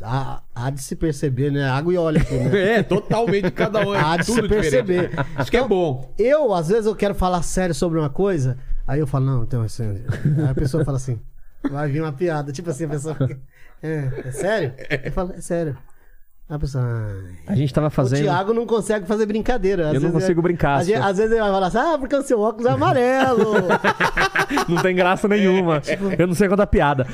[SPEAKER 4] há, há de se perceber, né? Água e óleo aqui, né?
[SPEAKER 1] É, totalmente cada um. É
[SPEAKER 4] Há de se
[SPEAKER 1] tudo diferente.
[SPEAKER 4] perceber.
[SPEAKER 1] Isso que é bom.
[SPEAKER 4] Eu, às vezes, eu quero falar sério sobre uma coisa, aí eu falo, não, então assim. Aí a pessoa fala assim, vai vir uma piada. Tipo assim, a pessoa. fica, É, é sério? Eu falo, é sério. Aí a pessoa. "Ah, "Ai."
[SPEAKER 3] A gente tava
[SPEAKER 4] O
[SPEAKER 3] fazendo.
[SPEAKER 4] Thiago não consegue fazer brincadeira.
[SPEAKER 3] Eu
[SPEAKER 4] Às
[SPEAKER 3] não
[SPEAKER 4] vezes
[SPEAKER 3] consigo brincar,
[SPEAKER 4] Às, ve-
[SPEAKER 3] só.
[SPEAKER 4] às vezes ele vai falar assim, ah, porque o seu óculos é amarelo.
[SPEAKER 3] Não tem graça nenhuma. Eu não sei qual da piada.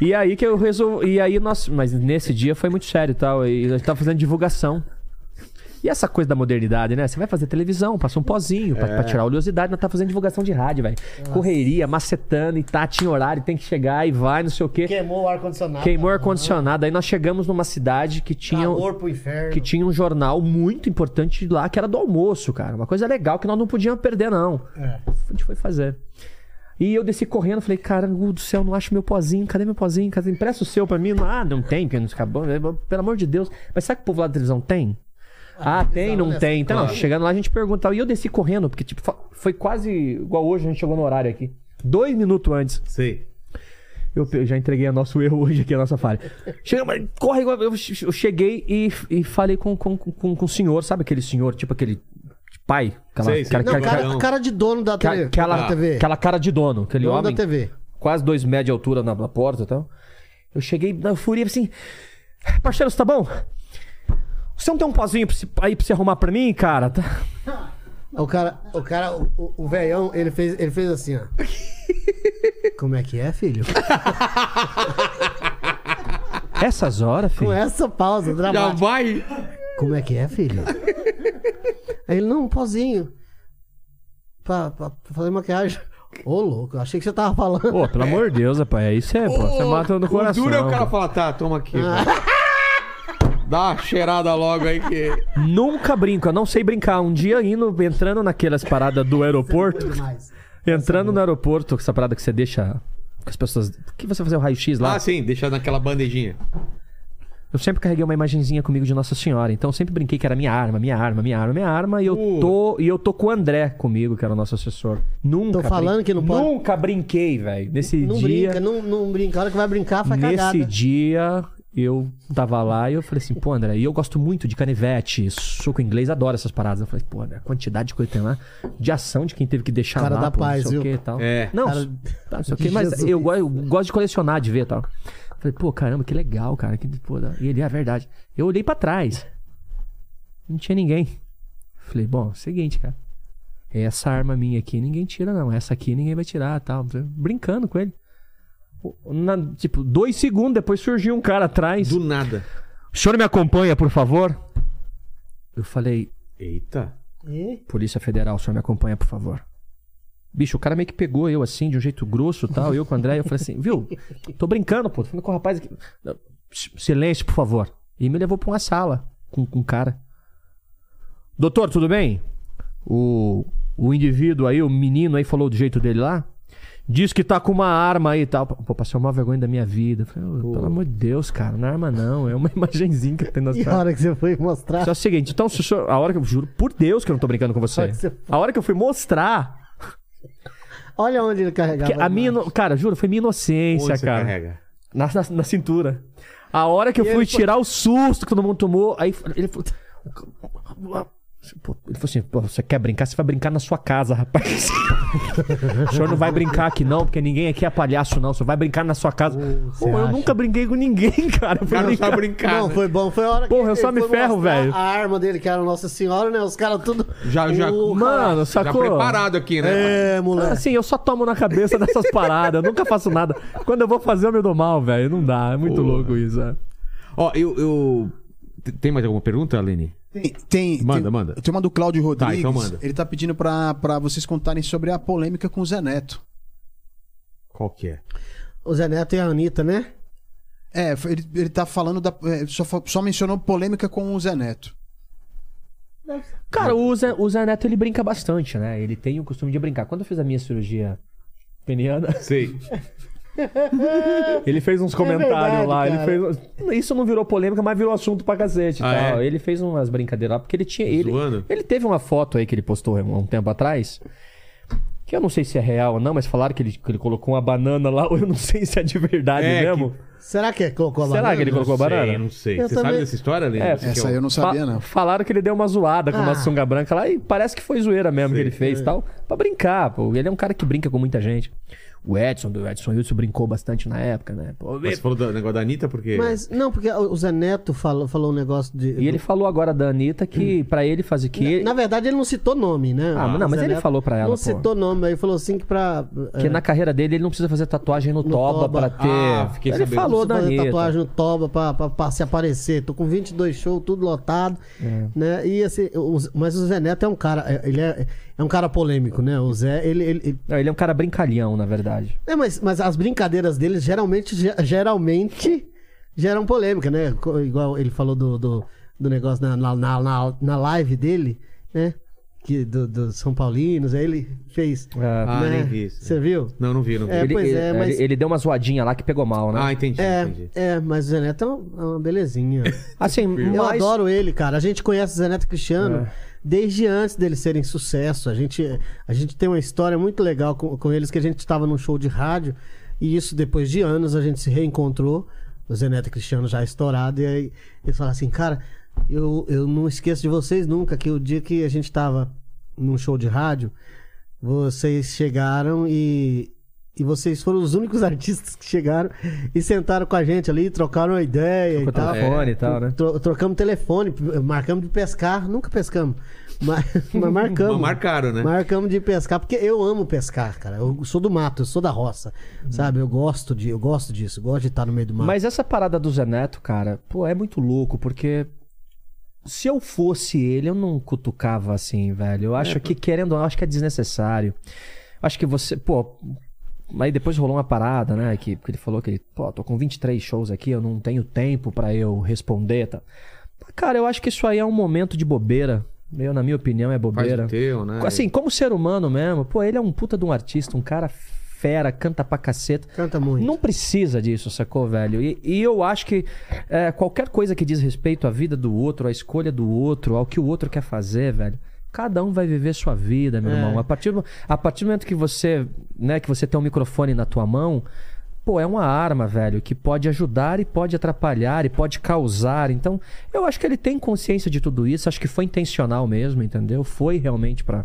[SPEAKER 3] E aí que eu resolvi. E aí nós. Mas nesse dia foi muito sério e tal. E a gente tava fazendo divulgação. E essa coisa da modernidade, né? Você vai fazer televisão, passa um pozinho pra, pra tirar a oleosidade, nós tá fazendo divulgação de rádio, velho. Correria, macetando e tá, tinha horário, tem que chegar e vai, não sei o quê.
[SPEAKER 4] Queimou o ar-condicionado.
[SPEAKER 3] Queimou ar-condicionado. Aí nós chegamos numa cidade que tinha,
[SPEAKER 4] Calor pro inferno.
[SPEAKER 3] que tinha um jornal muito importante lá, que era do almoço, cara. Uma coisa legal que nós não podíamos perder, não.
[SPEAKER 4] É.
[SPEAKER 3] A gente foi fazer. E eu desci correndo, falei, caramba do céu, não acho meu pozinho, cadê meu pozinho? Cadê? Empresta o seu pra mim. Ah, não tem, porque não acabou. Pelo amor de Deus. Mas sabe que o povo lá da televisão tem? Ah, tem, não tem. Então, não, chegando lá a gente perguntava. E eu desci correndo, porque tipo, fa- foi quase igual hoje, a gente chegou no horário aqui. Dois minutos antes.
[SPEAKER 1] Sei.
[SPEAKER 3] Eu pe- já entreguei o nosso erro hoje aqui, a nossa falha. Chega, mas corre igual. Eu che- eu cheguei e, e falei com, com, com, com o senhor, sabe aquele senhor, tipo aquele pai? Aquela,
[SPEAKER 1] Sei, sei.
[SPEAKER 3] cara-
[SPEAKER 1] Não,
[SPEAKER 3] cara-
[SPEAKER 4] Não, cara,
[SPEAKER 1] Não.
[SPEAKER 4] cara de dono da
[SPEAKER 3] Ca-
[SPEAKER 4] TV.
[SPEAKER 3] aquela,
[SPEAKER 4] da TV.
[SPEAKER 3] aquela cara de dono, aquele
[SPEAKER 4] dono
[SPEAKER 3] homem,
[SPEAKER 4] da TV.
[SPEAKER 3] quase dois metros de altura na, na porta e tal. Eu cheguei na fúria assim, parceiro, você tá bom? Você não tem um pozinho pra se- aí pra você arrumar pra mim, cara? Tá-
[SPEAKER 4] O cara, o cara, o- o o velhão, ele fez, ele fez assim, ó. Como é que é, filho?
[SPEAKER 3] Essas horas, filho.
[SPEAKER 4] Com
[SPEAKER 1] é.
[SPEAKER 4] essa pausa
[SPEAKER 1] Já
[SPEAKER 4] dramática.
[SPEAKER 1] vai?
[SPEAKER 4] Como é que é, filho? Aí ele, não, um pozinho. Pra, pra- pra fazer maquiagem. Ô, louco, eu achei que você tava falando.
[SPEAKER 3] Pô, pelo amor de Deus, rapaz. Isso é, pô, você mata no coração.
[SPEAKER 1] O duro é o cara
[SPEAKER 3] pô.
[SPEAKER 1] falar, tá, toma aqui. vai. Dá uma cheirada logo aí que.
[SPEAKER 3] Nunca brinco, eu não sei brincar. Um dia indo, entrando naquelas paradas do aeroporto.
[SPEAKER 4] Mas,
[SPEAKER 1] é
[SPEAKER 3] Entrando no aeroporto, essa parada que você deixa. Que as pessoas. Que você fazer o raio-x lá?
[SPEAKER 1] Ah, sim, deixa naquela bandejinha.
[SPEAKER 3] Eu sempre carreguei uma imagenzinha comigo de Nossa Senhora, então eu sempre brinquei que era minha arma, minha arma, minha arma, minha arma, e eu
[SPEAKER 1] Uh.
[SPEAKER 3] tô e eu tô com o André comigo, que era o nosso assessor. Nunca
[SPEAKER 4] Tô falando que não pode-
[SPEAKER 3] Nunca brinquei, velho. Nesse
[SPEAKER 4] não
[SPEAKER 3] dia,
[SPEAKER 4] brinca, não, não brinca. A hora que vai brincar, faz
[SPEAKER 3] nesse
[SPEAKER 4] cagada.
[SPEAKER 3] dia eu tava lá e eu falei assim, pô, André, e eu gosto muito de canivete, suco inglês, adoro essas paradas. Eu falei, pô, André, a quantidade de coisa que tem lá, de ação de quem teve que deixar
[SPEAKER 4] Cara
[SPEAKER 3] lá,
[SPEAKER 4] da
[SPEAKER 3] pô,
[SPEAKER 4] paz,
[SPEAKER 3] não sei o
[SPEAKER 4] viu?
[SPEAKER 3] que e tal.
[SPEAKER 1] É.
[SPEAKER 3] Não,
[SPEAKER 4] Cara-
[SPEAKER 3] tá, não sei o que, mas
[SPEAKER 4] Jesus.
[SPEAKER 3] eu, go- eu gosto de colecionar, de ver e tal. Falei, pô, caramba, que legal, cara. Que, pô, da- E ele, é verdade. Eu olhei pra trás. Não tinha ninguém. Falei, bom, seguinte, cara. É Essa arma minha aqui ninguém tira, não. Essa aqui ninguém vai tirar tal. Brincando com ele. Na- tipo, dois segundos depois surgiu um cara atrás.
[SPEAKER 1] Do nada.
[SPEAKER 3] O senhor me acompanha, por favor? Eu falei,
[SPEAKER 1] Eita.
[SPEAKER 4] Ih,
[SPEAKER 3] Polícia Federal, o senhor me acompanha, por favor. Bicho, o cara meio que pegou eu assim, de um jeito grosso e tal, eu com o André, eu falei assim, viu? Tô brincando, pô, tô falando com o rapaz aqui. Não, s- Silêncio, por favor. E me levou pra uma sala com, com um cara. Doutor, tudo bem? O, o indivíduo aí, o menino aí, falou do jeito dele lá. Diz que tá com uma arma aí e tal. Pô, passei uma vergonha da minha vida. Falei, ô, pelo amor de Deus, cara, não é arma não, é uma imagenzinha que tem nas
[SPEAKER 4] E a hora que você foi mostrar.
[SPEAKER 3] só é o seguinte, então, se o senhor, a hora que eu juro, por Deus que eu não tô brincando com você.
[SPEAKER 4] Pode ser.
[SPEAKER 3] A hora que eu fui mostrar,
[SPEAKER 4] Olha onde ele carregava.
[SPEAKER 3] que a minha, ino- cara, juro, foi minha inocência,
[SPEAKER 1] Onde você
[SPEAKER 3] cara.
[SPEAKER 1] carrega?
[SPEAKER 3] Na, na, na cintura. A hora que eu fui tirar o susto que todo mundo tomou, aí ele falou, Pô, ele falou assim, pô, você quer brincar? Você vai brincar na sua casa, rapaz. o senhor não vai brincar aqui não, porque ninguém aqui é palhaço não. Você vai brincar na sua casa. Pô, eu
[SPEAKER 4] acha?
[SPEAKER 3] nunca brinquei com ninguém, cara. Eu
[SPEAKER 1] O
[SPEAKER 3] fui
[SPEAKER 1] cara não
[SPEAKER 3] brincar.
[SPEAKER 1] sabe brincar.
[SPEAKER 4] Não,
[SPEAKER 1] né?
[SPEAKER 4] foi bom. Foi a hora
[SPEAKER 3] tá Porra, eu
[SPEAKER 4] ele
[SPEAKER 3] só me
[SPEAKER 4] foi
[SPEAKER 3] ferro,
[SPEAKER 4] mostrar
[SPEAKER 3] velho.
[SPEAKER 4] A arma dele, que era Nossa Senhora, né? Os caras tudo.
[SPEAKER 1] Já, já.
[SPEAKER 4] O-
[SPEAKER 3] Mano,
[SPEAKER 1] Já
[SPEAKER 3] sacou?
[SPEAKER 1] preparado aqui, né?
[SPEAKER 4] É, moleque.
[SPEAKER 3] Assim, eu só tomo na cabeça dessas paradas, eu nunca faço nada. Quando eu vou fazer, eu me dou mal, velho. Não dá, é muito louco isso. é.
[SPEAKER 1] Ó, eu. eu- T- Tem mais alguma pergunta, Aline?
[SPEAKER 2] Tem, tem,
[SPEAKER 1] Manda,
[SPEAKER 2] tem-
[SPEAKER 1] manda.
[SPEAKER 2] Tem uma do Cláudio Rodrigues.
[SPEAKER 1] então manda.
[SPEAKER 2] Ele tá pedindo pra, pra vocês contarem sobre a polêmica com o Zé Neto.
[SPEAKER 1] Qual que é?
[SPEAKER 4] O Zé Neto e a Anitta, né?
[SPEAKER 2] É, foi- ele, ele tá falando da. é, Só, fa- só mencionou polêmica com o Zé Neto.
[SPEAKER 3] Cara, o Zé, o Zé Neto ele brinca bastante, né? Ele tem o costume de brincar. Quando eu fiz a minha cirurgia peniana,
[SPEAKER 1] Sei.
[SPEAKER 3] ele fez uns
[SPEAKER 1] É
[SPEAKER 3] comentários
[SPEAKER 4] verdade,
[SPEAKER 3] lá. Ele
[SPEAKER 4] cara.
[SPEAKER 3] fez... um- Isso não virou polêmica, mas virou assunto pra cacete e
[SPEAKER 1] Ah,
[SPEAKER 3] tal.
[SPEAKER 1] é?
[SPEAKER 3] Ele fez umas brincadeiras lá, porque ele tinha. Ele,
[SPEAKER 1] Zoando?
[SPEAKER 3] ele teve uma foto aí que ele postou há um tempo atrás. Que eu não sei se é real ou não, mas falaram que ele, que ele colocou uma banana lá, eu não sei se é de verdade
[SPEAKER 1] É,
[SPEAKER 3] mesmo.
[SPEAKER 4] Será que é colocou a
[SPEAKER 3] Será
[SPEAKER 4] banana?
[SPEAKER 3] Tá, que ele colocou a banana?
[SPEAKER 1] Sei, eu não sei.
[SPEAKER 4] Eu
[SPEAKER 1] Você
[SPEAKER 4] também-
[SPEAKER 1] sabe dessa história, Aline?
[SPEAKER 3] É,
[SPEAKER 1] Você que
[SPEAKER 2] Essa
[SPEAKER 1] é o-
[SPEAKER 2] aí eu não sabia,
[SPEAKER 3] Fa-
[SPEAKER 2] não.
[SPEAKER 3] Falaram que ele deu uma zoada com uma
[SPEAKER 4] Ah.
[SPEAKER 3] sunga branca lá e parece que foi zoeira mesmo que ele fez e tal. Pra brincar, pô. Ele é um cara que brinca com muita gente. O Edson, do Edson Wilson, brincou bastante na época, né? Pô,
[SPEAKER 1] Mas Você falou do negócio da Anitta porque.
[SPEAKER 4] Mas, não, porque o Zé Neto falou, falou um negócio de.
[SPEAKER 3] é? E ele falou agora da Anitta que pra ele fazer que. ele-
[SPEAKER 4] Na verdade, ele não citou nome, né?
[SPEAKER 3] Ah, mas não, mas
[SPEAKER 4] Zé
[SPEAKER 3] ele
[SPEAKER 4] Neto
[SPEAKER 3] falou pra ela, pô.
[SPEAKER 4] Não citou nome, aí falou assim que pra.
[SPEAKER 3] Que
[SPEAKER 4] é,
[SPEAKER 3] na carreira dele ele não precisa fazer tatuagem no, toba,
[SPEAKER 4] toba.
[SPEAKER 3] pra ter.
[SPEAKER 1] Ah, fiquei
[SPEAKER 3] ele
[SPEAKER 1] sabendo.
[SPEAKER 3] falou
[SPEAKER 4] Preciso
[SPEAKER 3] da
[SPEAKER 4] fazer
[SPEAKER 3] Anitta.
[SPEAKER 4] tatuagem no toba pra, pra- pra se aparecer. Tô com 22 shows, tudo lotado,
[SPEAKER 1] É.
[SPEAKER 4] né? E esse, o- mas o Zé Neto é um cara, é- ele é, é um cara polêmico, né? O Zé, ele, ele- ele-
[SPEAKER 3] Não, ele é um cara brincalhão, na verdade.
[SPEAKER 4] é, mas, mas as brincadeiras dele geralmente, ge- geralmente geram polêmica, né? Co- Igual ele falou do, do, do negócio na, na, na, na- na live dele, né? que, do, do São Paulinos, aí ele fez.
[SPEAKER 1] Ah,
[SPEAKER 4] né?
[SPEAKER 1] nem vi isso.
[SPEAKER 4] Você viu?
[SPEAKER 1] Não, não vi, não vi.
[SPEAKER 4] É,
[SPEAKER 3] Ele,
[SPEAKER 4] pois
[SPEAKER 3] ele,
[SPEAKER 4] é, mas-
[SPEAKER 3] ele- ele deu uma zoadinha lá que pegou mal, né?
[SPEAKER 1] Ah, entendi, entendi.
[SPEAKER 4] É, é, mas o Zé Neto é um- é uma belezinha.
[SPEAKER 3] assim,
[SPEAKER 4] Eu
[SPEAKER 3] mas-
[SPEAKER 4] adoro ele, cara. A gente conhece o Zé Neto e Cristiano desde antes deles serem sucesso. A gente, a gente tem uma história muito legal com, com eles, que a gente estava num show de rádio e isso depois de anos a gente se reencontrou. O Zé Neto e Cristiano já estourado. E aí eles falaram assim, cara, eu, eu não esqueço de vocês nunca, que o dia que a gente estava num show de rádio, vocês chegaram e, e vocês foram os únicos artistas que chegaram e sentaram com a gente ali, trocaram uma ideia e
[SPEAKER 3] Com o
[SPEAKER 4] tal.
[SPEAKER 3] telefone e tal, né?
[SPEAKER 4] Tro- trocamos telefone, p- marcamos de pescar, nunca pescamos. Mas, mas
[SPEAKER 1] Mas
[SPEAKER 4] marcamos.
[SPEAKER 1] marcaram, né?
[SPEAKER 4] Marcamos de pescar, porque eu amo pescar, cara. Eu sou do mato, eu sou da roça. Sabe? Eu gosto de, eu gosto disso, eu gosto de estar no meio do mato.
[SPEAKER 3] Mas essa parada do Zé Neto, cara, pô, é muito louco, porque se eu fosse ele, eu não cutucava assim, velho. Eu acho que, querendo ou não, acho que é desnecessário. Acho que você, pô. Aí depois rolou uma parada, né? Que, que ele falou que ele, pô, tô com 23 shows aqui, eu não tenho tempo pra eu responder. Tá? Cara, eu acho que isso aí é um momento de bobeira. Eu, na minha opinião, é
[SPEAKER 1] Faz
[SPEAKER 3] bobeira.
[SPEAKER 1] o teu, né?
[SPEAKER 3] Assim, como ser humano mesmo, pô, ele é um puta de um artista, um cara fera, canta pra caceta.
[SPEAKER 4] Canta muito.
[SPEAKER 3] Não precisa disso, sacou, velho? E, e eu acho que é, qualquer coisa que diz respeito à vida do outro, à escolha do outro, ao que o outro quer fazer, velho. Cada um vai viver sua vida, meu irmão. A partir, do, a partir do momento que você, né, que você tem um microfone na tua mão, pô, é uma arma, velho, que pode ajudar e pode atrapalhar e pode causar. Então, eu acho que ele tem consciência de tudo isso, acho que foi intencional mesmo, entendeu? Foi realmente pra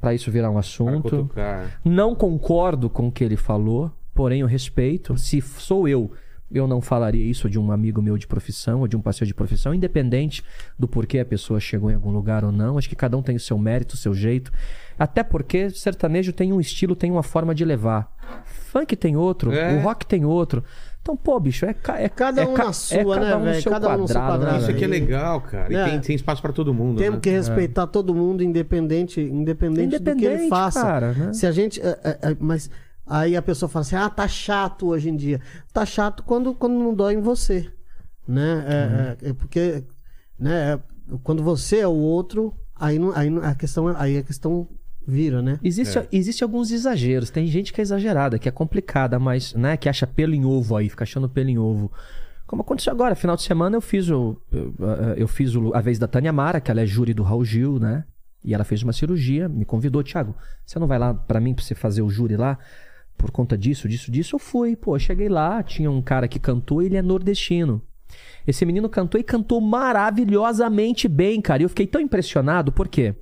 [SPEAKER 3] para isso virar um
[SPEAKER 1] Pra
[SPEAKER 3] assunto.
[SPEAKER 1] cutucar.
[SPEAKER 3] Não concordo com o que ele falou, porém eu respeito. Se f- sou eu, eu não falaria isso de um amigo meu de profissão ou de um parceiro de profissão, independente do porquê a pessoa chegou em algum lugar ou não. Acho que cada um tem o seu mérito, o seu jeito. Até porque sertanejo tem um estilo, tem uma forma de levar. Funk tem outro,
[SPEAKER 1] É.
[SPEAKER 3] o rock tem outro. Então, pô, bicho, é, ca- é
[SPEAKER 4] Cada
[SPEAKER 3] é
[SPEAKER 4] um
[SPEAKER 3] ca-
[SPEAKER 4] na
[SPEAKER 3] é
[SPEAKER 4] sua, né,
[SPEAKER 3] cada um no
[SPEAKER 4] velho?
[SPEAKER 3] seu
[SPEAKER 4] Cada um no seu
[SPEAKER 3] quadrado, né,
[SPEAKER 4] quadrado.
[SPEAKER 1] Isso
[SPEAKER 3] velho?
[SPEAKER 1] aqui é legal, cara. E
[SPEAKER 4] É.
[SPEAKER 1] tem, tem espaço pra todo mundo,
[SPEAKER 4] Temos
[SPEAKER 1] né?
[SPEAKER 4] que respeitar todo mundo, independente, independente, do que ele
[SPEAKER 3] É. Independente,
[SPEAKER 4] faça.
[SPEAKER 3] cara, né?
[SPEAKER 4] Se a gente. é, é, é, mas aí a pessoa fala assim: ah, tá chato hoje em dia. Tá chato quando, quando não dói em você. Né?
[SPEAKER 3] Uhum.
[SPEAKER 4] É, é, é porque. Né, é, quando você é o outro, aí, não, aí, não- a, questão, é, aí a questão vira, né?
[SPEAKER 3] Existe, existe alguns exageros. Tem gente que é exagerada, que é complicada, mas, né, que acha pelo em ovo aí, fica achando pelo em ovo. Como aconteceu agora, final de semana eu fiz o. Eu, eh, eu fiz o- a vez da Tânia Mara, que ela é júri do Raul Gil, né? E ela fez uma cirurgia, me convidou, Thiago, você não vai lá pra mim pra você fazer o júri lá? Por conta disso, disso, disso, eu fui. Pô, eu cheguei lá, tinha um cara que cantou, ele é nordestino. Esse menino cantou e cantou maravilhosamente bem, cara. E eu fiquei tão impressionado, por quê?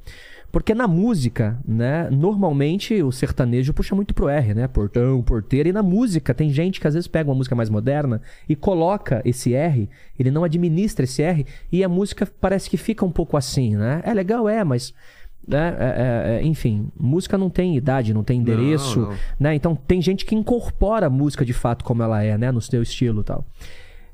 [SPEAKER 3] Porque na música, né, normalmente o sertanejo puxa muito pro R, né? Portão, porteira. E na música tem gente que às vezes pega uma música mais moderna e coloca esse R, ele não administra esse R, e a música parece que fica um pouco assim, né? É legal, é, mas. Né? é, é, é, enfim, música não tem idade, não tem endereço,
[SPEAKER 1] não.
[SPEAKER 3] né? Então tem gente que incorpora a música de fato como ela é, né? No seu estilo e tal.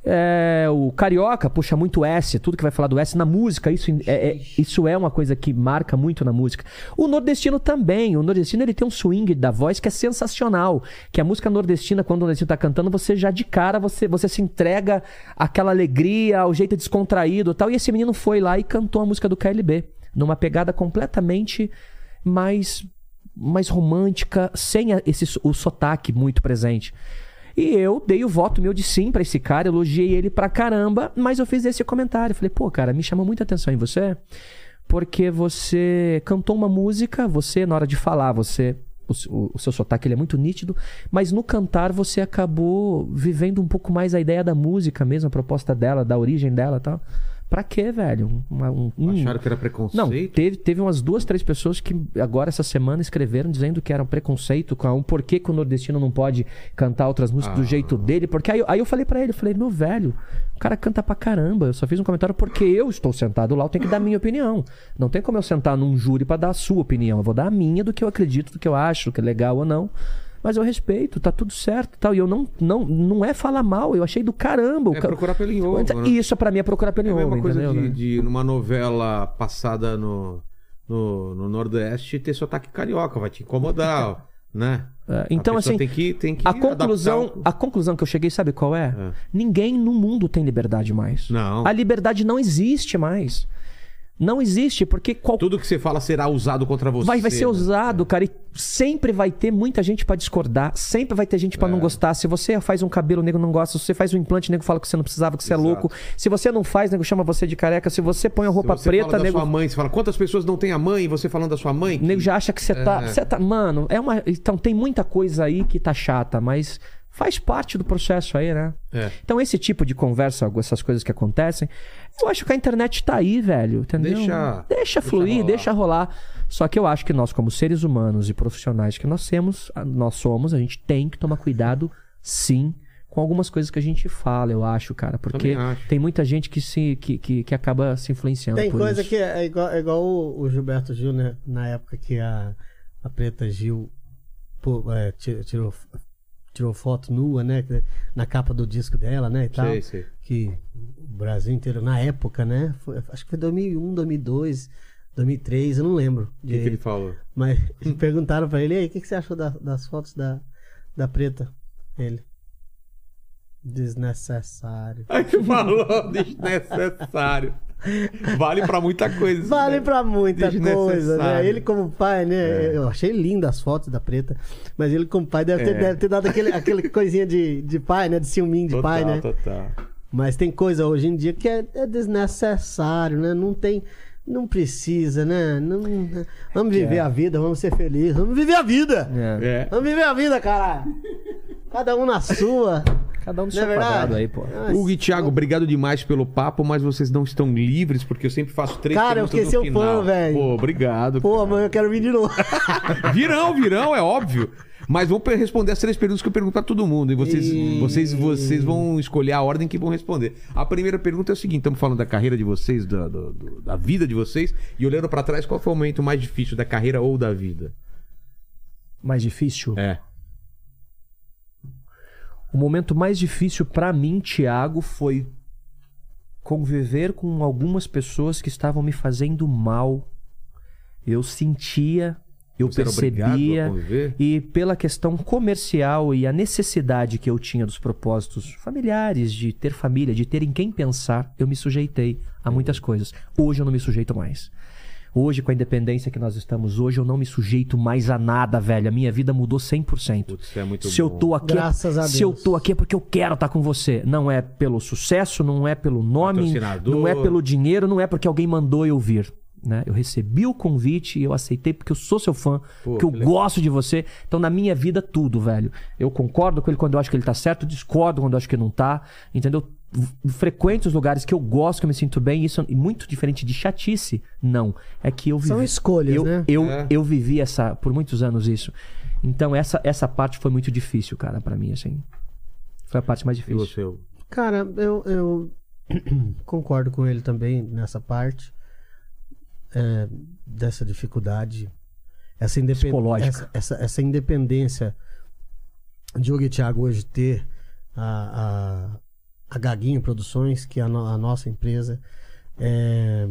[SPEAKER 3] É, o carioca puxa muito S, tudo que vai falar do S na música, isso é, é- isso é uma coisa que marca muito na música. O nordestino também, o nordestino ele tem um swing da voz que é sensacional, que a música nordestina, quando o nordestino tá cantando, você já de cara, você, você se entrega àquela alegria, ao jeito descontraído e tal, e esse menino foi lá e cantou a música do KLB, numa pegada completamente mais mais romântica, sem a- esse, so- o sotaque muito presente. E eu dei o voto meu de sim pra esse cara, elogiei ele pra caramba, mas eu fiz esse comentário. Falei, pô, cara, me chamou muita atenção em você, porque você cantou uma música, você, na hora de falar, você. O, s- o- o seu sotaque ele é muito nítido, mas no cantar você acabou vivendo um pouco mais a ideia da música mesmo, a proposta dela, da origem dela e tal. Pra quê, velho? Uma- um- um-
[SPEAKER 1] Acharam que era
[SPEAKER 3] não,
[SPEAKER 1] preconceito?
[SPEAKER 3] teve, teve umas duas, três pessoas que agora essa semana escreveram dizendo que era um preconceito com a um por que, que o nordestino não pode cantar outras músicas do
[SPEAKER 1] Ah.
[SPEAKER 3] jeito dele. Porque aí, eu- aí eu falei pra ele, eu falei, meu velho, o cara canta pra caramba. Eu só fiz um comentário porque eu estou sentado lá, eu tenho que dar a minha opinião. Não tem como eu sentar num júri pra dar a sua opinião. Eu vou dar a minha do que eu acredito, do que eu acho, do que é legal ou não. Mas eu respeito, tá tudo certo e tal. E eu não, não, não é falar mal, eu achei do caramba. o
[SPEAKER 1] É
[SPEAKER 3] ca-
[SPEAKER 1] procurar pelo em ovo, né?
[SPEAKER 3] Isso pra mim é procurar pelo
[SPEAKER 1] É a
[SPEAKER 3] ovo,
[SPEAKER 1] mesma coisa
[SPEAKER 3] entendeu?
[SPEAKER 1] de,
[SPEAKER 3] né?
[SPEAKER 1] de numa novela passada no, no, no Nordeste ter sotaque carioca, vai te incomodar, ó, né?
[SPEAKER 3] É, então,
[SPEAKER 1] A pessoa
[SPEAKER 3] assim,
[SPEAKER 1] tem que, tem que
[SPEAKER 3] A
[SPEAKER 1] adaptar
[SPEAKER 3] conclusão,
[SPEAKER 1] o-
[SPEAKER 3] a conclusão que eu cheguei, sabe qual é? Ninguém no mundo tem liberdade mais.
[SPEAKER 1] Não.
[SPEAKER 3] A liberdade não existe mais. Não existe, porque qualquer.
[SPEAKER 1] Tudo que você fala será usado contra você.
[SPEAKER 3] Vai, vai ser
[SPEAKER 1] né?
[SPEAKER 3] usado, cara. E sempre vai ter muita gente pra discordar. Sempre vai ter gente pra
[SPEAKER 1] É.
[SPEAKER 3] não gostar. Se você faz um cabelo, o nego não gosta. Se você faz um implante, o nego fala que você não precisava, que você
[SPEAKER 1] Exato.
[SPEAKER 3] é louco. Se você não faz, o nego chama você de careca. Se você põe a
[SPEAKER 1] Se
[SPEAKER 3] roupa
[SPEAKER 1] você
[SPEAKER 3] preta,
[SPEAKER 1] fala
[SPEAKER 3] o
[SPEAKER 1] da
[SPEAKER 3] nego.
[SPEAKER 1] sua mãe, você fala, quantas pessoas não têm a mãe? E você falando da sua mãe?
[SPEAKER 3] O nego já acha que você tá, você tá. Mano, é uma. Então tem muita coisa aí que tá chata, mas faz parte do processo aí, né?
[SPEAKER 1] É.
[SPEAKER 3] Então esse tipo de conversa, essas coisas que acontecem, eu acho que a internet tá aí, velho. Entendeu?
[SPEAKER 1] Deixa- deixa
[SPEAKER 3] deixa fluir,
[SPEAKER 1] rolar.
[SPEAKER 3] deixa rolar. Só que eu acho que nós, como seres humanos e profissionais que nós temos, a- nós somos, a gente tem que tomar cuidado, sim. Com algumas coisas que a gente fala, eu acho, cara. Porque
[SPEAKER 1] Também acho.
[SPEAKER 3] tem muita gente que se que, que, que acaba se influenciando
[SPEAKER 4] Tem
[SPEAKER 3] por
[SPEAKER 4] coisa
[SPEAKER 3] isso.
[SPEAKER 4] que é igual, é igual o o Gilberto Gil, né? Na época que a, a Preta Gil pô, é, ti- tirou, tirou foto nua, né? que- Na capa do disco dela, né? E tal,
[SPEAKER 1] Sei, sei.
[SPEAKER 4] Que o Brasil inteiro, na época, né? foi- acho que foi 2001, 2002, 2003, eu não lembro.
[SPEAKER 1] O que, que ele
[SPEAKER 4] direito.
[SPEAKER 1] falou?
[SPEAKER 4] Mas perguntaram pra ele, "E aí, o que, que você achou da- das fotos da, da Preta? Ele... Desnecessário.
[SPEAKER 1] Aí que falou desnecessário. Vale pra muita coisa.
[SPEAKER 4] Vale
[SPEAKER 1] né?
[SPEAKER 4] pra muita
[SPEAKER 1] Desnecessário. É.
[SPEAKER 4] coisa, né? Ele como pai, né? Eu achei linda as fotos da preta, mas ele como pai deve
[SPEAKER 1] É.
[SPEAKER 4] ter, deve ter dado aquele, aquele coisinha de, de pai, né? De ciúminho de
[SPEAKER 1] total,
[SPEAKER 4] pai, né?
[SPEAKER 1] Total.
[SPEAKER 4] Mas tem coisa hoje em dia que é, é desnecessário, né? Não tem... Não precisa, né? Não, vamos viver a vida, vamos ser felizes. Vamos viver a vida!
[SPEAKER 1] É.
[SPEAKER 4] Vamos viver a vida, caralho! Cada um na sua.
[SPEAKER 3] Cada um do
[SPEAKER 4] Não é
[SPEAKER 3] seu quadrado
[SPEAKER 4] verdade?
[SPEAKER 3] aí, pô.
[SPEAKER 1] Hugo e Thiago, obrigado demais pelo papo, mas vocês não estão livres, porque eu sempre faço três
[SPEAKER 4] Cara, eu
[SPEAKER 1] perguntas
[SPEAKER 4] fiquei
[SPEAKER 1] no
[SPEAKER 4] seu
[SPEAKER 1] final.
[SPEAKER 4] fã, velho.
[SPEAKER 1] Pô, obrigado.
[SPEAKER 4] Pô,
[SPEAKER 1] cara.
[SPEAKER 4] mãe, eu quero vir de novo.
[SPEAKER 1] Virão, virão, é óbvio. Mas vou pe- responder as três perguntas que eu pergunto pra todo mundo. E vocês, vocês, vocês vão escolher a ordem que vão responder. A primeira pergunta é o seguinte: estamos falando da carreira de vocês, da, do- do- da vida de vocês. E olhando pra trás, qual foi o momento mais difícil da carreira ou da vida?
[SPEAKER 3] Mais difícil?
[SPEAKER 1] É.
[SPEAKER 3] O momento mais difícil pra mim, Thiago, foi conviver com algumas pessoas que estavam me fazendo mal. Eu sentia, eu
[SPEAKER 1] Você era obrigado a
[SPEAKER 3] percebia.
[SPEAKER 1] conviver?
[SPEAKER 3] E pela questão comercial e a necessidade que eu tinha dos propósitos familiares, de ter família, de ter em quem pensar, eu me sujeitei a muitas coisas. Hoje eu não me sujeito mais. Hoje, com a independência que nós estamos hoje, eu não me sujeito mais a nada, velho. A minha vida mudou 100%.
[SPEAKER 1] Putz, isso é muito
[SPEAKER 3] Se eu
[SPEAKER 1] bom.
[SPEAKER 3] tô aqui,
[SPEAKER 4] Graças a
[SPEAKER 3] se eu
[SPEAKER 4] Deus.
[SPEAKER 3] tô aqui é porque eu quero estar com você. Não é pelo sucesso, não é pelo nome,
[SPEAKER 1] Patrocinador.
[SPEAKER 3] não é pelo dinheiro, não é porque alguém mandou eu vir. Né? Eu recebi o convite e eu aceitei porque eu sou seu fã, porque eu gosto de você. Então, na minha vida, tudo, velho. Eu concordo com ele quando eu acho que ele tá certo, discordo quando eu acho que não tá, entendeu? V- Frequento os lugares que eu gosto, que eu me sinto bem. Isso é muito diferente de chatice. Não. É que eu vivi.
[SPEAKER 4] São escolhas,
[SPEAKER 3] eu,
[SPEAKER 4] né?
[SPEAKER 3] eu,
[SPEAKER 1] É.
[SPEAKER 3] eu vivi essa por muitos anos isso. Então essa, essa parte foi muito difícil, cara, pra mim assim. Foi a parte mais
[SPEAKER 1] E
[SPEAKER 3] difícil.
[SPEAKER 1] você? Hugo?
[SPEAKER 4] Cara, eu, eu concordo com ele também nessa parte é, dessa dificuldade, essa, indepen-
[SPEAKER 3] Psicológica.
[SPEAKER 4] essa, essa, essa independência de Hugo e Thiago hoje ter a, a, a Gaguinho Produções, que é a, no- a nossa empresa, é,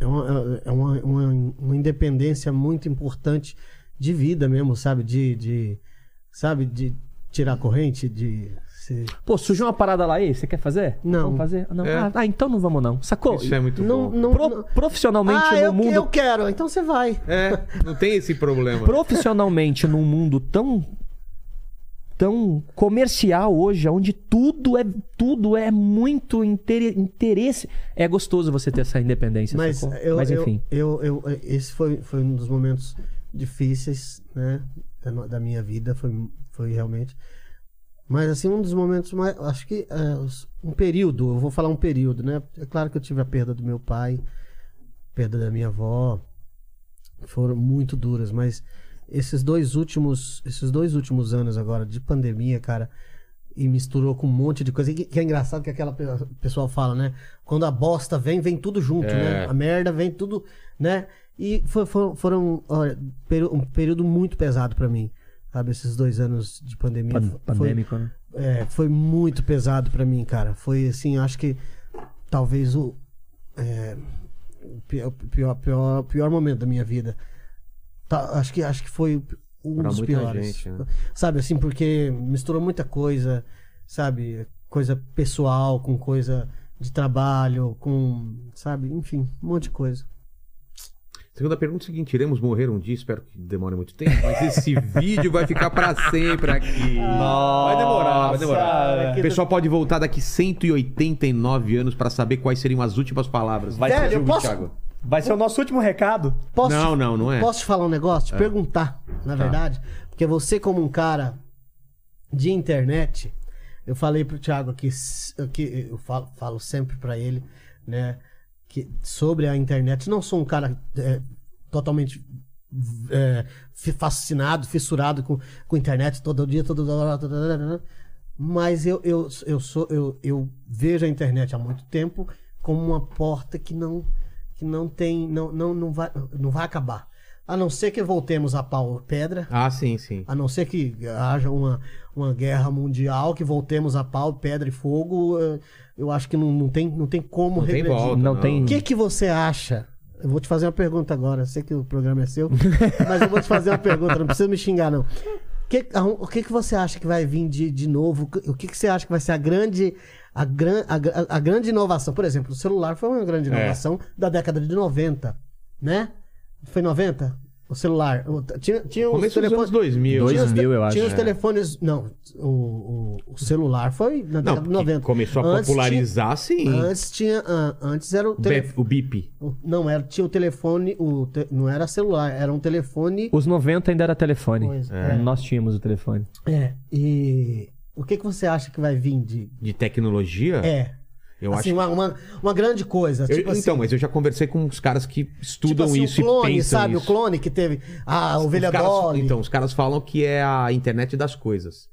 [SPEAKER 4] é, uma, é uma, uma- uma independência muito importante de vida mesmo, sabe? De, de- sabe? de tirar corrente, de... se-
[SPEAKER 3] Pô, surgiu uma parada lá aí, você quer fazer?
[SPEAKER 4] Não.
[SPEAKER 3] Vamos fazer? Ah, Não.
[SPEAKER 1] É.
[SPEAKER 3] Ah, ah, então não vamos não. Sacou?
[SPEAKER 1] Isso é muito
[SPEAKER 4] Não,
[SPEAKER 1] bom.
[SPEAKER 4] não,
[SPEAKER 3] Pro-
[SPEAKER 4] não-
[SPEAKER 3] Profissionalmente
[SPEAKER 4] ah,
[SPEAKER 3] no
[SPEAKER 4] eu,
[SPEAKER 3] mundo
[SPEAKER 4] eu quero, então você vai.
[SPEAKER 1] É, não tem esse problema.
[SPEAKER 3] profissionalmente num mundo tão tão comercial hoje, onde tudo é tudo é muito intere- interesse, é gostoso você ter essa independência,
[SPEAKER 4] Mas,
[SPEAKER 3] sacou?
[SPEAKER 4] eu,
[SPEAKER 3] Mas
[SPEAKER 4] eu-
[SPEAKER 3] enfim.
[SPEAKER 4] Eu, eu, esse foi, foi um dos momentos difíceis, né? da no- Da minha vida, foi, foi realmente. Mas, assim, um dos momentos mais. Acho que. é, os- um período, eu vou falar um período, né? É claro que eu tive a perda do meu pai, perda da minha avó. Foram muito duras, mas esses dois últimos esses dois últimos anos agora de pandemia, cara, e misturou com um monte de coisa. Que, que é engraçado que aquela pe- o pessoal fala, né? Quando a bosta vem, vem tudo junto, né? A merda vem tudo, né? E fo- fo- foram, olha, peru- um período muito pesado pra mim, sabe? Esses dois anos de pandemia.
[SPEAKER 3] Pan-
[SPEAKER 4] Foi-
[SPEAKER 3] pandêmico, né?
[SPEAKER 4] é, foi muito pesado pra mim, cara. Foi assim, eu acho que talvez o, é, o pi- o pior, pior, pior momento da minha vida. Tá, acho que acho que foi um
[SPEAKER 1] Pra
[SPEAKER 4] dos
[SPEAKER 1] muita
[SPEAKER 4] piores.
[SPEAKER 1] gente, né?
[SPEAKER 4] Sabe assim, porque misturou muita coisa, sabe, coisa pessoal com coisa de trabalho, com, sabe, enfim, um monte de coisa.
[SPEAKER 1] Segunda pergunta é o seguinte: iremos morrer um dia, espero que demore muito tempo, mas esse vídeo vai ficar pra sempre aqui. vai demorar, vai demorar. O pessoal pode voltar daqui 189 anos pra saber quais seriam as últimas palavras.
[SPEAKER 6] Vai
[SPEAKER 4] Velho,
[SPEAKER 6] ser,
[SPEAKER 4] eu posso-
[SPEAKER 1] Thiago.
[SPEAKER 6] vai ser o nosso último recado.
[SPEAKER 4] Posso,
[SPEAKER 1] Não, não, não é. Tá.
[SPEAKER 4] Posso te falar um negócio? Te Perguntar, na verdade. Porque você, como um cara de internet, eu falei pro Thiago aqui, s- que eu falo, falo sempre pra ele, né? Que sobre a internet. Não sou um cara é, totalmente é, fi- fascinado, fissurado com, com internet todo dia, toda hora. toda hora, Mas eu, eu, eu, sou, eu, eu vejo a internet há muito tempo como uma porta que não, que não tem. Não, não, não, vai, não vai acabar. A não ser que voltemos a pau pedra.
[SPEAKER 1] Ah, sim, sim.
[SPEAKER 4] A não ser que haja uma, uma guerra mundial, que voltemos a pau, pedra e fogo, eh, eu acho que não, não, tem, não tem como
[SPEAKER 1] Não tem
[SPEAKER 4] regredir.
[SPEAKER 1] volta.
[SPEAKER 3] Não tem-
[SPEAKER 4] O que, que você acha? Eu vou te fazer uma pergunta agora. Eu sei que o programa é seu, mas eu vou te fazer uma pergunta. Não precisa me xingar, não. Que- arrum- o que, que você acha que vai vir de, de novo? O que, que você acha que vai ser a grande, a, gran, a, gra- a grande inovação? Por exemplo, o celular foi uma grande
[SPEAKER 1] É.
[SPEAKER 4] inovação da década de 90, né? Foi 90? O celular. O- Tinha, tinha os
[SPEAKER 1] Começo dos
[SPEAKER 4] telefones-
[SPEAKER 1] anos 2000.
[SPEAKER 3] Dois-
[SPEAKER 4] tinha os te-
[SPEAKER 3] 2000, eu acho,
[SPEAKER 4] Tinha os
[SPEAKER 3] é.
[SPEAKER 4] telefones. Não, o, o- o celular foi na
[SPEAKER 1] Não,
[SPEAKER 4] década de
[SPEAKER 1] que
[SPEAKER 4] 90.
[SPEAKER 1] começou a
[SPEAKER 4] Antes
[SPEAKER 1] popularizar,
[SPEAKER 4] tinha-
[SPEAKER 1] sim.
[SPEAKER 4] antes tinha. ah, antes era o
[SPEAKER 1] O
[SPEAKER 4] tele-
[SPEAKER 1] Bep- O BIP.
[SPEAKER 4] o- Não, era, tinha o telefone. O te- não era celular, era um telefone.
[SPEAKER 3] Os 90 ainda era telefone.
[SPEAKER 4] Pois é.
[SPEAKER 3] Nós tínhamos o telefone.
[SPEAKER 4] É. E. O que, que você acha que vai vir de.
[SPEAKER 1] De tecnologia?
[SPEAKER 4] É.
[SPEAKER 1] Eu
[SPEAKER 4] assim,
[SPEAKER 1] acho
[SPEAKER 4] uma, uma, uma grande coisa.
[SPEAKER 1] Eu-
[SPEAKER 4] tipo assim,
[SPEAKER 1] então, mas eu já conversei com os caras que
[SPEAKER 4] tipo
[SPEAKER 1] estudam
[SPEAKER 4] assim,
[SPEAKER 1] isso
[SPEAKER 4] o clone,
[SPEAKER 1] e pensam
[SPEAKER 4] sabe?
[SPEAKER 1] isso.
[SPEAKER 4] O clone que teve. A ovelha
[SPEAKER 1] Os caras-
[SPEAKER 4] Dolly.
[SPEAKER 1] Então, os caras falam que é a internet das coisas.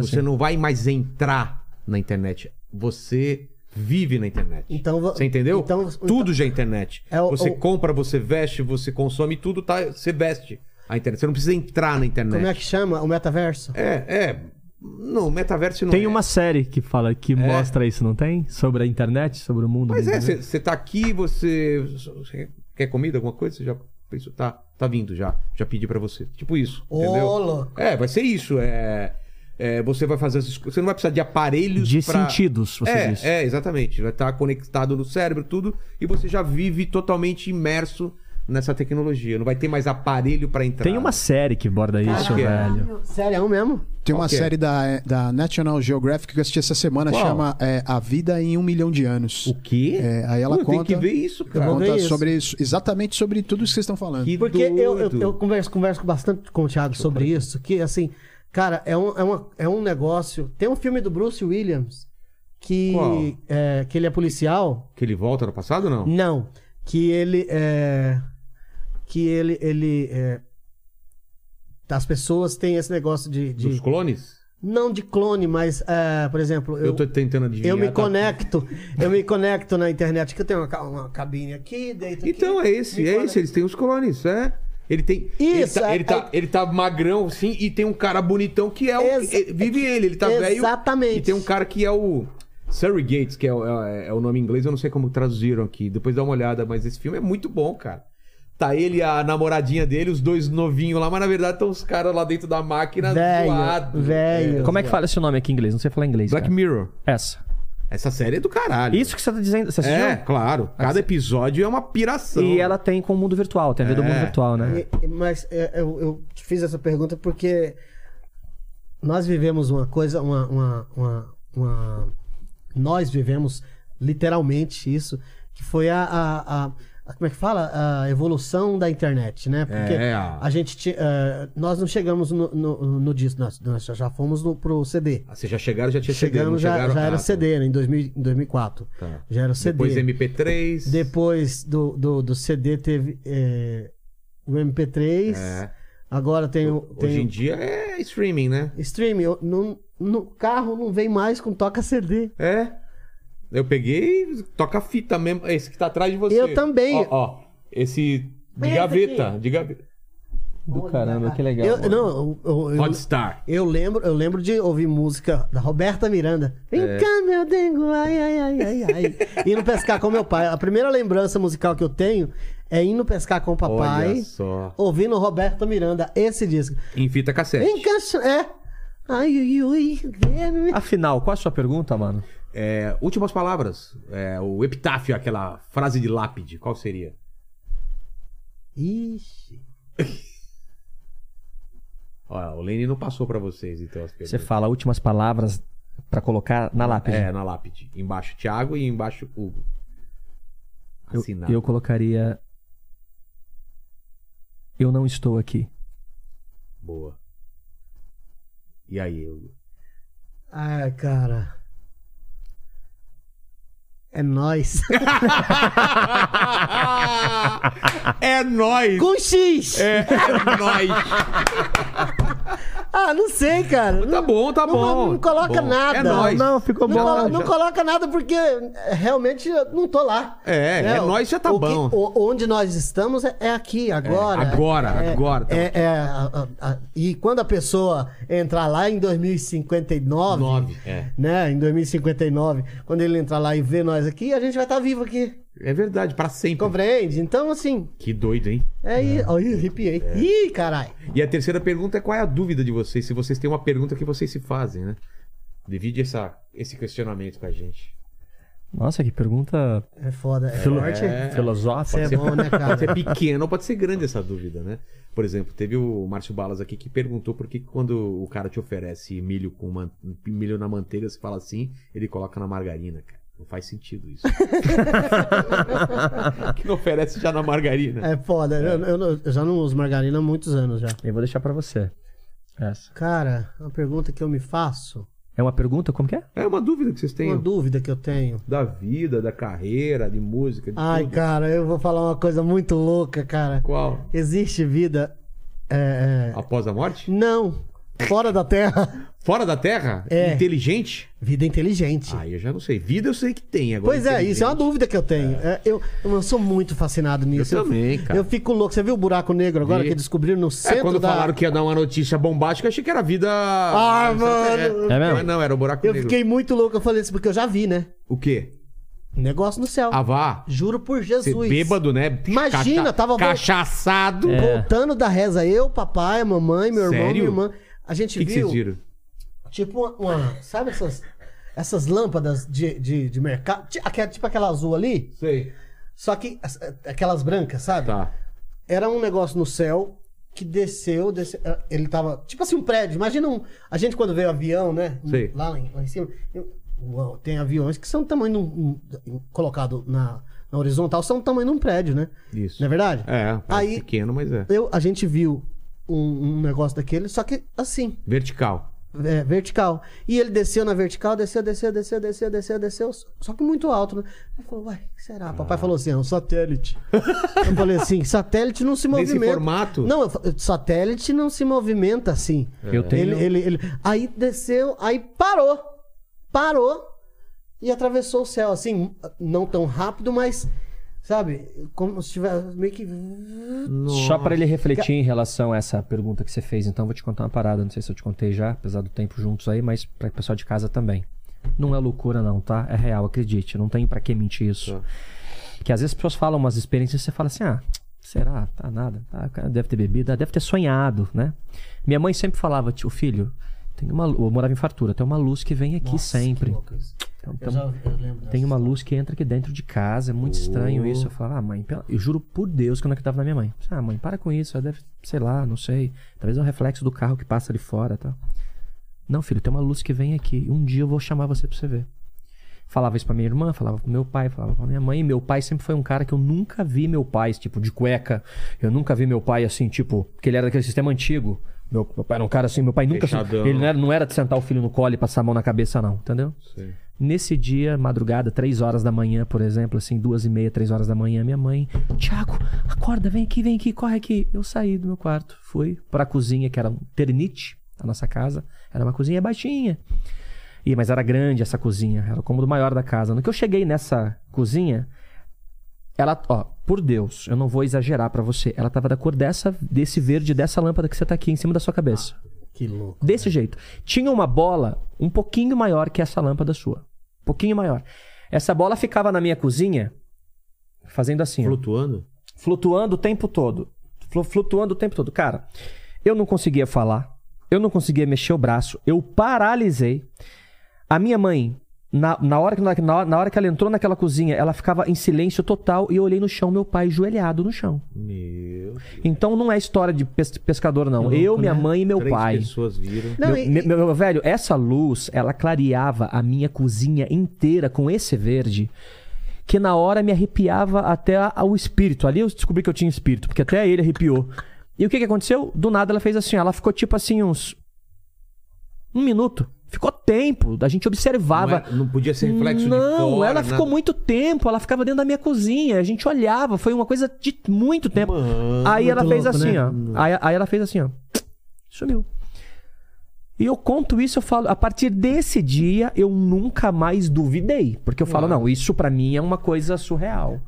[SPEAKER 1] tipo,
[SPEAKER 3] assim?
[SPEAKER 1] você não vai mais entrar na internet. Você vive na internet.
[SPEAKER 4] Então, vo-
[SPEAKER 1] você entendeu?
[SPEAKER 4] então-
[SPEAKER 1] tudo já é internet.
[SPEAKER 4] É o-
[SPEAKER 1] você
[SPEAKER 4] o-
[SPEAKER 1] compra, você veste, você consome, tudo tá, você veste a internet. Você não precisa entrar na internet.
[SPEAKER 4] Como é que chama? O metaverso?
[SPEAKER 1] É, é. Não, o metaverso não
[SPEAKER 3] Tem
[SPEAKER 1] é.
[SPEAKER 3] uma série que fala, que mostra isso, não tem? Sobre a internet, sobre o mundo.
[SPEAKER 1] Mas
[SPEAKER 3] da
[SPEAKER 1] é,
[SPEAKER 3] internet.
[SPEAKER 1] você tá aqui, você. você Quer comida, alguma coisa? Você já pensou, tá, tá vindo já. Já pedi pra você. Tipo isso.
[SPEAKER 4] Ô,
[SPEAKER 1] entendeu?
[SPEAKER 4] louco.
[SPEAKER 1] É, vai ser isso. É, é, você vai fazer as esco- Você não vai precisar de aparelhos.
[SPEAKER 3] De
[SPEAKER 1] pra-
[SPEAKER 3] sentidos, você
[SPEAKER 1] é,
[SPEAKER 3] diz.
[SPEAKER 1] É, exatamente. Vai estar conectado no cérebro, tudo, e você já vive totalmente imerso nessa tecnologia. Não vai ter mais aparelho pra entrar.
[SPEAKER 3] Tem uma série que borda isso,
[SPEAKER 1] que é?
[SPEAKER 3] velho.
[SPEAKER 4] Sério, é um mesmo?
[SPEAKER 2] Tem uma
[SPEAKER 1] Qual que é?
[SPEAKER 2] série da, da National Geographic que eu assisti essa semana,
[SPEAKER 1] Qual?
[SPEAKER 2] chama é, A Vida em Um Milhão de Anos.
[SPEAKER 1] O quê?
[SPEAKER 2] É, aí ela
[SPEAKER 1] Pô, Tem que
[SPEAKER 2] conta-
[SPEAKER 1] ver isso, cara.
[SPEAKER 4] vou ver
[SPEAKER 2] Conta
[SPEAKER 4] isso.
[SPEAKER 2] sobre isso, exatamente sobre tudo isso que vocês estão falando.
[SPEAKER 1] Que
[SPEAKER 4] Porque eu, eu,
[SPEAKER 1] doido.
[SPEAKER 4] eu converso, converso bastante com o Thiago sobre isso, que assim, cara, é um, é, uma, é um negócio. Tem um filme do Bruce Williams que,
[SPEAKER 1] Qual?
[SPEAKER 4] é, que ele é policial.
[SPEAKER 1] Que ele volta no passado ou não?
[SPEAKER 4] Não. Que ele é. Que ele. ele é, as pessoas têm esse negócio de. de-
[SPEAKER 1] Dos clones?
[SPEAKER 4] não de clone, mas, é, por exemplo.
[SPEAKER 1] Eu, tô tentando adivinhar.
[SPEAKER 4] eu me
[SPEAKER 1] tá?
[SPEAKER 4] conecto, eu me conecto na internet, que eu tenho uma, ca- uma cabine aqui, deito
[SPEAKER 1] Então,
[SPEAKER 4] aqui,
[SPEAKER 1] é esse,
[SPEAKER 4] Tá me
[SPEAKER 1] é
[SPEAKER 4] conecto.
[SPEAKER 1] esse, eles têm os clones, é. Ele tem. ele,
[SPEAKER 4] Isso,
[SPEAKER 1] tá,
[SPEAKER 4] aí-
[SPEAKER 1] ele, tá,
[SPEAKER 3] é,
[SPEAKER 1] ele tá magrão, sim, e tem um cara bonitão que é o.
[SPEAKER 4] Exa-
[SPEAKER 1] ele- vive ele, ele tá velho.
[SPEAKER 4] Exatamente.
[SPEAKER 1] E tem um cara que é o. Surrey Gates, que é o, é- é o nome em inglês, eu não sei como traduziram aqui. Depois dá uma olhada, mas esse filme é muito bom, cara. Tá ele e a namoradinha dele, os dois novinhos lá, mas na verdade estão os caras lá dentro da máquina
[SPEAKER 4] Velho,
[SPEAKER 1] zoado.
[SPEAKER 4] velho.
[SPEAKER 3] Como é que fala esse nome aqui em inglês? Não sei falar inglês.
[SPEAKER 1] Black
[SPEAKER 3] cara.
[SPEAKER 1] Mirror.
[SPEAKER 3] Essa.
[SPEAKER 1] Essa série é do caralho.
[SPEAKER 3] Isso que você tá dizendo. Você assistiu? Assim.
[SPEAKER 1] É, claro. Cada episódio é uma piração.
[SPEAKER 3] E ela tem com o mundo virtual, tem a ver do
[SPEAKER 1] É.
[SPEAKER 3] mundo virtual, né?
[SPEAKER 4] E- e- Mas é, eu, eu te fiz essa pergunta porque nós vivemos uma coisa, uma, uma, uma- uma- Nós vivemos literalmente isso, que foi a. a- a- a- como é que fala? A evolução da internet, né? Porque
[SPEAKER 1] É, a-
[SPEAKER 4] a gente. ti- eh, nós não chegamos no, no, no disco, nós, nós já fomos no, pro CD.
[SPEAKER 1] Ah, Vocês já chegaram, já tinha CD, não
[SPEAKER 4] Chegamos, já,
[SPEAKER 1] chegaram?
[SPEAKER 4] já
[SPEAKER 1] Ah,
[SPEAKER 4] era
[SPEAKER 1] tá.
[SPEAKER 4] CD, né? Em, 2000, em 2004.
[SPEAKER 1] Tá.
[SPEAKER 4] Já era CD.
[SPEAKER 1] Depois MP3.
[SPEAKER 4] Depois do, do, do CD teve eh, o MP3.
[SPEAKER 1] É.
[SPEAKER 4] Agora tem, o-
[SPEAKER 1] Hoje em
[SPEAKER 4] tem
[SPEAKER 1] dia é streaming, né?
[SPEAKER 4] streaming. Eu- No, no carro não vem mais com toca CD.
[SPEAKER 1] É. Eu peguei, toca fita mesmo. Esse que tá atrás de você.
[SPEAKER 4] Eu também.
[SPEAKER 1] Ó, ó, esse de
[SPEAKER 4] Esse
[SPEAKER 1] gaveta,
[SPEAKER 4] aqui.
[SPEAKER 1] de gaveta.
[SPEAKER 3] Do caramba, que legal.
[SPEAKER 4] Eu,
[SPEAKER 3] mano.
[SPEAKER 4] não, eu, eu- eu-
[SPEAKER 1] Hotstar.
[SPEAKER 4] eu lembro, eu lembro de ouvir música da Roberta Miranda. Vem
[SPEAKER 1] É.
[SPEAKER 4] cá, meu dengo, ai, ai, ai, ai, ai. Indo pescar com meu pai. A primeira lembrança musical que eu tenho é indo pescar com o papai,
[SPEAKER 1] Olha só.
[SPEAKER 4] ouvindo Roberta Miranda, esse disco.
[SPEAKER 1] Em fita cassete.
[SPEAKER 4] Vem cá, ch- é. Ai, ui, ui, vem.
[SPEAKER 3] Afinal, qual a sua pergunta, mano?
[SPEAKER 1] É, últimas palavras. É, o epitáfio, aquela frase de lápide. Qual seria?
[SPEAKER 4] Ixi.
[SPEAKER 1] Ó, o Lenny não passou pra vocês, então, as perguntas.
[SPEAKER 3] Você fala últimas palavras pra colocar na lápide.
[SPEAKER 1] É, na lápide. Embaixo Thiago e embaixo Hugo.
[SPEAKER 3] Eu,
[SPEAKER 1] Assinado.
[SPEAKER 3] eu colocaria. Eu não estou aqui.
[SPEAKER 1] Boa. E aí, Hugo?
[SPEAKER 4] Ah, cara. É nóis.
[SPEAKER 1] é nóis!
[SPEAKER 4] Com X!
[SPEAKER 1] É, é nóis!
[SPEAKER 4] Ah, não sei, cara.
[SPEAKER 1] Tá bom, tá
[SPEAKER 4] não,
[SPEAKER 1] bom.
[SPEAKER 4] Não coloca
[SPEAKER 1] Bom,
[SPEAKER 4] nada.
[SPEAKER 1] É nóis.
[SPEAKER 3] Não, ficou
[SPEAKER 4] Não,
[SPEAKER 3] bom.
[SPEAKER 4] colo- não
[SPEAKER 3] já.
[SPEAKER 4] coloca nada porque é, realmente eu não tô lá.
[SPEAKER 1] É, é nóis, já tá
[SPEAKER 4] o que-
[SPEAKER 1] bom.
[SPEAKER 4] o- onde nós estamos é, é aqui, agora.
[SPEAKER 1] agora, agora, tá
[SPEAKER 4] É, é, a- a- a- e quando a pessoa entrar lá em 2059,
[SPEAKER 1] Nove, é.
[SPEAKER 4] né? Em 2059, quando ele entrar lá e ver nós aqui, a gente vai estar vivo aqui.
[SPEAKER 1] É verdade, pra sempre.
[SPEAKER 4] Compreende? Então, assim,
[SPEAKER 1] Que doido, hein?
[SPEAKER 4] é, aí. Ó, Ih, arrepiei.
[SPEAKER 1] É.
[SPEAKER 4] Ih, caralho.
[SPEAKER 1] E a terceira pergunta é qual é a dúvida de vocês, se vocês têm uma pergunta que vocês se fazem, né? Divide essa, esse questionamento com a gente.
[SPEAKER 3] Nossa, que pergunta
[SPEAKER 4] É foda. É
[SPEAKER 3] filo-
[SPEAKER 4] forte. Isso
[SPEAKER 3] filosófica.
[SPEAKER 4] é bom, né,
[SPEAKER 1] Pode ser
[SPEAKER 4] cara?
[SPEAKER 1] pequena ou pode ser grande essa dúvida, né? Por exemplo, teve o Márcio Balas aqui que perguntou por que quando o cara te oferece milho com man- milho na manteiga, você fala assim, ele coloca na margarina, cara. Não faz sentido isso. que não oferece já na margarina.
[SPEAKER 4] É foda. Eu, eu não- eu já não uso margarina há muitos anos já.
[SPEAKER 3] Eu vou deixar pra você. Essa.
[SPEAKER 4] Cara, uma pergunta que eu me faço,
[SPEAKER 3] É uma pergunta? Como que é?
[SPEAKER 1] É uma dúvida que vocês têm
[SPEAKER 4] uma dúvida que eu tenho.
[SPEAKER 1] da vida, da carreira, de música, de
[SPEAKER 4] Ai,
[SPEAKER 1] tudo.
[SPEAKER 4] cara, eu vou falar uma coisa muito louca, cara.
[SPEAKER 1] Qual?
[SPEAKER 4] Existe vida. é, é,
[SPEAKER 1] Após a morte?
[SPEAKER 4] Não. Fora da Terra.
[SPEAKER 1] Fora da Terra?
[SPEAKER 4] É.
[SPEAKER 1] Inteligente?
[SPEAKER 4] Vida inteligente.
[SPEAKER 1] Ah, eu já não sei. Vida eu sei que tem agora.
[SPEAKER 4] pois é, isso é uma
[SPEAKER 1] inteligente.
[SPEAKER 4] dúvida que eu tenho. É, eu, eu sou muito fascinado nisso.
[SPEAKER 1] também, cara.
[SPEAKER 4] Eu fico louco. Você viu o buraco negro agora
[SPEAKER 1] Vi.
[SPEAKER 4] que descobriram no
[SPEAKER 1] É,
[SPEAKER 4] centro
[SPEAKER 1] quando
[SPEAKER 4] da.
[SPEAKER 1] falaram que ia dar uma notícia bombástica, eu achei que era vida.
[SPEAKER 4] Ah, mano.
[SPEAKER 1] É,
[SPEAKER 3] É mesmo?
[SPEAKER 1] Mas não, era o buraco
[SPEAKER 4] Eu
[SPEAKER 1] negro.
[SPEAKER 4] fiquei muito louco. Eu falei isso porque eu já vi, né?
[SPEAKER 1] O quê?
[SPEAKER 4] Negócio no céu.
[SPEAKER 1] Ah, vá.
[SPEAKER 4] Juro por
[SPEAKER 1] Você
[SPEAKER 4] Jesus.
[SPEAKER 1] bêbado, né?
[SPEAKER 4] Imagina, tava-
[SPEAKER 1] Cachaçado.
[SPEAKER 4] Voltando da reza, eu, papai, mamãe, meu irmão,
[SPEAKER 1] Sério?
[SPEAKER 4] minha irmã. A gente
[SPEAKER 1] O que, que
[SPEAKER 4] viu.
[SPEAKER 1] vocês viram?
[SPEAKER 4] Tipo uma, uma- Sabe essas, essas lâmpadas de, de, de mercado? Ti- aquela- Tipo aquela azul ali?
[SPEAKER 1] Sei.
[SPEAKER 4] Só que as- aquelas brancas, sabe?
[SPEAKER 1] Tá.
[SPEAKER 4] Era um negócio no céu que desceu, desceu. eh, Ele tava. Tipo assim, um prédio. Imagina um. A gente quando vê o avião, né?
[SPEAKER 1] Sei.
[SPEAKER 4] Lá em, lá em cima. eu- uau, tem aviões que são do tamanho de um- um- colocado na, na horizontal, são do tamanho de um prédio, né?
[SPEAKER 1] Isso.
[SPEAKER 4] Não é verdade?
[SPEAKER 1] É,
[SPEAKER 4] Aí-
[SPEAKER 1] pequeno, mas é.
[SPEAKER 4] Eu, a gente viu um, um negócio daquele, só que assim,
[SPEAKER 1] Vertical.
[SPEAKER 4] é, vertical. E ele desceu na vertical, desceu, desceu, desceu, desceu, desceu, desceu, só que muito alto, né? Aí falou, uai, o que
[SPEAKER 1] Ah.
[SPEAKER 4] será? Papai falou assim, é um satélite. eu falei assim, satélite não se
[SPEAKER 1] Nesse
[SPEAKER 4] movimenta.
[SPEAKER 1] formato?
[SPEAKER 4] Não, eu fa- satélite não se movimenta assim.
[SPEAKER 3] É. Eu tenho.
[SPEAKER 4] Ele, ele, ele... Aí desceu, aí parou. Parou e atravessou o céu, assim, não tão rápido, mas, sabe, como se tivesse meio que...
[SPEAKER 3] Só pra ele refletir em relação a essa pergunta que você fez, então vou te contar uma parada. Não sei se eu te contei já, apesar do tempo juntos aí, mas pra pessoal de casa também. Não é loucura, não, tá? É real, acredite. Não tem pra que mentir isso. Porque às vezes as pessoas falam umas experiências e você fala assim: ah, será? Tá nada. Ah, o cara deve ter bebido, ah, deve ter sonhado, né? Minha mãe sempre falava: tio, filho, tem uma. lu- Eu morava em Fartura, tem uma luz que vem aqui sempre. Então,
[SPEAKER 4] Eu,
[SPEAKER 3] então-
[SPEAKER 4] já, eu lembro
[SPEAKER 3] tem uma luz que entra aqui dentro de casa, é muito estranho isso. Eu falo, ah, mãe, pela- eu juro por Deus que eu não acreditava na minha mãe. Ah, mãe, para com isso, ela deve, sei lá, não sei. Talvez é um reflexo do carro que passa ali fora e tal. Não, filho, tem uma luz que vem aqui. Um dia eu vou chamar você pra você ver. Falava isso pra minha irmã, falava pro meu pai, falava pra minha mãe. E meu pai sempre foi um cara que eu nunca vi meu pai, tipo, de cueca. Eu nunca vi meu pai assim, tipo, porque ele era daquele sistema antigo. Meu, meu pai era um cara assim, meu pai nunca.
[SPEAKER 1] Fechadão.
[SPEAKER 3] Ele não era, não era de sentar o filho no colo e passar a mão na cabeça, não, entendeu?
[SPEAKER 1] Sei.
[SPEAKER 3] Nesse dia, madrugada, três horas da manhã, por exemplo, assim, duas e meia, três horas da manhã, minha mãe, Tiago, acorda, vem aqui, vem aqui, corre aqui. Eu saí do meu quarto, fui pra cozinha, que era um ternite, a nossa casa. Era uma cozinha baixinha. E, mas era grande essa cozinha, era o cômodo maior da casa. No que eu cheguei nessa cozinha, ela, ó, por Deus, eu não vou exagerar pra você, ela tava da cor dessa, desse verde, dessa lâmpada que você tá aqui em cima da sua cabeça.
[SPEAKER 4] Ah, Que louco. né?
[SPEAKER 3] Desse jeito. Tinha uma bola um pouquinho maior que essa lâmpada sua. Um pouquinho maior. Essa bola ficava na minha cozinha, fazendo assim, ó,
[SPEAKER 1] Flutuando?
[SPEAKER 3] flutuando o tempo todo. Flu- Flutuando o tempo todo. Cara, eu não conseguia falar, eu não conseguia mexer o braço, eu paralisei. A minha mãe Na, na, hora que, na, na hora- na hora que ela entrou naquela cozinha, ela ficava em silêncio total e eu olhei no chão, meu pai joelhado no chão.
[SPEAKER 1] Meu.
[SPEAKER 3] Então não é história de pes- pescador, não. eu, minha mãe e meu
[SPEAKER 1] É né? Três
[SPEAKER 3] pai.
[SPEAKER 1] pessoas viram.
[SPEAKER 4] Não,
[SPEAKER 3] meu,
[SPEAKER 4] e-
[SPEAKER 3] me- meu- meu velho, essa luz, ela clareava a minha cozinha inteira com esse verde. Que na hora me arrepiava até a- o espírito. Ali eu descobri que eu tinha espírito, porque até ele arrepiou. E o que, que aconteceu? Do nada ela fez assim, ó, ela ficou tipo assim, uns. Um minuto. Ficou tempo. A gente
[SPEAKER 1] Não, é
[SPEAKER 3] observava.
[SPEAKER 1] era- não podia ser reflexo
[SPEAKER 3] não,
[SPEAKER 1] de fora,
[SPEAKER 3] ela ficou
[SPEAKER 1] nada.
[SPEAKER 3] muito tempo, ela ficava dentro da minha cozinha, a gente olhava, foi uma coisa de muito tempo.
[SPEAKER 8] Mano,
[SPEAKER 3] aí ela
[SPEAKER 8] muito
[SPEAKER 3] fez
[SPEAKER 8] louco,
[SPEAKER 3] assim,
[SPEAKER 8] né?
[SPEAKER 3] ó. Aí, aí ela fez assim, ó. Sumiu. E eu conto isso, eu falo, a partir desse dia eu nunca mais duvidei, porque eu falo, não, isso pra mim é uma coisa surreal.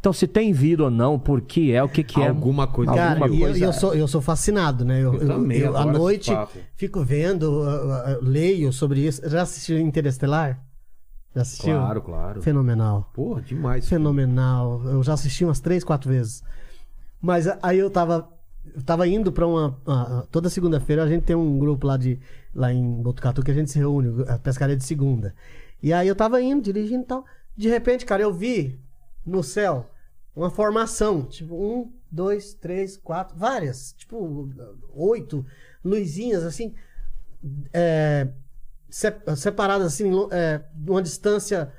[SPEAKER 3] Então se tem vida ou não, por que é, o que que é?
[SPEAKER 1] Alguma coisa.
[SPEAKER 4] Cara,
[SPEAKER 1] viu.
[SPEAKER 4] e eu, e eu sou, eu sou fascinado, né? Eu,
[SPEAKER 1] Eu
[SPEAKER 4] eu-
[SPEAKER 1] também
[SPEAKER 4] eu, à
[SPEAKER 1] adoro esse
[SPEAKER 4] noite
[SPEAKER 1] papo.
[SPEAKER 4] fico vendo, eu- eu- eu leio sobre isso. Já assistiu Interestelar? Já assistiu?
[SPEAKER 1] Claro, claro.
[SPEAKER 4] Fenomenal.
[SPEAKER 1] Porra, demais.
[SPEAKER 4] Fenomenal. Eu já assisti umas três, quatro vezes. Mas a- aí eu tava. Eu tava indo pra uma. a- toda segunda-feira a gente tem um grupo lá de. Lá em Botucatu que a gente se reúne, a pescaria de segunda. E aí eu tava indo, dirigindo e tal. De repente, cara, eu vi no céu uma formação. Tipo, um, dois, três, quatro, várias. Tipo, oito luzinhas assim. é, se- separadas assim, lo- é, de uma distância.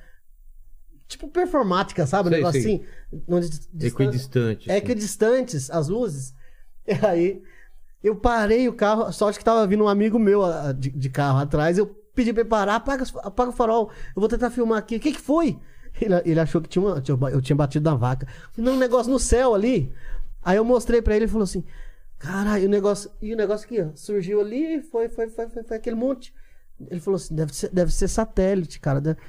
[SPEAKER 4] Tipo performática, sabe? Um
[SPEAKER 1] Sei,
[SPEAKER 4] negócio
[SPEAKER 1] sei.
[SPEAKER 4] assim. Uma dis- distância-
[SPEAKER 1] Equidistante. assim.
[SPEAKER 4] é que distantes as luzes. E aí eu parei o carro, sorte que tava vindo um amigo meu ah, de, de carro atrás. Eu pedi pra ele parar, apaga, os- apaga o farol, eu vou tentar filmar aqui. O que, que foi? Ele, ele achou que tinha uma, tinha- eu tinha batido na vaca. Não, um negócio no céu ali. Aí eu mostrei pra ele ele falou assim: Caralho, o negócio. E o negócio aqui, ó, surgiu ali, foi, foi, foi, foi, foi aquele monte. Ele falou assim: deve ser, deve ser satélite, cara. deve-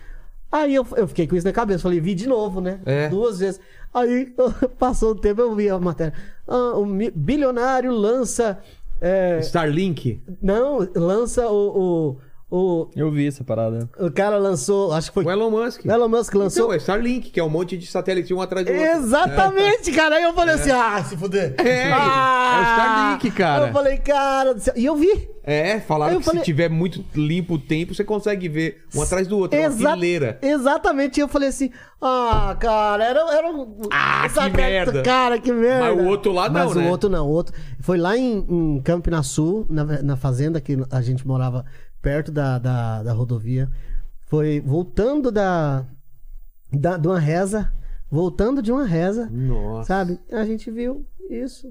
[SPEAKER 4] Aí eu, eu fiquei com isso na cabeça, falei, vi de novo, né?
[SPEAKER 1] É.
[SPEAKER 4] Duas vezes. Aí então, passou o tempo, eu vi a matéria. Ah, o mi- bilionário lança. é,
[SPEAKER 1] Starlink.
[SPEAKER 4] não, lança o, o, o.
[SPEAKER 6] Eu vi essa parada.
[SPEAKER 4] o cara lançou, acho que foi.
[SPEAKER 1] O Elon Musk.
[SPEAKER 4] Elon Musk lançou.
[SPEAKER 1] Então, é Starlink, que é um monte de satélite um atrás do outro.
[SPEAKER 4] Exatamente, cara. Aí eu falei assim: ah, se fuder. Ah!
[SPEAKER 1] É, é o Starlink, cara.
[SPEAKER 4] Eu falei, cara do céu. E eu vi.
[SPEAKER 1] É, falaram
[SPEAKER 4] Eu
[SPEAKER 1] que
[SPEAKER 4] falei-
[SPEAKER 1] se tiver muito limpo o tempo, você consegue ver um atrás do outro,
[SPEAKER 4] Exa-
[SPEAKER 1] uma fileira.
[SPEAKER 4] Exatamente. E eu falei assim: ah, cara, era, era um.
[SPEAKER 1] Ah,
[SPEAKER 4] Essa
[SPEAKER 1] que merda.
[SPEAKER 4] Cara, que merda.
[SPEAKER 1] Mas o outro lá não,
[SPEAKER 4] Mas
[SPEAKER 1] né?
[SPEAKER 4] o outro não. O outro... Foi lá em, em Campina Sul, na, na fazenda que a gente morava perto da, da, da rodovia. Foi voltando da, da, de uma reza. Voltando de uma reza.
[SPEAKER 1] Nossa.
[SPEAKER 4] Sabe? A gente viu isso.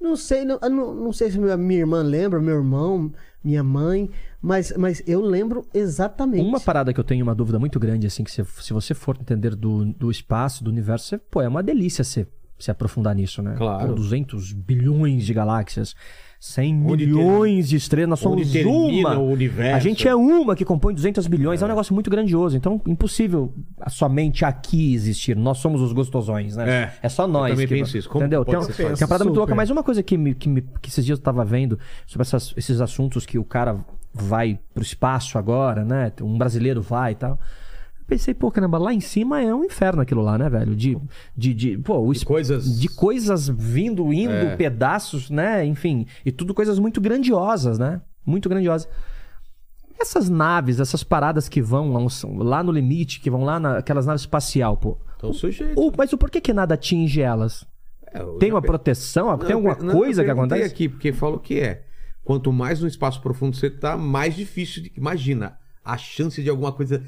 [SPEAKER 4] Não sei, não, não, não sei se minha, minha irmã lembra, meu irmão, minha mãe, mas, mas eu lembro exatamente.
[SPEAKER 3] Uma parada que eu tenho uma dúvida muito grande, assim, que se, se você for entender do, do espaço, do universo, você- pô, é uma delícia se, se aprofundar nisso, né?
[SPEAKER 1] Claro.
[SPEAKER 3] Pô, 200 bilhões de galáxias, 100
[SPEAKER 1] Onde
[SPEAKER 3] milhões de estrelas, nós
[SPEAKER 1] onde
[SPEAKER 3] somos
[SPEAKER 1] termina
[SPEAKER 3] uma.
[SPEAKER 1] o universo.
[SPEAKER 3] A gente é uma que compõe 200 bilhões, é, um negócio muito grandioso. Então, impossível a- somente aqui existir. Nós somos os gostosões, né?
[SPEAKER 1] É.
[SPEAKER 3] só nós.
[SPEAKER 1] também
[SPEAKER 3] que-
[SPEAKER 1] penso isso. Como
[SPEAKER 3] entendeu?
[SPEAKER 1] pode
[SPEAKER 3] Tem, um-
[SPEAKER 1] ser só
[SPEAKER 3] tem
[SPEAKER 1] isso?
[SPEAKER 3] uma parada muito
[SPEAKER 4] Super.
[SPEAKER 3] louca, mas uma coisa que, me, que, me, que esses dias eu tava vendo sobre essas- esses assuntos que o cara vai pro espaço agora, né? Um brasileiro vai e tal. Eu Pensei, pô, caramba, lá em cima é um inferno aquilo lá, né, velho? De, de, de pô, o esp-
[SPEAKER 1] coisas-
[SPEAKER 3] de coisas vindo, indo,
[SPEAKER 1] É.
[SPEAKER 3] pedaços, né? Enfim, e tudo coisas muito grandiosas, né? Muito grandiosas. Essas naves, essas paradas que vão lá no- lá no limite, que vão lá naquelas naves espacial, pô.
[SPEAKER 1] Então, sujeito.
[SPEAKER 3] O- mas o porquê que nada atinge elas?
[SPEAKER 1] É, eu
[SPEAKER 3] Tem
[SPEAKER 1] já
[SPEAKER 3] uma
[SPEAKER 1] pe-
[SPEAKER 3] proteção?
[SPEAKER 1] Não,
[SPEAKER 3] Tem
[SPEAKER 1] eu
[SPEAKER 3] alguma
[SPEAKER 1] per- não,
[SPEAKER 3] coisa
[SPEAKER 1] eu
[SPEAKER 3] que
[SPEAKER 1] perguntei
[SPEAKER 3] acontece?
[SPEAKER 1] aqui, porque falou que é. Quanto mais no espaço profundo você tá, mais difícil. De... Imagina, a chance de alguma coisa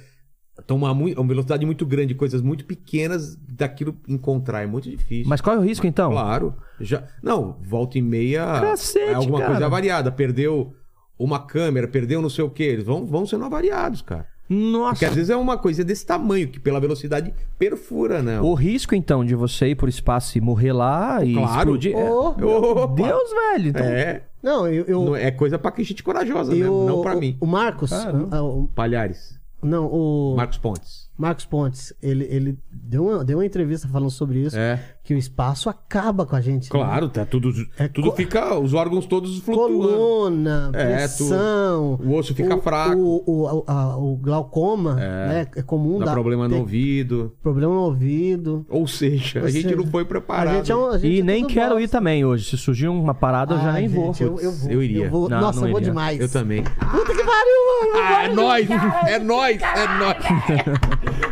[SPEAKER 1] tomar muito, uma velocidade muito grande, coisas muito pequenas, daquilo encontrar é muito difícil.
[SPEAKER 3] Mas qual é o risco então?
[SPEAKER 1] Claro. Já... Não, volta e meia.
[SPEAKER 3] Cacete,
[SPEAKER 1] é alguma
[SPEAKER 3] cara.
[SPEAKER 1] coisa avariada. Perdeu uma câmera, perdeu não sei o que. Eles vão, vão sendo avariados, cara. Porque
[SPEAKER 3] Nossa.
[SPEAKER 1] às vezes é uma coisa desse tamanho, que pela velocidade perfura, né?
[SPEAKER 3] O risco então de você ir por espaço e morrer lá e
[SPEAKER 1] Claro.
[SPEAKER 3] explodir. É.
[SPEAKER 1] Oh, Opa.
[SPEAKER 3] Deus, velho. Então,
[SPEAKER 1] É,
[SPEAKER 4] Não, eu. eu...
[SPEAKER 1] não- é coisa pra gente corajosa,
[SPEAKER 4] e
[SPEAKER 1] né?
[SPEAKER 4] o-
[SPEAKER 1] Não pra
[SPEAKER 4] o-
[SPEAKER 1] mim.
[SPEAKER 4] O Marcos.
[SPEAKER 3] Caramba.
[SPEAKER 4] ah, o-
[SPEAKER 1] Palhares.
[SPEAKER 4] não, o.
[SPEAKER 1] Marcos Pontes.
[SPEAKER 4] Marcos Pontes, ele, ele deu, uma, deu uma entrevista falando sobre isso,
[SPEAKER 1] É.
[SPEAKER 4] que o espaço acaba com a gente. né?
[SPEAKER 1] Claro, tá tudo,
[SPEAKER 4] É
[SPEAKER 1] tudo
[SPEAKER 4] co-
[SPEAKER 1] fica, os órgãos todos flutuando.
[SPEAKER 4] coluna,
[SPEAKER 1] É,
[SPEAKER 4] pressão.
[SPEAKER 1] tu- o osso fica fraco.
[SPEAKER 4] O, o- a- o glaucoma
[SPEAKER 1] É.
[SPEAKER 4] é, né, é comum
[SPEAKER 1] Dá
[SPEAKER 4] dar
[SPEAKER 1] problema no
[SPEAKER 4] tem
[SPEAKER 1] ouvido.
[SPEAKER 4] problema no ouvido.
[SPEAKER 1] Ou seja, a
[SPEAKER 4] Ou
[SPEAKER 1] gente
[SPEAKER 4] seja,
[SPEAKER 1] não foi preparado.
[SPEAKER 4] A gente é um- a gente
[SPEAKER 3] E
[SPEAKER 4] é
[SPEAKER 3] nem
[SPEAKER 4] tudo
[SPEAKER 3] quero
[SPEAKER 4] bosta.
[SPEAKER 3] ir também hoje. Se surgir uma parada, eu já
[SPEAKER 4] Ai,
[SPEAKER 3] nem vou.
[SPEAKER 4] gente, Eu, eu vou.
[SPEAKER 1] eu iria.
[SPEAKER 4] vou-
[SPEAKER 3] Não,
[SPEAKER 4] Nossa,
[SPEAKER 3] não
[SPEAKER 4] eu vou
[SPEAKER 3] iria.
[SPEAKER 4] demais.
[SPEAKER 1] Eu também.
[SPEAKER 4] Puta que pariu, mano.
[SPEAKER 1] Ah, é nóis! É nóis! É nóis!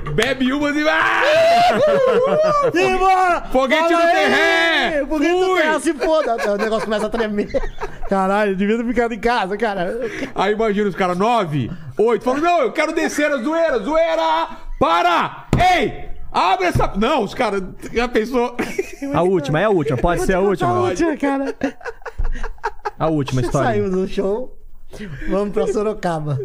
[SPEAKER 1] Bebe uma e vai!
[SPEAKER 4] Vem embora!
[SPEAKER 1] Foguete no
[SPEAKER 4] Fala,
[SPEAKER 1] terré!
[SPEAKER 4] "Ei, Foguete no
[SPEAKER 1] Fui!"
[SPEAKER 4] terré, se foda. O negócio começa a tremer. Caralho, eu devia ter ficado em casa, cara.
[SPEAKER 1] Aí imagina os caras, nove, oito, falando, não, eu quero descer a zoeira, zoeira! Para! Ei! Abre essa. Não, os caras. Já pensou?
[SPEAKER 3] A última, é a última. Pode ser a
[SPEAKER 4] A
[SPEAKER 3] última.
[SPEAKER 4] última, Tá cara.
[SPEAKER 3] A última história.
[SPEAKER 4] Saímos do show, vamos pra Sorocaba.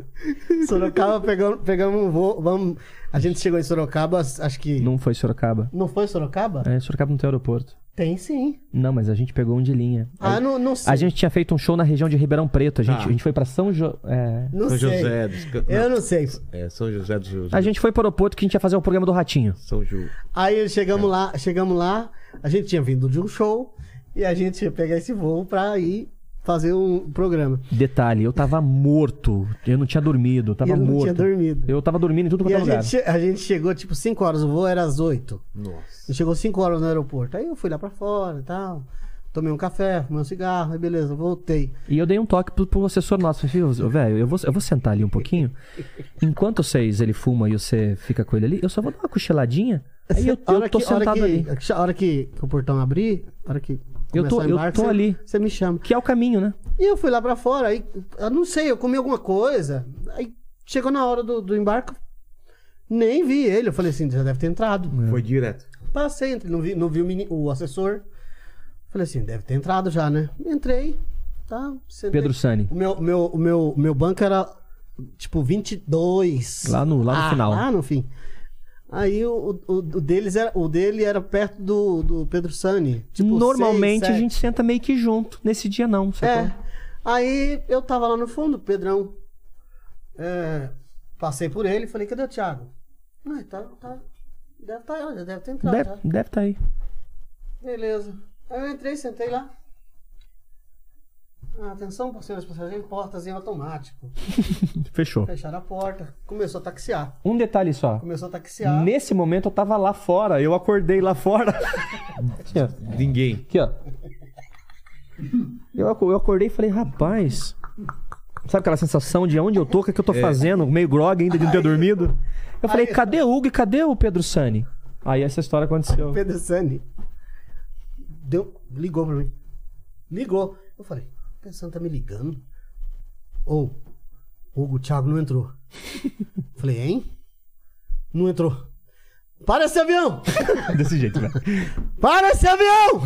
[SPEAKER 4] Sorocaba, pegamos, pegamos um voo. Vamos... A gente chegou em Sorocaba, acho que. Não,
[SPEAKER 3] Não foi Sorocaba.
[SPEAKER 4] foi Sorocaba?
[SPEAKER 3] É, Sorocaba não tem aeroporto.
[SPEAKER 4] Tem sim.
[SPEAKER 3] Não, mas a gente pegou um de linha.
[SPEAKER 4] Ah, não, não sei.
[SPEAKER 3] A gente tinha feito um show na região de Ribeirão Preto. A gente,
[SPEAKER 1] Tá.
[SPEAKER 3] a gente foi pra São Jo... é.
[SPEAKER 4] Não
[SPEAKER 1] São
[SPEAKER 4] sei.
[SPEAKER 1] José dos Ca-
[SPEAKER 4] Eu
[SPEAKER 1] não.
[SPEAKER 4] não sei.
[SPEAKER 1] É, São José dos
[SPEAKER 3] A gente foi pro aeroporto que a gente ia fazer o programa do Ratinho.
[SPEAKER 1] São Ju.
[SPEAKER 4] Aí chegamos
[SPEAKER 3] É.
[SPEAKER 4] lá, chegamos lá, a gente tinha vindo de um show e a gente ia pegar esse voo pra ir fazer um programa.
[SPEAKER 3] Detalhe, eu tava morto. Eu não tinha dormido. Eu tava
[SPEAKER 4] e eu não
[SPEAKER 3] morto.
[SPEAKER 4] tinha dormido.
[SPEAKER 3] Eu tava dormindo em tudo
[SPEAKER 4] E
[SPEAKER 3] quanto é
[SPEAKER 4] a
[SPEAKER 3] lugar.
[SPEAKER 4] gente, che- a gente chegou tipo 5 horas, o voo era às 8. Nossa. Chegou 5 horas no aeroporto. Aí eu fui lá pra fora e tal. Tomei um café, fumei um cigarro, aí beleza, voltei.
[SPEAKER 3] E eu dei um toque pro, pro assessor nosso. Falei, "Ô, velho, eu vou, eu vou sentar ali um pouquinho. Enquanto vocês, ele fuma e você fica com ele ali, eu só vou dar uma cochiladinha. Aí eu,
[SPEAKER 4] A hora
[SPEAKER 3] eu tô
[SPEAKER 4] que- a hora
[SPEAKER 3] sentado
[SPEAKER 4] que-
[SPEAKER 3] ali.
[SPEAKER 4] A hora que, que o portão abrir, a hora que.
[SPEAKER 3] Eu tô-
[SPEAKER 4] começar o
[SPEAKER 3] eu
[SPEAKER 4] embarque,
[SPEAKER 3] tô
[SPEAKER 4] você-
[SPEAKER 3] ali.
[SPEAKER 4] Você me chama.
[SPEAKER 3] Que é o caminho, né?
[SPEAKER 4] E eu fui lá pra fora, aí, eu não sei, eu comi alguma coisa. Aí chegou na hora do, do embarque, nem vi ele. Eu falei assim, já deve ter entrado.
[SPEAKER 3] Hum.
[SPEAKER 1] Foi direto.
[SPEAKER 4] Passei, entrei, não vi, não vi o, meni- o assessor. Falei assim, deve ter entrado já, né? Entrei, tá? sentei.
[SPEAKER 3] Pedro Sani.
[SPEAKER 4] O meu, meu, o meu, meu banco era tipo 22.
[SPEAKER 3] Lá no- lá no
[SPEAKER 4] Ah,
[SPEAKER 3] final.
[SPEAKER 4] Lá no fim. Aí o, o, o deles era, o dele era perto do, do Pedro Sani. tipo,
[SPEAKER 3] Normalmente
[SPEAKER 4] seis,
[SPEAKER 3] a
[SPEAKER 4] sete.
[SPEAKER 3] gente senta meio que junto. Nesse dia não, sacou?
[SPEAKER 4] É. Aí eu tava lá no fundo, Pedrão. É, passei por ele e falei, cadê o Thiago? Ah, tá, tá. Deve estar, tá, já deve ter entrado.
[SPEAKER 3] Deve,
[SPEAKER 4] já.
[SPEAKER 3] deve tá aí.
[SPEAKER 4] Beleza. Aí eu entrei, sentei lá. Ah, Atenção, parceiros, passageiros, portas em automático.
[SPEAKER 3] Fechou.
[SPEAKER 4] Fecharam a porta. Começou a taxiar.
[SPEAKER 3] Um detalhe só.
[SPEAKER 4] Começou a taxiar.
[SPEAKER 3] Nesse momento eu tava lá fora, eu acordei lá fora. Aqui, ó.
[SPEAKER 1] Ninguém.
[SPEAKER 3] Aqui, ó. Eu, aco- eu acordei e falei, rapaz. Sabe aquela sensação de onde eu tô, o que, é que eu tô fazendo? Meio grog ainda de não ter dormido. Eu falei, cadê o Hugo e cadê o Pedro Sani? Aí essa história aconteceu.
[SPEAKER 4] Pedro Sani deu, ligou pra mim. Ligou. Eu falei, o Pedro Sani tá me ligando? Ou, Hugo, o Thiago não entrou. falei, hein? Não entrou. Para esse avião!
[SPEAKER 3] Desse jeito, né? velho.
[SPEAKER 4] Para esse avião!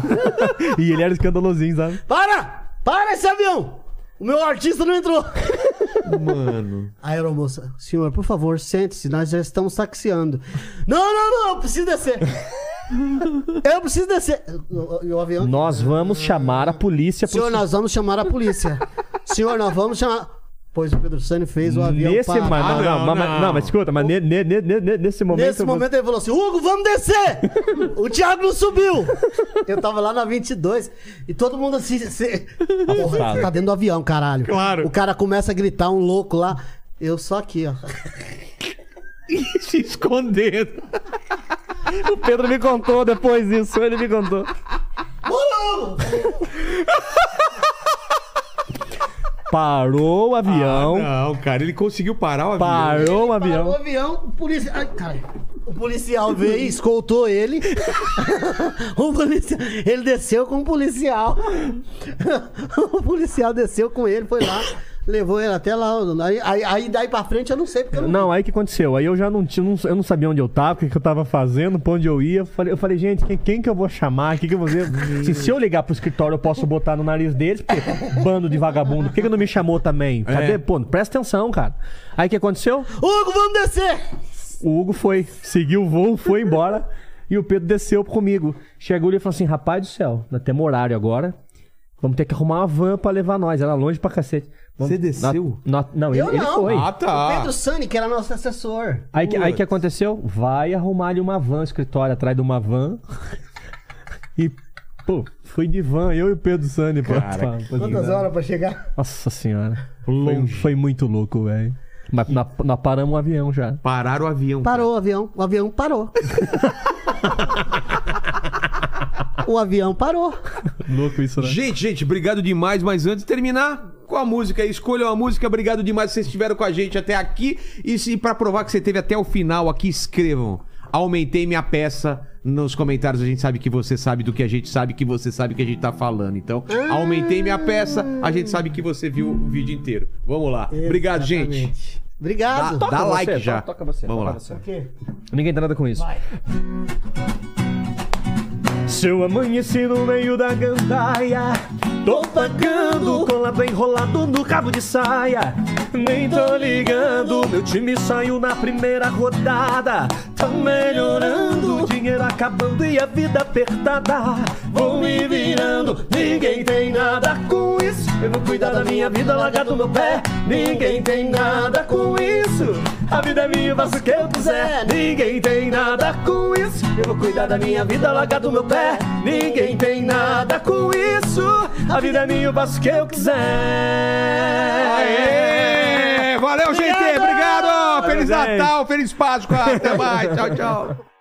[SPEAKER 3] E ele era escandalosinho, sabe?
[SPEAKER 4] Para! Para esse avião! O meu artista não entrou!
[SPEAKER 1] Mano.
[SPEAKER 4] A aeromoça, senhor, por favor, sente-se, nós já estamos taxiando. Não, não, não, eu preciso descer! Eu preciso descer! E o- E o avião
[SPEAKER 3] Nós vamos chamar a polícia pro
[SPEAKER 4] Senhor, nós vamos chamar a polícia. Senhor, nós vamos chamar. Pois o Pedro Sani fez o avião
[SPEAKER 3] Nesse
[SPEAKER 4] parar.
[SPEAKER 3] mas não, Ah, não,
[SPEAKER 1] não,
[SPEAKER 3] mas- mas-
[SPEAKER 1] não.
[SPEAKER 3] não, mas escuta, mas ne- ne- ne- ne- nesse momento.
[SPEAKER 4] Nesse
[SPEAKER 3] eu vou-
[SPEAKER 4] momento ele falou assim: Hugo, vamos descer! o Thiago não subiu! Eu tava lá na 22 e todo mundo assim. Se... Porra, você tá dentro do avião, caralho.
[SPEAKER 1] Claro.
[SPEAKER 4] O cara começa a gritar, um louco lá. Eu só aqui, ó.
[SPEAKER 1] Se escondendo.
[SPEAKER 3] O Pedro me contou depois isso, ele me contou. Parou o avião.
[SPEAKER 1] Ah, Não, cara, ele conseguiu parar o avião.
[SPEAKER 3] Parou o
[SPEAKER 4] Parou o
[SPEAKER 3] um avião.
[SPEAKER 4] avião, o policial. Ai, caralho. O policial veio, escoltou ele. o policial... Ele desceu com o policial. o policial desceu com ele, foi lá, levou ele até lá. Aí, aí, aí daí pra frente eu não sei, porque eu não.
[SPEAKER 3] Não, aí o que aconteceu? Aí eu já não tinha, não- eu não sabia onde eu tava, o que, que eu tava fazendo, pra onde eu ia. Eu falei, eu falei, gente, quem, quem que eu vou chamar? O que, que eu vou fazer? se, se eu ligar pro escritório, eu posso botar no nariz deles, porque bando de vagabundo, por que, que não me chamou também? Cadê?
[SPEAKER 1] É.
[SPEAKER 3] Pô, presta atenção, cara. Aí o que aconteceu?
[SPEAKER 4] Hugo, vamos descer!
[SPEAKER 3] O Hugo foi, seguiu o voo, foi embora. e o Pedro desceu comigo. Chegou ali e falou assim: rapaz do céu, nós temos horário agora. Vamos ter que arrumar uma van pra levar nós. Era longe pra cacete.
[SPEAKER 1] Você desceu?
[SPEAKER 3] Na- na- não,
[SPEAKER 4] Eu
[SPEAKER 3] ele, ele
[SPEAKER 4] não.
[SPEAKER 3] foi.
[SPEAKER 1] Ah,
[SPEAKER 4] O
[SPEAKER 1] tá.
[SPEAKER 4] Pedro Sani, que era nosso assessor.
[SPEAKER 3] Aí que, aí que aconteceu? Vai arrumar ali uma van, um escritório atrás de uma van. e, pô, fui de van, eu e o Pedro Sani, pô. Pra- pra-
[SPEAKER 4] Quantas horas pra chegar?
[SPEAKER 3] Nossa senhora. Foi, foi muito louco, velho. Mas na, na paramos um avião já.
[SPEAKER 1] Pararam o avião.
[SPEAKER 4] Parou o avião. O avião parou. o avião parou.
[SPEAKER 3] Louco isso, né?
[SPEAKER 1] Gente, gente, obrigado demais. Mas antes de terminar com a música, escolha uma música. Obrigado demais que vocês estiveram com a gente até aqui. E se para provar que você teve até o final aqui, escrevam. Aumentei minha peça nos comentários. A gente sabe que você sabe do que a gente sabe, que você sabe o que a gente tá falando. Então, aumentei minha peça. A gente sabe que você viu o vídeo inteiro. Vamos lá. Obrigado, gente. Dá,
[SPEAKER 4] Obrigado.
[SPEAKER 1] dá like
[SPEAKER 6] você,
[SPEAKER 1] já.
[SPEAKER 6] to- toca você,
[SPEAKER 1] Vamos
[SPEAKER 6] toca
[SPEAKER 1] lá.
[SPEAKER 6] você.
[SPEAKER 3] Ninguém tem nada com isso. Seu amanhecer no meio da gandaia Tô pagando com lado enrolado no cabo de saia Nem tô ligando, meu time saiu na primeira rodada Tá melhorando, dinheiro acabando e a vida apertada Vou me virando, ninguém tem nada com isso Eu vou cuidar da minha vida, largar do meu pé Ninguém tem nada com isso A vida é minha, eu faço o que eu quiser Ninguém tem nada com isso Eu vou cuidar da minha vida, largar do meu pé Ninguém tem nada com isso A vida é minha, eu faço o que eu quiser
[SPEAKER 1] Aê! Valeu, gente! Obrigado! Feliz
[SPEAKER 3] Parabéns.
[SPEAKER 1] Natal, feliz Páscoa! Até mais! Tchau, tchau!